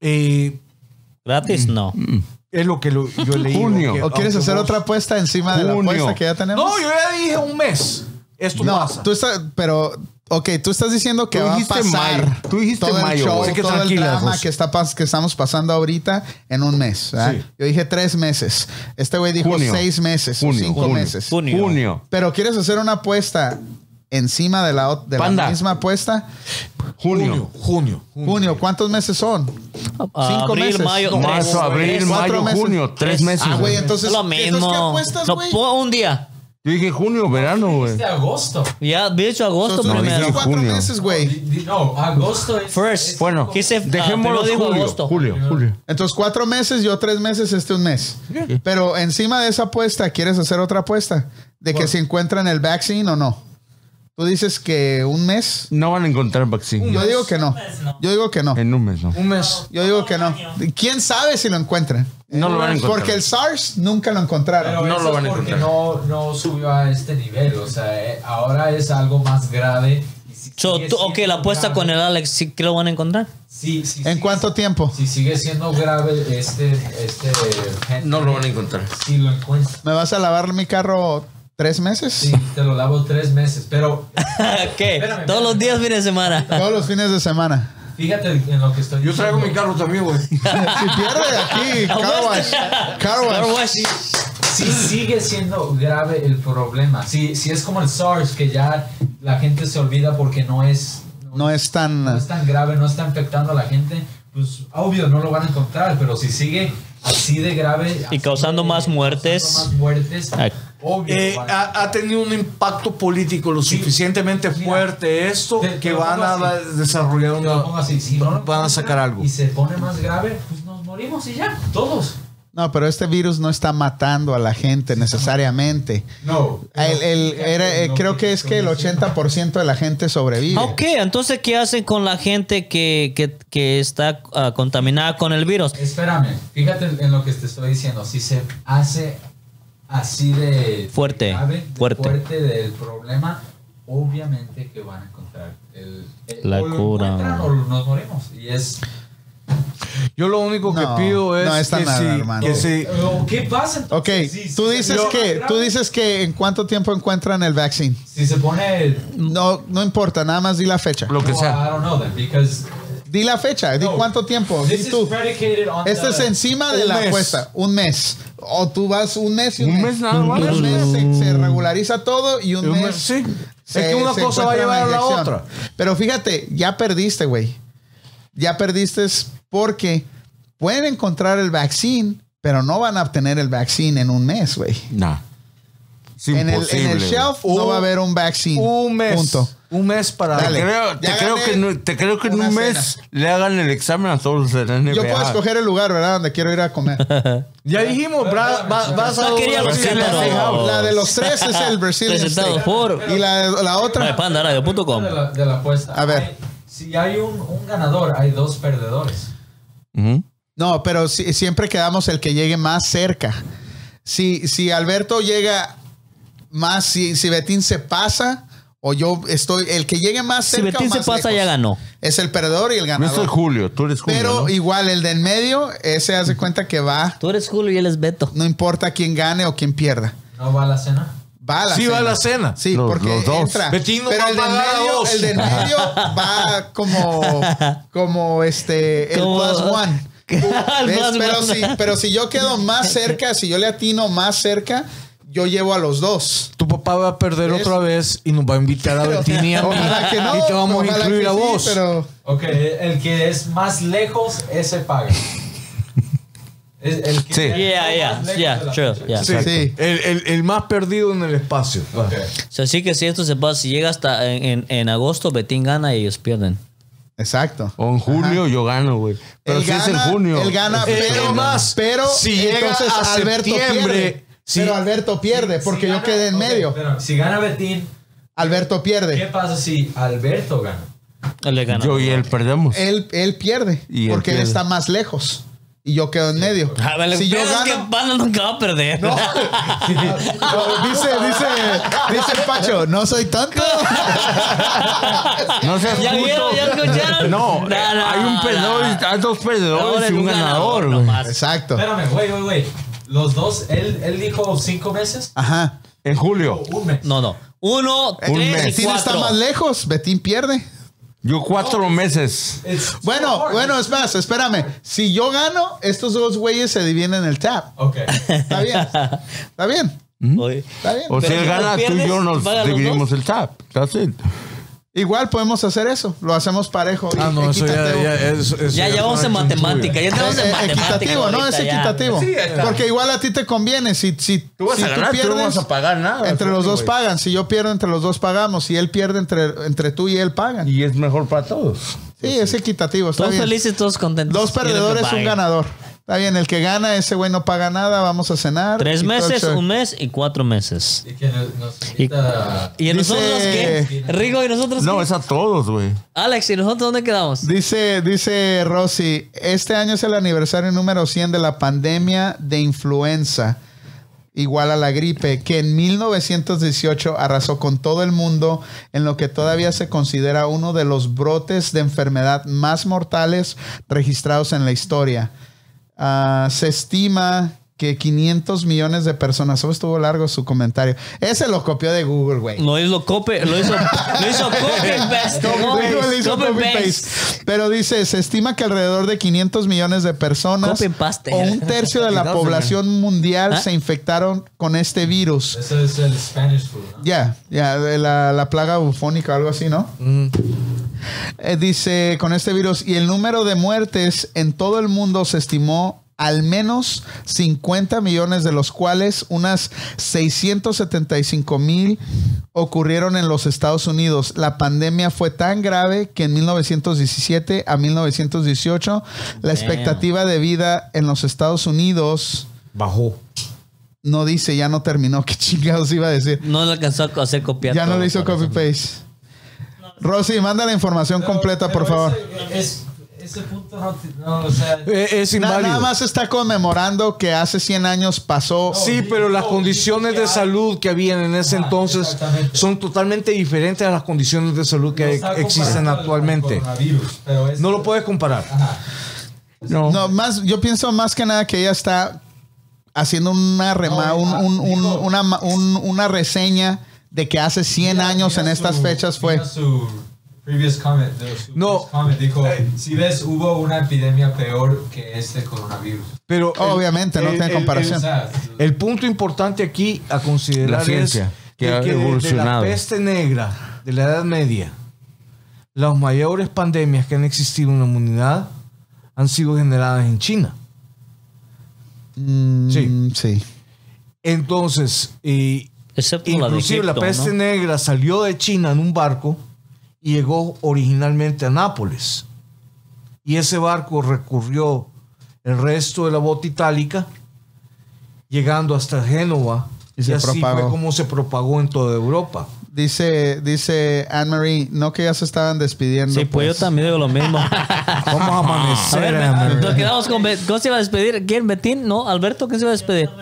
Eh, Gratis, no. Mm. es lo que lo- yo he leído Junio. que- ¿O quieres aunque hacer vos- otra apuesta encima de la Junio. apuesta que ya tenemos? no yo ya dije un mes esto No, pasa tú estás, pero, ok, tú estás diciendo que Tú va a dijiste pasar mayo. Tú dijiste todo el mayo, show, güey. Así que todo el tranquila, drama José. que, está, pas- que estamos pasando ahorita en un mes. ¿verdad? Sí. Yo dije tres meses. Este güey dijo Junio. seis meses, o Junio, cinco junio, meses. Junio. Junio. Pero quieres hacer una apuesta encima de la, o- de la Panda. misma apuesta. Junio. junio junio Junio, ¿cuántos meses son? Cinco Abril, meses. mayo, No, tres. Ah, Marzo, abril, Tres, cuatro mayo, meses. junio. Tres Tres. meses. Ah, güey, güey. entonces. Es lo entonces, ¿qué mismo. apuestas, No, güey? po- un día. Yo dije junio, verano, güey. Este agosto. Ya, de hecho, agosto Entonces, primero. son cuatro Junio. meses, Di- güey. di- No, agosto es... First. Bueno, ¿Qué se- ah, dejémoslo pero dijo julio, agosto. julio, julio. Entonces, cuatro meses, yo tres meses, este un mes. Pero encima de esa apuesta, ¿quieres hacer otra apuesta? ¿De que se encuentran el vaccine o no? Tú dices que un mes. No van a encontrar vaccine. Yo digo que no. mes no. Yo digo que no. En un mes, ¿no? un mes Yo digo que no. ¿Quién sabe si lo encuentran? No lo van a encontrar. Porque el SARS nunca lo encontraron. Pero No eso lo van a es porque encontrar. no, no subió a este nivel. O sea, eh, ahora es algo más grave. y si So, sigue tú- ok, siendo la apuesta grave- con el Alex, ¿sí que lo van a encontrar? Sí, sí, ¿En sí, cuánto tiempo? Si sigue siendo grave este... este No lo van a encontrar. Si lo encuentras. ¿Me vas a lavar mi carro tres meses? Sí, te lo lavo tres meses. Pero ¿Qué? Espérame, Todos los días, fin de semana. Todos los fines de semana. fíjate en lo que estoy yo traigo mi diciendo. carro también güey Si pierde aquí, car wash. Car wash. Car wash. Sí sigue siendo grave el problema. Si sí, es como el SARS, que ya la gente se olvida porque no es... No es tan. no es tan grave, no está infectando a la gente, pues obvio no lo van a encontrar, pero si sigue así de grave así causando de- más muertes. Ah. causando más muertes, Ay. obvio. Eh, van a- ha, ha tenido un impacto político lo suficientemente Mira, fuerte esto te- te que lo van pongo a así. desarrollar Yo lo pongo una, así, si no lo van a encuentran sacar algo. y se pone más grave, pues nos morimos y ya, todos. No, pero este virus no está matando a la gente necesariamente. No. El- el- era- eh, creo que es que el 80% de la gente sobrevive. Ok, entonces, ¿qué hacen con la gente que, que, que está ah, contaminada con el virus? Espérame, fíjate en lo que te estoy diciendo, si se hace así de Fuerte, de grave, de fuerte. del problema, obviamente que van a encontrar el, el- La o lo cura, encuentran güey. o nos morimos y es Yo lo único que No, pido es no es tan que, si- alarmante. que si- Pero, eh, ¿Qué pasa Ok, entonces? Si- tú si- dices yo- que tú dices que en cuánto tiempo encuentran el vaccine. Si se pone. No, no importa, nada más di la fecha. Lo que sea. I don't know then, because Di la fecha, di No. cuánto tiempo. this Di is tú. predicated on Este the- es encima de Un la mes. apuesta, un mes. O tú vas un mes y un, Un mes nada más. Un mes se, se regulariza todo y un, Mm. un mes. mes, sí. se- es que una se cosa va encuentra a llevar a la la inyección. otra. Pero fíjate, ya perdiste, güey. Ya perdiste es porque pueden encontrar el vaccine, pero no van a obtener el vaccine en un mes, güey. Nah. Es En el, en imposible, el güey. shelf no Un- va a haber un vaccine. Un mes. Punto. Un mes para Dale. Te creo, te Ya creo gané que, no- te creo que en una un mes cena. le hagan el examen a todos los de la NBA. Yo puedo escoger el lugar, ¿verdad? Donde quiero ir a comer. Ya dijimos, bra- va- vas a No quería los Sí, la- Claro. La de los tres es el Brazilian Presentado steak. por- Y la, la otra. Pandaradio.com. De la, de la apuesta. A ver. Hay- si hay un, un ganador, hay dos perdedores. Ujú. No, pero si- siempre quedamos el que llegue más cerca. Si, si Alberto llega más, si, si Betín se pasa, o yo estoy, el que llegue más Si cerca. o Betín se más pasa, ya ganó. Es el perdedor y el No soy ganador. Julio, tú eres Julio. pero ¿no? igual, el de en medio, ese hace cuenta que va, Tú eres Julio y él es Beto. no importa quién gane o quién pierda. ¿No va a la cena? Va a la Sí, cena. va a la cena. Sí, Los- porque los dos. entra. Betín no pero va el de, a en pagar a medio, dos. el de en medio va como, como este, el Como- plus one. El ¿Ves? plus Pero, one. si, pero si yo quedo más cerca, si yo le atino más cerca, yo llevo a los dos. Tu papá va a perder ¿Ves? otra vez y nos va a invitar a Pero- Betín y a mí. ojalá que no. y te vamos a ojalá incluir que a sí, vos. pero Ok, el que es más lejos, ese paga. Es el que Sí. Yeah, yeah, yeah, true, yeah. Sí, Exacto. sí. El, el- el más perdido en el espacio. Va. O sea, sí que si esto se pasa, si llega hasta en, en- en agosto, Betín gana y ellos pierden. Exacto. Oh, O en julio yo gano, güey. Pero Él si es en gana- junio. Él gana, Eh, pero, es más, pero si llega entonces a Alberto septiembre, pierde. si- pero Alberto pierde porque yo quedé en medio. si gana Betín, Alberto pierde. ¿qué pasa si Alberto gana? Él le gana. Yo y él perdemos. él, él pierde Y él porque él, pierde. Ah, está más lejos y yo quedo en medio. A ver, Si yo Ah, pero es que gano, Pana nunca va a perder. no, dice, dice, dice Pacho, no soy tonto. No seas ¿Ya puto. vieron? ¿Ya escucharon? No, No, eh, no, hay un no, perdedor, y- no. hay dos Ahora perdedores es y un un ganador, ganador, güey. nomás. Exacto. Espérame, güey, güey, güey. Los dos, él, él dijo cinco meses. Ajá. En julio, Un mes. No, no. Uno, Eh, tres y Betín está cuatro. más lejos, Betín pierde. yo cuatro meses. It's so Bueno, hard. bueno, es más, espérame. Si yo gano, estos dos güeyes se dividen el tap. Ok. Está bien. Está bien. Oye, Está bien. O si Pero él si no gana, tú y pierdes, yo nos paga los dividimos el tap. That's it. Igual podemos hacer eso. Lo hacemos parejo. Ah, no, eso ya, Equitativo. ya, eso- eso ya llevamos en no es matemática. Ya estamos en Eh, eh, matemática. equitativo, ¿no? Es ahorita ya. equitativo. Porque igual a ti te conviene. Si, si Tú vas si a ganar, tú no vas a pagar nada, Entre los dos güey. pagan. Si yo pierdo, entre los dos pagamos. Si él pierde, entre, entre tú y él pagan. Y es mejor para todos. Sí, es equitativo. Está Todos bien. felices, todos contentos. Dos Quiero que perdedores, un paguen. ganador. Está bien, el que gana, ese güey no paga nada. Vamos a cenar. Tres y todo el meses, show. un mes y cuatro meses. Y que nos, nos invita- ¿Y Dice- nosotros qué? Rigo, ¿y nosotros No, qué? es a todos, güey. Alex, ¿y nosotros dónde quedamos? Dice, dice Rosy, este año es el aniversario número 100 de la pandemia de influenza, igual a la gripe, que en 1918 arrasó con todo el mundo en lo que todavía se considera uno de los brotes de enfermedad más mortales registrados en la historia. Ah, se estima que 500 millones de personas. Oh, estuvo largo su comentario. Ese lo copió de Google, güey. Lo hizo copy, lo hizo, lo hizo copy paste. ¿no? Google hizo Copy copy paste. paste. Pero dice, se estima que alrededor de 500 millones de personas Copy paste. o un tercio de la Cuidado, población mundial ¿Ah? se infectaron con este virus. Ese es el Spanish food, ¿no? Ya, ya, de la, la plaga bufónica o algo así, ¿no? Eh, dice, con este virus, y el número de muertes en todo el mundo se estimó al menos 50 millones, de los cuales unas 675 mil ocurrieron en los Estados Unidos. La pandemia fue tan grave que en 1917 a 1918 la expectativa de vida en los Estados Unidos... Bajó. No dice, ya no terminó. ¿Qué chingados iba a decir? No le alcanzó a hacer copiar. Ya no todo, le hizo por eso. copy paste. Rosy, manda la información Pero- completa, pero por favor. Ese, es- ese punto no, te- no, o sea, Eh, es Na- inválido. nada más está conmemorando que hace 100 años pasó. Sí, pero las condiciones de salud que habían en ese Ah, entonces exactamente. son totalmente diferentes a las condiciones de salud no que está existen comparando el actualmente. coronavirus, pero es- No lo puedes comparar. No. No, más, yo pienso más que nada que ella está haciendo una rema, No, un- ah, un- un- dijo- una, ma- un- una reseña de que hace 100 Mira- años mira en estas su- fechas fue. mira su previous comment, de- su No. previous comment, dijo, si ves, hubo una epidemia peor que este coronavirus. Pero el- Obviamente, no el- tiene el- O comparación. sea, El, el punto importante aquí a considerar La ciencia, es que de ha de- evolucionado. de la peste negra de la Edad Media, las mayores pandemias que han existido en la humanidad han sido generadas en China. Mm, sí. Sí. Entonces, y Excepto Inclusive la la, de Egipto, peste ¿no? negra salió de China en un barco y llegó originalmente a Nápoles. Y ese barco recorrió el resto de la bota itálica, llegando hasta Génova. Y Y, se así propagó. fue como se propagó en toda Europa. Dice, dice Anne-Marie, no que ya se estaban despidiendo. Sí, pues yo también digo lo mismo. Vamos a Ah, A ver, amanecer. me- nos Amber. quedamos con. Bet- ¿Cómo se iba a despedir? ¿Quién? ¿Betín? No, Alberto, ¿quién se iba a despedir?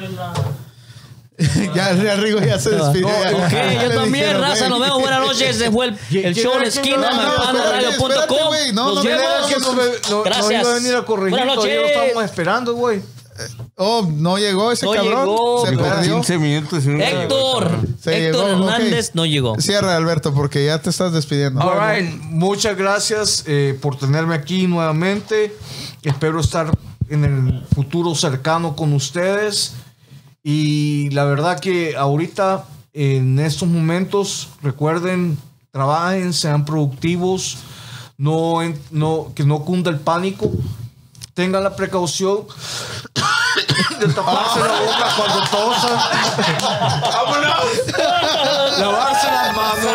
ya, ya Rigo ya se despidió. Ok, yo también, raza, nos vemos. Buenas noches. Este fue el, el ¿Quién show en era la que no- esquina, no, no, mapanaradio.com. espérate, güey, no, Nos no, ¿Quién era que vemos. no, me- no- no Gracias. iba a venir a corregir? Buenas Todavía lo noches. estábamos esperando, güey. Oh, no llegó ese No cabrón. llegó. se Llegó perdió. 15 minutos. y no llegó. Héctor, Se Héctor llegó, ok. Hernández no llegó. Cierra, Alberto, porque ya te estás despidiendo. All right. Muchas gracias eh, por tenerme aquí nuevamente. Espero estar en el futuro cercano con ustedes. Y la verdad que ahorita, en estos momentos, recuerden, trabajen, sean productivos, no, en- no, que no cunda el pánico. Tengan la precaución de taparse la boca cuando tosan. Lavarse las manos.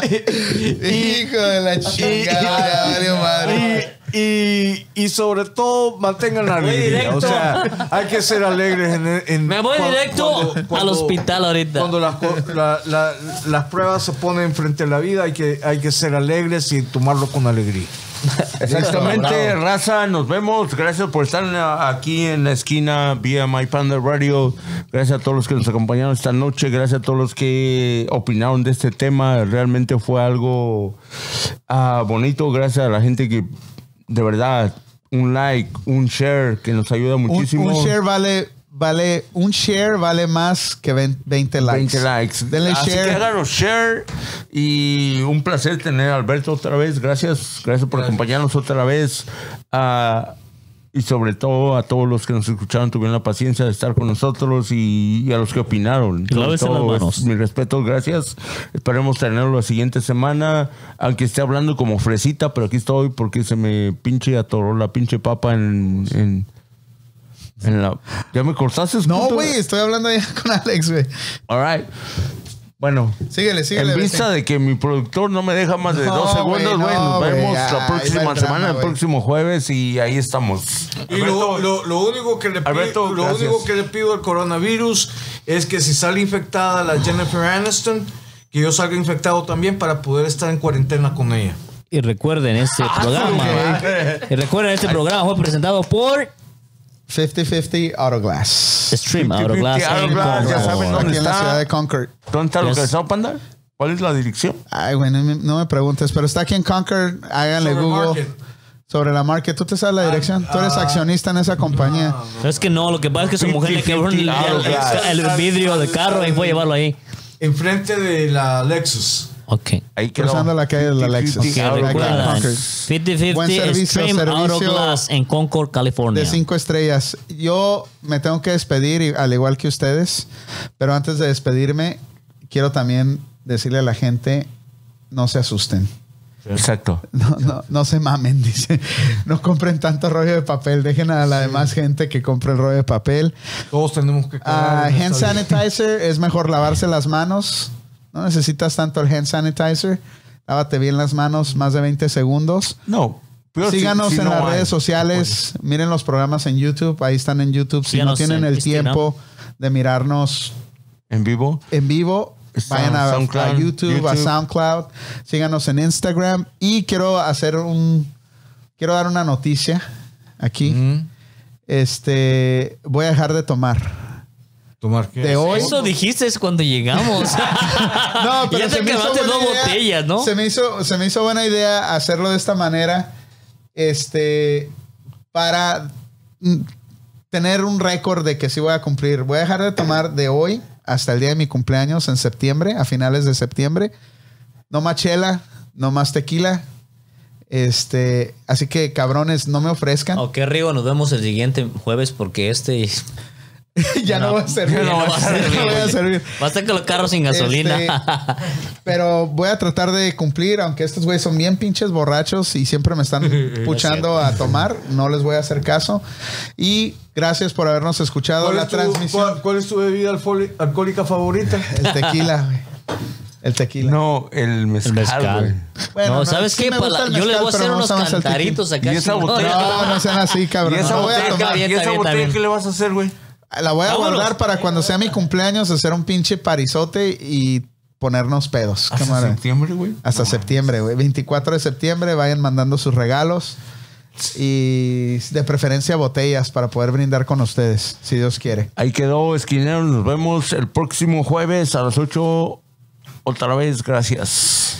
Hijo de la chingada, ya valió madre. Y, y- y sobre todo mantengan la alegría. directo. O sea, hay que ser alegres en, en- Me voy cua- directo al hospital ahorita. Cuando las, co- la- la- las pruebas se ponen frente a la vida, hay que, hay que ser alegres y tomarlo con alegría. Exactamente, raza, nos vemos. Gracias por estar en la- aquí en la esquina vía My Panda Radio. Gracias a todos los que nos acompañaron esta noche. Gracias a todos los que opinaron de este tema. Realmente fue algo ah, bonito. Gracias a la gente que, de verdad, un like, un share, que nos ayuda Un, muchísimo. un share vale, vale, un share vale más que ven- 20 likes. 20 likes. Denle Así que share. háganos share. Y un placer tener a Alberto otra vez. Gracias. Gracias por acompañarnos otra vez. Ah, y sobre todo a todos los que nos escucharon, tuvieron la paciencia de estar con nosotros y, y a los que opinaron. Y lávense Sobre todo, las manos. es- Mi respeto, gracias. Esperemos tenerlo la siguiente semana. Aunque esté hablando como fresita, pero aquí estoy porque se me pinche atoró la pinche papa en. en- en la... ¿Ya me cortaste? No, puto? güey, estoy hablando ya con Alex, güey. All right. Bueno, Síguele, síguele. en vista vete. de que mi productor no me deja más de No, dos güey, segundos, no, güey, nos güey, vemos ya, la próxima ahí va el semana, drama, el güey. próximo jueves y ahí estamos. Y lo, lo- lo único que le pido, Alberto, lo gracias. único que le pido al coronavirus es que si sale infectada la Jennifer Aniston, que yo salga infectado también para poder estar en cuarentena con ella. Y recuerden, este Ah, programa. y recuerden, este programa fue presentado por 50-50 Autoglass. Stream 50-50 Autoglass. Autoglass, Ah, ya Inc. saben dónde Aquí en la está. ciudad de Concord. ¿Dónde está Yes. localizado, Panda? ¿Cuál es la dirección? Ay, güey, no me, no me preguntes, pero está aquí en Concord. Háganle Sobre Google. Market. Ah, Sobre la market. ¿Tú te sabes la dirección? Tú eres accionista en esa compañía. Pero Es que no, lo que pasa es que su mujer le quebró 50-50 el, Autoglass. el- el vidrio del carro y fue a llevarlo ahí. Enfrente de la Lexus. Ok. Ahí Cruzando la calle de la 50-50 Lexus. Que Autoglass, recuerdan, Concord. 50-50 Buen servicio, Stream servicio Autoglass en Concord, California. De cinco estrellas. Yo me tengo que despedir, y- al igual que ustedes. Pero antes de despedirme, quiero también decirle a la gente: no se asusten. Exacto. No, no, no se mamen, dice. No compren tanto rollo de papel. Dejen a la demás gente que compre el rollo de papel. Todos tenemos que Ah, cagar en hand esta vida. sanitizer es mejor lavarse las manos. No necesitas tanto el hand sanitizer. Lávate bien las manos más de 20 segundos. No. peor si- Síganos si en no las hay. redes sociales. Miren los programas en YouTube. Ahí están en YouTube. Si no Síganos tienen en este, el Instagram. tiempo de mirarnos En vivo. en vivo, Está vayan a, SoundCloud, a YouTube, a YouTube. SoundCloud. Síganos en Instagram. Y quiero hacer un. Quiero dar una noticia aquí. Este. Voy a dejar de tomar. Tomar qué. De hoy. Eso dijiste es cuando llegamos. No, pero ya te se me hizo acabaste buena dos idea. botellas, ¿no? Se me, hizo, se me hizo buena idea hacerlo de esta manera. Este. Para mm, tener un récord de que sí voy a cumplir. Voy a dejar de tomar de hoy hasta el día de mi cumpleaños en septiembre, a finales de septiembre. No más chela, no más tequila. Este. Así que, cabrones, no me ofrezcan. Ok, Rigo, nos vemos el siguiente jueves porque este ya no, voy a servir. ya no va a servir. No voy a servir. va a estar con los carros sin gasolina. Este, pero voy a tratar de cumplir, aunque estos güeyes son bien pinches borrachos y siempre me están puchando a tomar. No les voy a hacer caso. Y gracias por habernos escuchado ¿Cuál, la es tu, transmisión. cuál- cuál es tu bebida alfoli- alcohólica favorita? El tequila, güey. El tequila. No, el El mezcal. güey. mezcal. Bueno, no, no, ¿sabes sí qué? me Para gusta la- el yo le mezcal, voy a pero hacer no unos nada más el cantaritos acá. Y esa si no, botella- ya- No, no sean así, cabrón. ¿Y esa Ah, No voy a botella, tomar. ¿y Está esa bien, está botella bien. qué le vas a hacer, güey? La voy a Vámonos. guardar para cuando sea mi cumpleaños hacer un pinche parizote y ponernos pedos. Ah, Hasta cámara. septiembre, güey. Hasta No, septiembre, güey. 24 de septiembre vayan mandando sus regalos y de preferencia botellas para poder brindar con ustedes, si Dios quiere. Ahí quedó, esquineros. Nos vemos el próximo jueves a las 8. Otra vez, gracias.